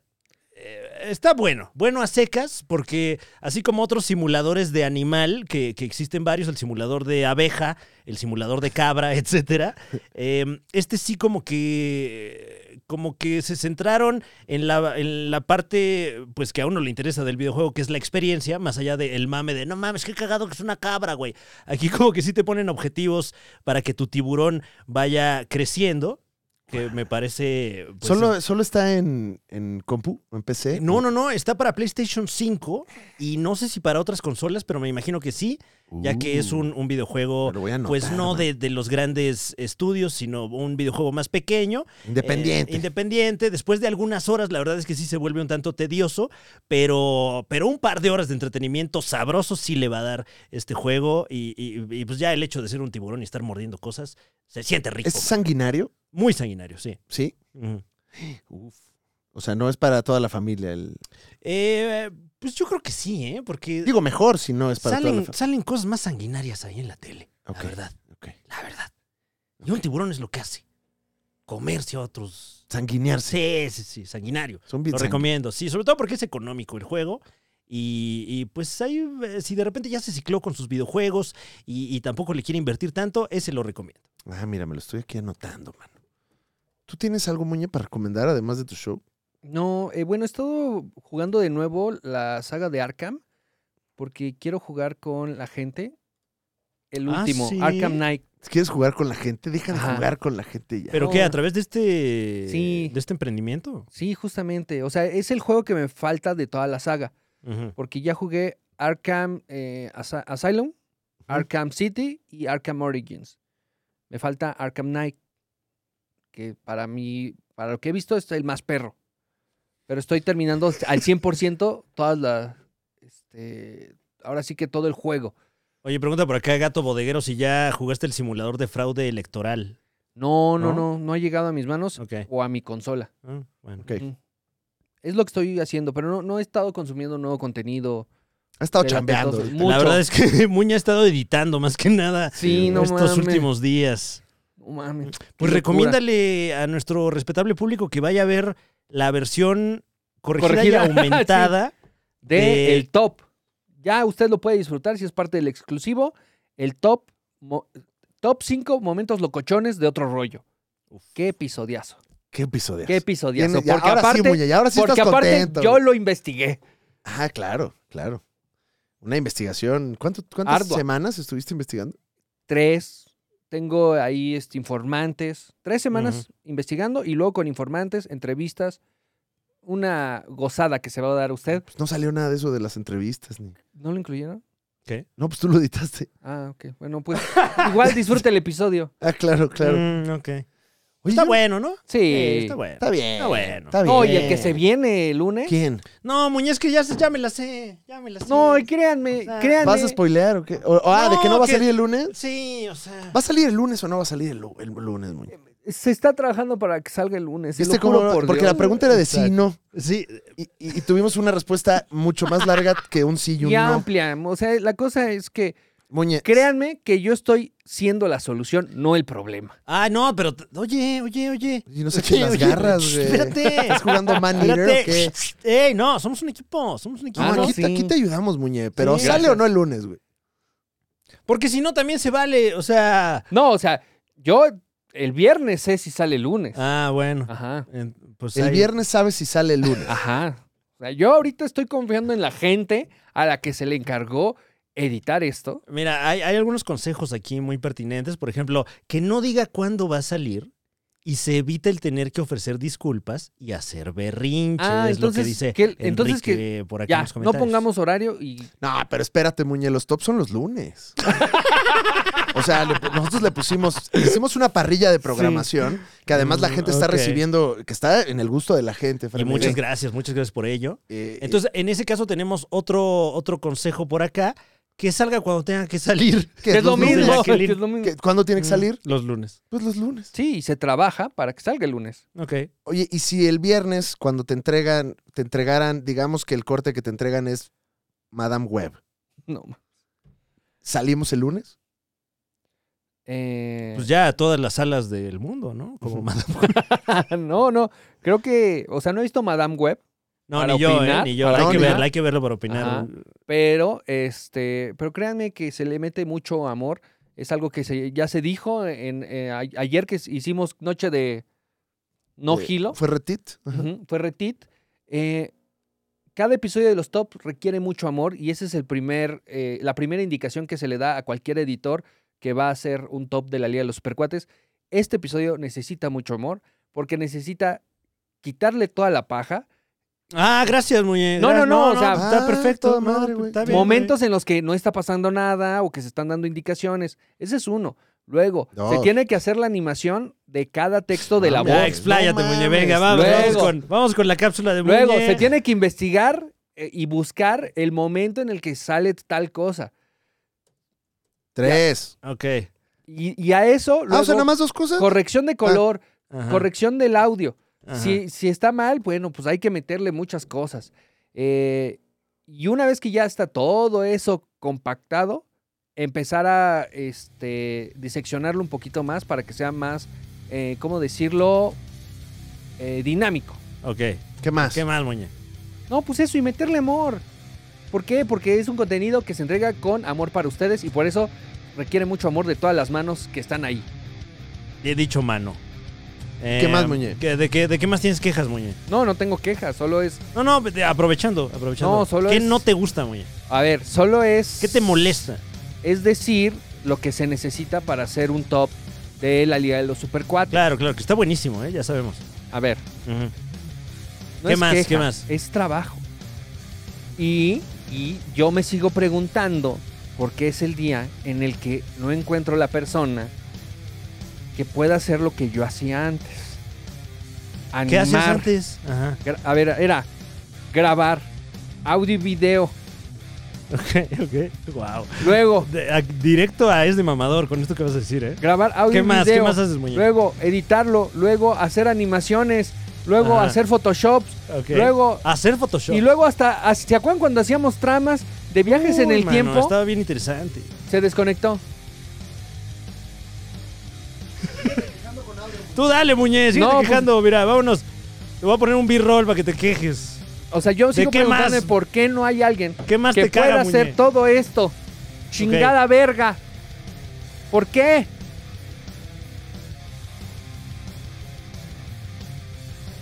eh, está bueno, bueno a secas, porque así como otros simuladores de animal, que, que existen varios, el simulador de abeja, el simulador de cabra, etcétera, eh, este sí como que como que se centraron en la, en la parte pues que a uno le interesa del videojuego, que es la experiencia, más allá del mame de no mames, qué cagado que es una cabra, güey. Aquí como que sí te ponen objetivos para que tu tiburón vaya creciendo, que me parece... pues, ¿Solo, ¿Solo está en, en compu? ¿En PC? Eh, no, no, no, está para PlayStation 5 y no sé si para otras consolas, pero me imagino que sí, ya que Uh, es un, un videojuego, Lo voy a anotar, pues no man. de, de los grandes estudios, sino un videojuego más pequeño. Independiente. eh, independiente. Después de algunas horas, la verdad es que sí se vuelve un tanto tedioso, pero, pero un par de horas de entretenimiento sabroso sí le va a dar este juego y, y- y, pues ya el hecho de ser un tiburón y estar mordiendo cosas se siente rico. ¿Es sanguinario? Muy sanguinario, sí. Sí. Ujú. Uf. O sea, no es para toda la familia. el- Eh, pues yo creo que sí, ¿eh? Porque... Digo, mejor si no es para toda la Salen, familia. salen cosas más sanguinarias ahí en la tele. Ok, La verdad, ok. la verdad. Y un tiburón es lo que hace. Comerse a otros. Sanguinearse. Sí, sí, sí, sanguinario. Son bien Lo sangu- recomiendo, sí, sobre todo porque es económico el juego. Y, y, pues ahí, eh, si de repente ya se cicló con sus videojuegos y, y tampoco le quiere invertir tanto, ese lo recomiendo. Ah, mira, me lo estoy aquí anotando, mano. ¿Tú tienes algo, Muñe, para recomendar además de tu show? No, eh, bueno, he estado jugando de nuevo la saga de Arkham porque quiero jugar con la gente. El Ah, último, ¿sí? Arkham Knight ¿Quieres jugar con la gente? Deja de Ajá. jugar con la gente ya. ¿Pero qué? ¿A través de este, Sí. de este emprendimiento? Sí, justamente. O sea, es el juego que me falta de toda la saga. Ujú. Porque ya jugué Arkham eh, Asa- Asylum, Arkham City y Arkham Origins. Me falta Arkham Knight. Que para mí, para lo que he visto, es el más perro. Pero estoy terminando al 100% todas las. Este, ahora sí que todo el juego. Oye, pregunta por acá, gato bodeguero, si ya jugaste el simulador de fraude electoral. No, no, ¿No? no, no, ha llegado a mis manos Ok. o a mi consola. Ah, bueno. Ok. Ujú. Es lo que estoy haciendo, pero no, no he estado consumiendo nuevo contenido. Ha estado de la chambeando. P12. La Mucho. verdad es que Muña ha estado editando más que nada Sí, no estos mames. últimos días. No mames. qué Pues locura. recomiéndale a nuestro respetable público que vaya a ver la versión corregida, Corregida. y aumentada. de de- el top. Ya usted lo puede disfrutar si es parte del exclusivo. El top, mo- top 5 momentos locochones de otro rollo. Qué episodiazo. ¿Qué episodio? Qué Tienes- episodiazo. ya, Porque ahora sí, aparte, Muñe, ya ahora sí porque estás aparte contento. yo lo investigué. Ah, claro, claro. Una investigación. ¿Cuánto- ¿Cuántas Ardua. semanas estuviste investigando? Tres. Tengo ahí este, informantes. Tres semanas investigando y luego con informantes, entrevistas. Una gozada que se va a dar a usted. Pues no salió nada de eso de las entrevistas. Ni... ¿No lo incluyeron? No, pues tú lo editaste. Ah, ok. Bueno, pues igual disfrute el episodio. Ah, claro, claro. Mm, ok. Oye, está yo- bueno, ¿no? Sí, Sí. Eh, está bueno. Está bien. Está bueno. Está bien. No, y el que se viene el lunes. ¿Quién? No, Muñe, es que ya, se- ya me la sé. Ya me la sé. No, y créanme, O sea, créanme. ¿Vas a spoilear o qué? O- o- ah, ¿de que no No, va que- a salir el lunes? Sí, o sea. ¿Va a salir el lunes o no va a salir el, lu- el lunes, Muñe? Se está trabajando para que salga el lunes. se ¿Viste lo juro cómo no? por Porque Dios. la pregunta era de sí Exacto. no. Sí, Y, y- y tuvimos una respuesta mucho más larga que un sí y un Y no. amplia. O sea, la cosa es que Muñe, Pues, créanme que yo estoy siendo la solución, no el problema. Ah, no, pero. t- Oye, oye, oye. y no sé qué las oye, garras, güey. Espérate. ¿Estás jugando Man Eater o qué? Espérate. Ey, no, somos un equipo. Somos un equipo. No, Ah, no, aquí, te- sí. aquí te ayudamos, Muñe. Pero Sí, ¿sale gracias. o no el lunes, güey? Porque si no, también se vale. O sea. No, o sea, yo el viernes sé si sale el lunes. Ah, bueno. Ajá. Eh, Pues El ahí- viernes sabes si sale el lunes. Ajá. O sea, yo ahorita estoy confiando en la gente a la que se le encargó editar esto. Mira, hay, hay algunos consejos aquí muy pertinentes. Por ejemplo, que no diga cuándo va a salir y se evita el tener que ofrecer disculpas y hacer berrinches. Ah, lo que entonces dice que- entonces que- Enrique por acá en Ya, los no comentarios. pongamos horario y No, pero espérate, Muñe, los tops son los lunes. O sea, le- nosotros le pusimos, le hicimos una parrilla de programación que además la Mm, gente está ok. recibiendo, que está en el gusto de la gente. Y Fran muchas Evia. gracias, muchas gracias por ello. Eh, Entonces, en ese caso tenemos otro, otro consejo por acá. Que salga cuando tenga que salir. eh, que es lo los lunes. mismo. Jacqueline. que es lo mismo. Que- ¿Cuándo tiene que salir? Mm, Los lunes. Pues los lunes. Sí, y se trabaja para que salga el lunes. Ok. Oye, y si el viernes, cuando te entregan, te entregaran, digamos que el corte que te entregan es Madame Web, No. ¿salimos el lunes? eh, Pues ya a todas las salas del mundo, ¿no? Como Madame- no, no. Creo que, o sea, no he visto Madame Web, No, Para ni yo, ¿eh? opinar, Ni yo. para Hay que, opinar. verla, hay que verlo para opinar. Ajá. pero este, pero créanme que se le mete mucho amor. Es algo que se, ya se dijo en, eh, a- ayer que hicimos noche de no Eh, hilo. ¿Fue retit? Ajá. Ujú, fue retit. Eh, cada episodio de los top requiere mucho amor y esa es el primer, eh, la primera indicación que se le da a cualquier editor que va a hacer un top de la Liga de los Supercuates. Este episodio necesita mucho amor porque necesita quitarle toda la paja. Ah, gracias, muñe. No, no, no, o sea, está ah, perfecto. toda no, madre, güey. está bien, Momentos en los que no está pasando nada o que se están dando indicaciones. Ese es uno. Luego, se Dos. tiene que hacer la animción de cada texto de la güey. Ya, voz. expláyate, No muñe. mames. Venga, vamos, vamos, Luego. con, vamos con la cápsula de muñe. Luego, se tiene que investigar eh, y buscar el momento en el que sale tal cosa. Tres. Ok. Y, y a eso, Ah, o sea, luego, nada más Ah. dos cosas. corrección de color, ajá, corrección del audio. ajá. Si, si está mal, bueno, pues hay que meterle muchas cosas. Eh, y una vez que ya está todo eso compactado, empezar a este, diseccionarlo un poquito más para que sea más, eh, ¿cómo decirlo? Eh, dinámico. Ok. ¿Qué más? Qué mal, muñe. No, pues eso, y meterle amor. ¿Por qué? Porque es un contenido que se entrega con amor para ustedes y por eso requiere mucho amor de todas las manos que están ahí. He dicho mano. ¿Qué Eh, más, Muñe? ¿qué- de, qué, ¿De qué más tienes quejas, muñe? No, no tengo quejas, solo es. No, no, de- aprovechando, aprovechando. No, solo ¿Qué es- no te gusta, muñe? A ver, solo es. ¿Qué te molesta? Es decir, lo que se necesita para ser un top de la Liga de los Super 4. Claro, claro, que está buenísimo, ¿eh? ya sabemos. A ver, Ujú. no ¿Qué es más? queja, ¿Qué más? Es trabajo. Y, y yo me sigo preguntando por qué es el día en el que no encuentro la persona que pueda hacer lo que yo hacía antes. Animar. ¿Qué hacías antes? Ajá. Gra- A ver, era grabar audio y video. Ok, ok. Wow. Luego, directo a es de mamador con esto que vas a decir, ¿eh? grabar audio ¿Qué y más? ¿Qué video. más haces, muñeco? luego, editarlo. Luego, hacer animaciones. Luego, Ajá. hacer photoshops. Ok. Luego, Hacer Photoshop. y luego hasta, as- ¿se acuerdan cuando hacíamos tramas de viajes en Uy, el mano, tiempo? Estaba bien interesante. Se desconectó. Tú dale, Muñez, síguete No, pues- quejando. Mira, vámonos. Te voy a poner un b-roll para que te quejes. O sea, yo sigo qué preguntando más? por qué no hay alguien ¿Qué más que te caga, pueda hacer Muñe? todo esto. Chingada verga. ¿Por qué?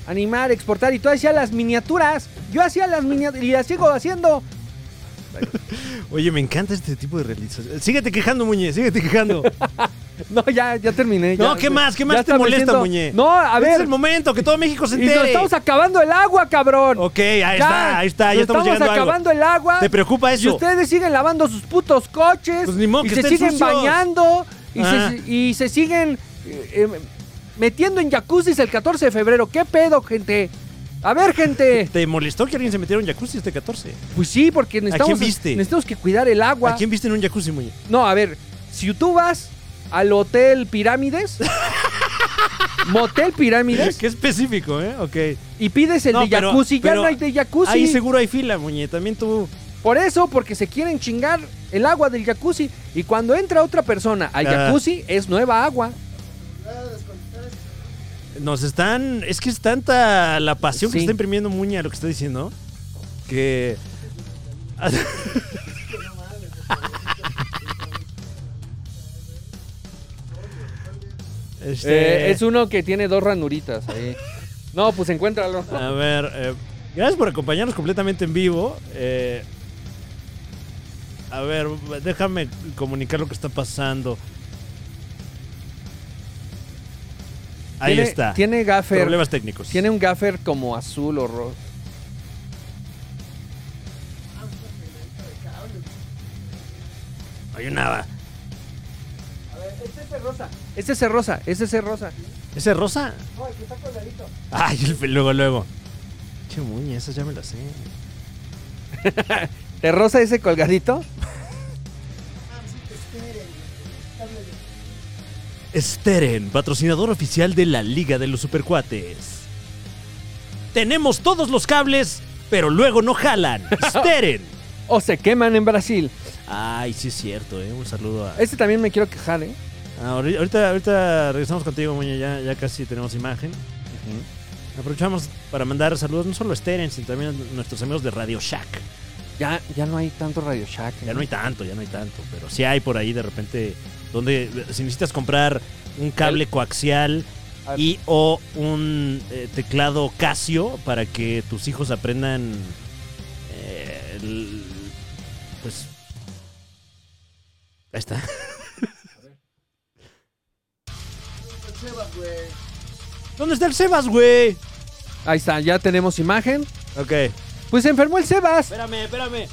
Animar, exportar y tú hacías las miniaturas. Yo hacía las miniaturas y las sigo haciendo. Oye, me encanta este tipo de realización. Síguete quejando, Muñez, síguete quejando. No, ya, ya terminé. No, ya- ¿qué más? ¿Qué ya más te hasta me molesta, siento- Muñe? No, a Este es ver. el momento que todo México se Y entere. nos estamos acabando el agua, cabrón. Ok, Oh, ahí está, ahí está, ya nos estamos estamos llegando a algo. acabando el agua. ¿Te preocupa Y eso? ustedes siguen lavando sus putos coches. Pues ni modo y que se estén siguen sucios. bañando. Y, Ah. se, y se siguen eh, eh, metiendo en jacuzzis el 14 de febrero. ¿Qué pedo, gente? A ver, gente. ¿Te molestó que alguien se metiera en un jacuzzi este 14? Pues sí, porque necesitamos, quién viste? necesitamos que cuidar el agua. ¿A quién viste en un jacuzzi, Muñez? No, a ver. Si tú vas al Hotel Pirámides. Motel Pirámides. Qué específico, ¿eh? Ok. Y pides el No, de pero- jacuzzi. Ya pero no hay de jacuzzi. Ahí seguro hay fila, Muñe. También tú. Por eso, porque se quieren chingar el agua del jacuzzi. Y cuando entra otra persona al Ah. jacuzzi, es nueva agua. Nos están. Es que es tanta la pasión que Sí. está imprimiendo Muña a lo que está diciendo. Que. Este, Este, Eh, es uno que tiene dos ranuritas ahí. No, pues encuéntralo. A ver. eh, gracias por acompañarnos completamente en vivo. Eh, a ver, déjame comunicar lo que está pasando. Ahí Tiene- está. Tiene gaffer. Problemas técnicos. Tiene un gaffer como azul o rojo. Hay una. Este es el rosa. Este es el rosa. Este es el rosa. ¿Ese es rosa? No, el que está colgadito. Ay, el fe- luego, luego. Che, muñe, esa ya me la sé. ¿De rosa ese colgadito? Steren, patrocinador oficial de la Liga de los Supercuates. Tenemos todos los cables, pero luego no jalan. Steren. O se queman en Brasil. Ay, sí es cierto, ¿eh? Un saludo a... Este también me quiero quejar, ¿eh? Ah, ahori- ahorita, ahorita regresamos contigo, Muñe, ya, ya casi tenemos imagen. Aprovechamos para mandar saludos no solo a Steren, sino también a nuestros amigos de Radio Shack. Ya, ya no hay tanto Radio Shack. ¿eh? Ya no hay tanto, ya no hay tanto, pero sí hay por ahí de repente donde si necesitas comprar un cable coaxial A ver. y o un eh, teclado Casio para que tus hijos aprendan eh, el- pues ahí está. ¿Dónde está el Sebas, güey? Ahí está, ya tenemos imagen. Ok, Pues se enfermó el Sebas. espérame, espérame.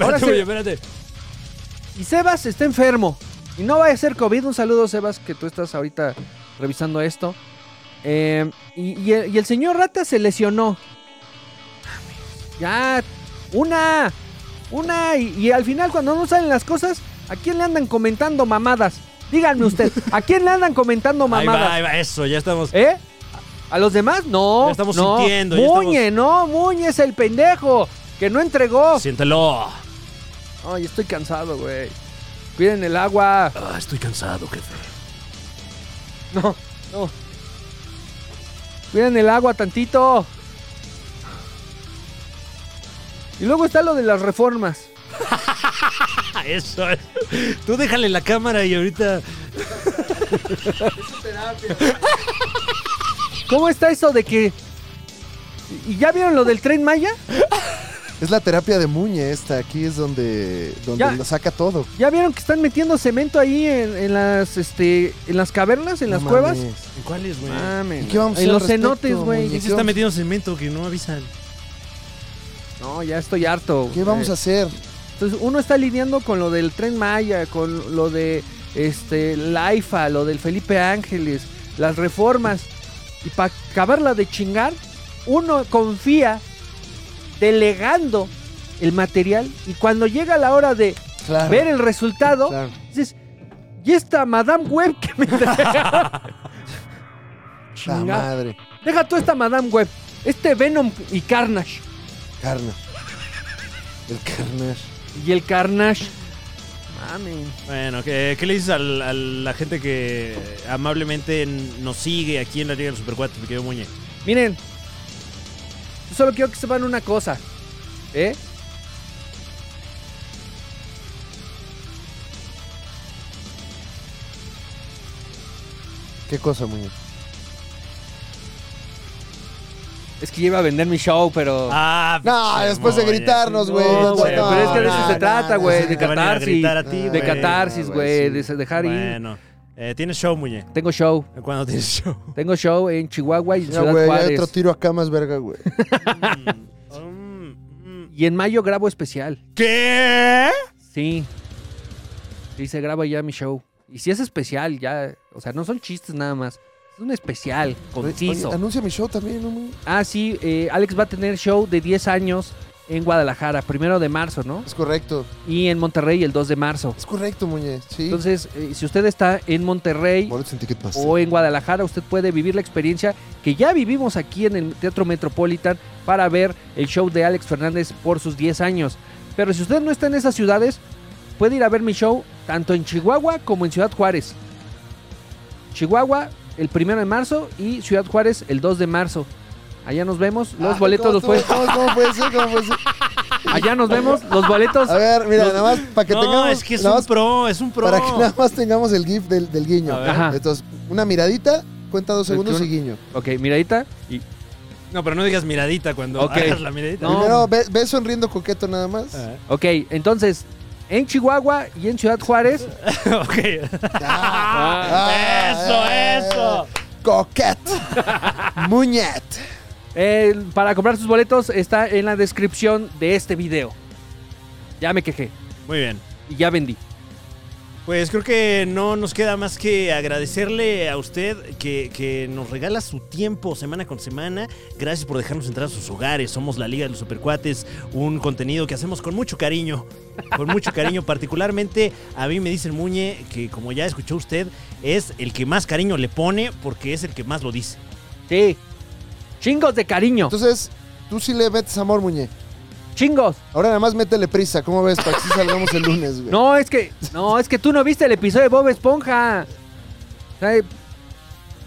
Ahora Espérate, sí. güey, espérate. Y Sebas está enfermo. Y no vaya a ser COVID. Un saludo, Sebas, que tú estás ahorita revisando esto. Eh, y, y el, y el señor Rata se lesionó. Ya, una, una. Y, y al final, cuando no salen las cosas, ¿a quién le andan comentando mamadas? Díganme usted, ¿a quién le andan comentando Ahí va, mamadas? ahí va, eso, ya estamos. ¿Eh? ¿A los demás? No. Ya estamos no. sintiendo, ya Muñe, no, Muñe es el pendejo que no entregó. Siéntelo. Ay, estoy cansado, güey. Cuiden el agua. Ah, estoy cansado, jefe. No, no. Cuiden el agua tantito. Y luego está lo de las reformas. Ah, Eso es. Tú déjale la cámara y ahorita. ¿Cómo está eso de que... ¿Y ya vieron lo del tren Maya? Es la terapia de Muñe esta. Aquí es donde, donde Ya. lo saca todo. ¿Ya vieron que están metiendo cemento ahí en, en las este en las cavernas, en las No cuevas? mames. ¿En cuáles, güey? Mames. ¿Y qué vamos a hacer en al los respecto, cenotes, güey. muñe? ¿Quién se está metiendo cemento que no avisan? No, ya estoy harto. ¿Qué vamos a hacer? Entonces, uno está lidiando con lo del Tren Maya, con lo de este la IFA, lo del Felipe Ángeles, las reformas. Y para acabarla de chingar, uno confía delegando el material y cuando llega la hora de Claro. ver el resultado, claro. dices, ¿y esta Madame Web que me entregaron? La Chinga. madre. Deja tú esta Madame Web, este Venom y Carnage. Carnage. El Carnage. Y el Carnage. Mamen. Bueno, ¿qué, qué le dices al- a la gente que amablemente nos sigue aquí en la Liga del Super 4, mi querido Muñe? Miren, yo solo quiero que sepan una cosa, ¿eh? ¿Qué cosa, Muñe? Es que lleva a vender mi show, pero... Ah, No, pinche después de Muñe. gritarnos, Pues, güey. No, no, güey, no, pero es que de eso no, se no, trata, no, güey, no, de Te van a ir a catarsis. gritar a ti, De de güey. catarsis, no, güey, güey, de sí. se- dejar ir. Bueno, eh, tienes show, Muñe. Tengo show, ¿Cuándo tienes show? tengo show en Chihuahua y en Ya, Ciudad güey, ya hay Juárez. otro tiro acá más verga, güey. Mm, mm. Y en mayo grabo especial. ¿Qué? Sí. Sí, se graba ya mi show. Y si es especial, ya. O sea, no son chistes nada más. Es un especial, conciso. Oye, anuncia mi show también, ¿no? Muñe? Ah, sí, eh, Alex va a tener show de 10 años en Guadalajara, primero de marzo, ¿no? Es correcto. Y en Monterrey el 2 de marzo. Es correcto, Muñe. Sí. Entonces, eh, si usted está en Monterrey Boletos en Ticketmaster. o en Guadalajara, usted puede vivir la experiencia que ya vivimos aquí en el Teatro Metropolitan para ver el show de Alex Fernández por sus 10 años. Pero si usted no está en esas ciudades, puede ir a ver mi show tanto en Chihuahua como en Ciudad Juárez. Chihuahua el 1 de marzo y Ciudad Juárez el 2 de marzo. Allá nos vemos, los Ay, boletos ¿cómo- los puede... Ah, ¿Cómo, cómo puede ser? ¿Cómo puede ser? Allá nos vemos, los boletos. A ver, mira, nada más para que no, tengamos. es que es nada un más pro, es un pro. Para que nada más tengamos el GIF del, del guiño. A ver. Ajá. Entonces, una miradita, cuenta dos El segundos que y guiño. Ok, miradita. No, pero no digas miradita cuando Ok. hagas la miradita. No. Primero, ve, ve sonriendo coqueto nada más. Ah, Ok, entonces, en Chihuahua y en Ciudad Juárez. ok. Ah, eso, eso. Coquet. Muñet. Eh, para comprar sus boletos está en la descripción de este video. Ya me quejé Muy bien. y ya vendí. Pues creo que no nos queda más que agradecerle a usted que, que nos regala su tiempo semana con semana. Gracias por dejarnos entrar a sus hogares. Somos la Liga de los Supercuates, un contenido que hacemos con mucho cariño. Con mucho cariño. Particularmente a mí me dice el Muñe que, como ya escuchó usted, es el que más cariño le pone porque es el que más lo dice. Sí. Chingos de cariño. Entonces, tú sí le metes amor, Muñe. Chingos. Ahora nada más métele prisa, ¿cómo ves? Para que sí salgamos el lunes, güey. No, es que. No, es que tú no viste el episodio de Bob Esponja. O sea,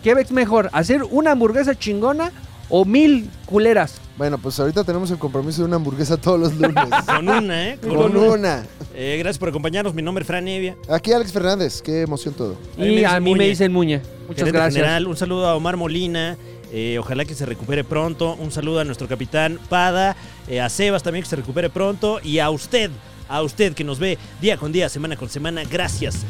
¿Qué ves mejor? ¿Hacer una hamburguesa chingona o mil culeras? Bueno, pues ahorita tenemos el compromiso de una hamburguesa todos los lunes. Con una, ¿eh? Con Con una. una. Eh, gracias por acompañarnos. Mi nombre es Fran Evia. Aquí Alex Fernández, qué emoción todo. A mí me Y a dicen mí me Muñe. dicen Muñe. Muchas Gerente gracias. General, un saludo a Omar Molina. eh, ojalá que se recupere pronto. Un saludo a nuestro capitán Pada, eh, a Sebas también que se recupere pronto. Y a usted, a usted que nos ve día con día, semana con semana. Gracias,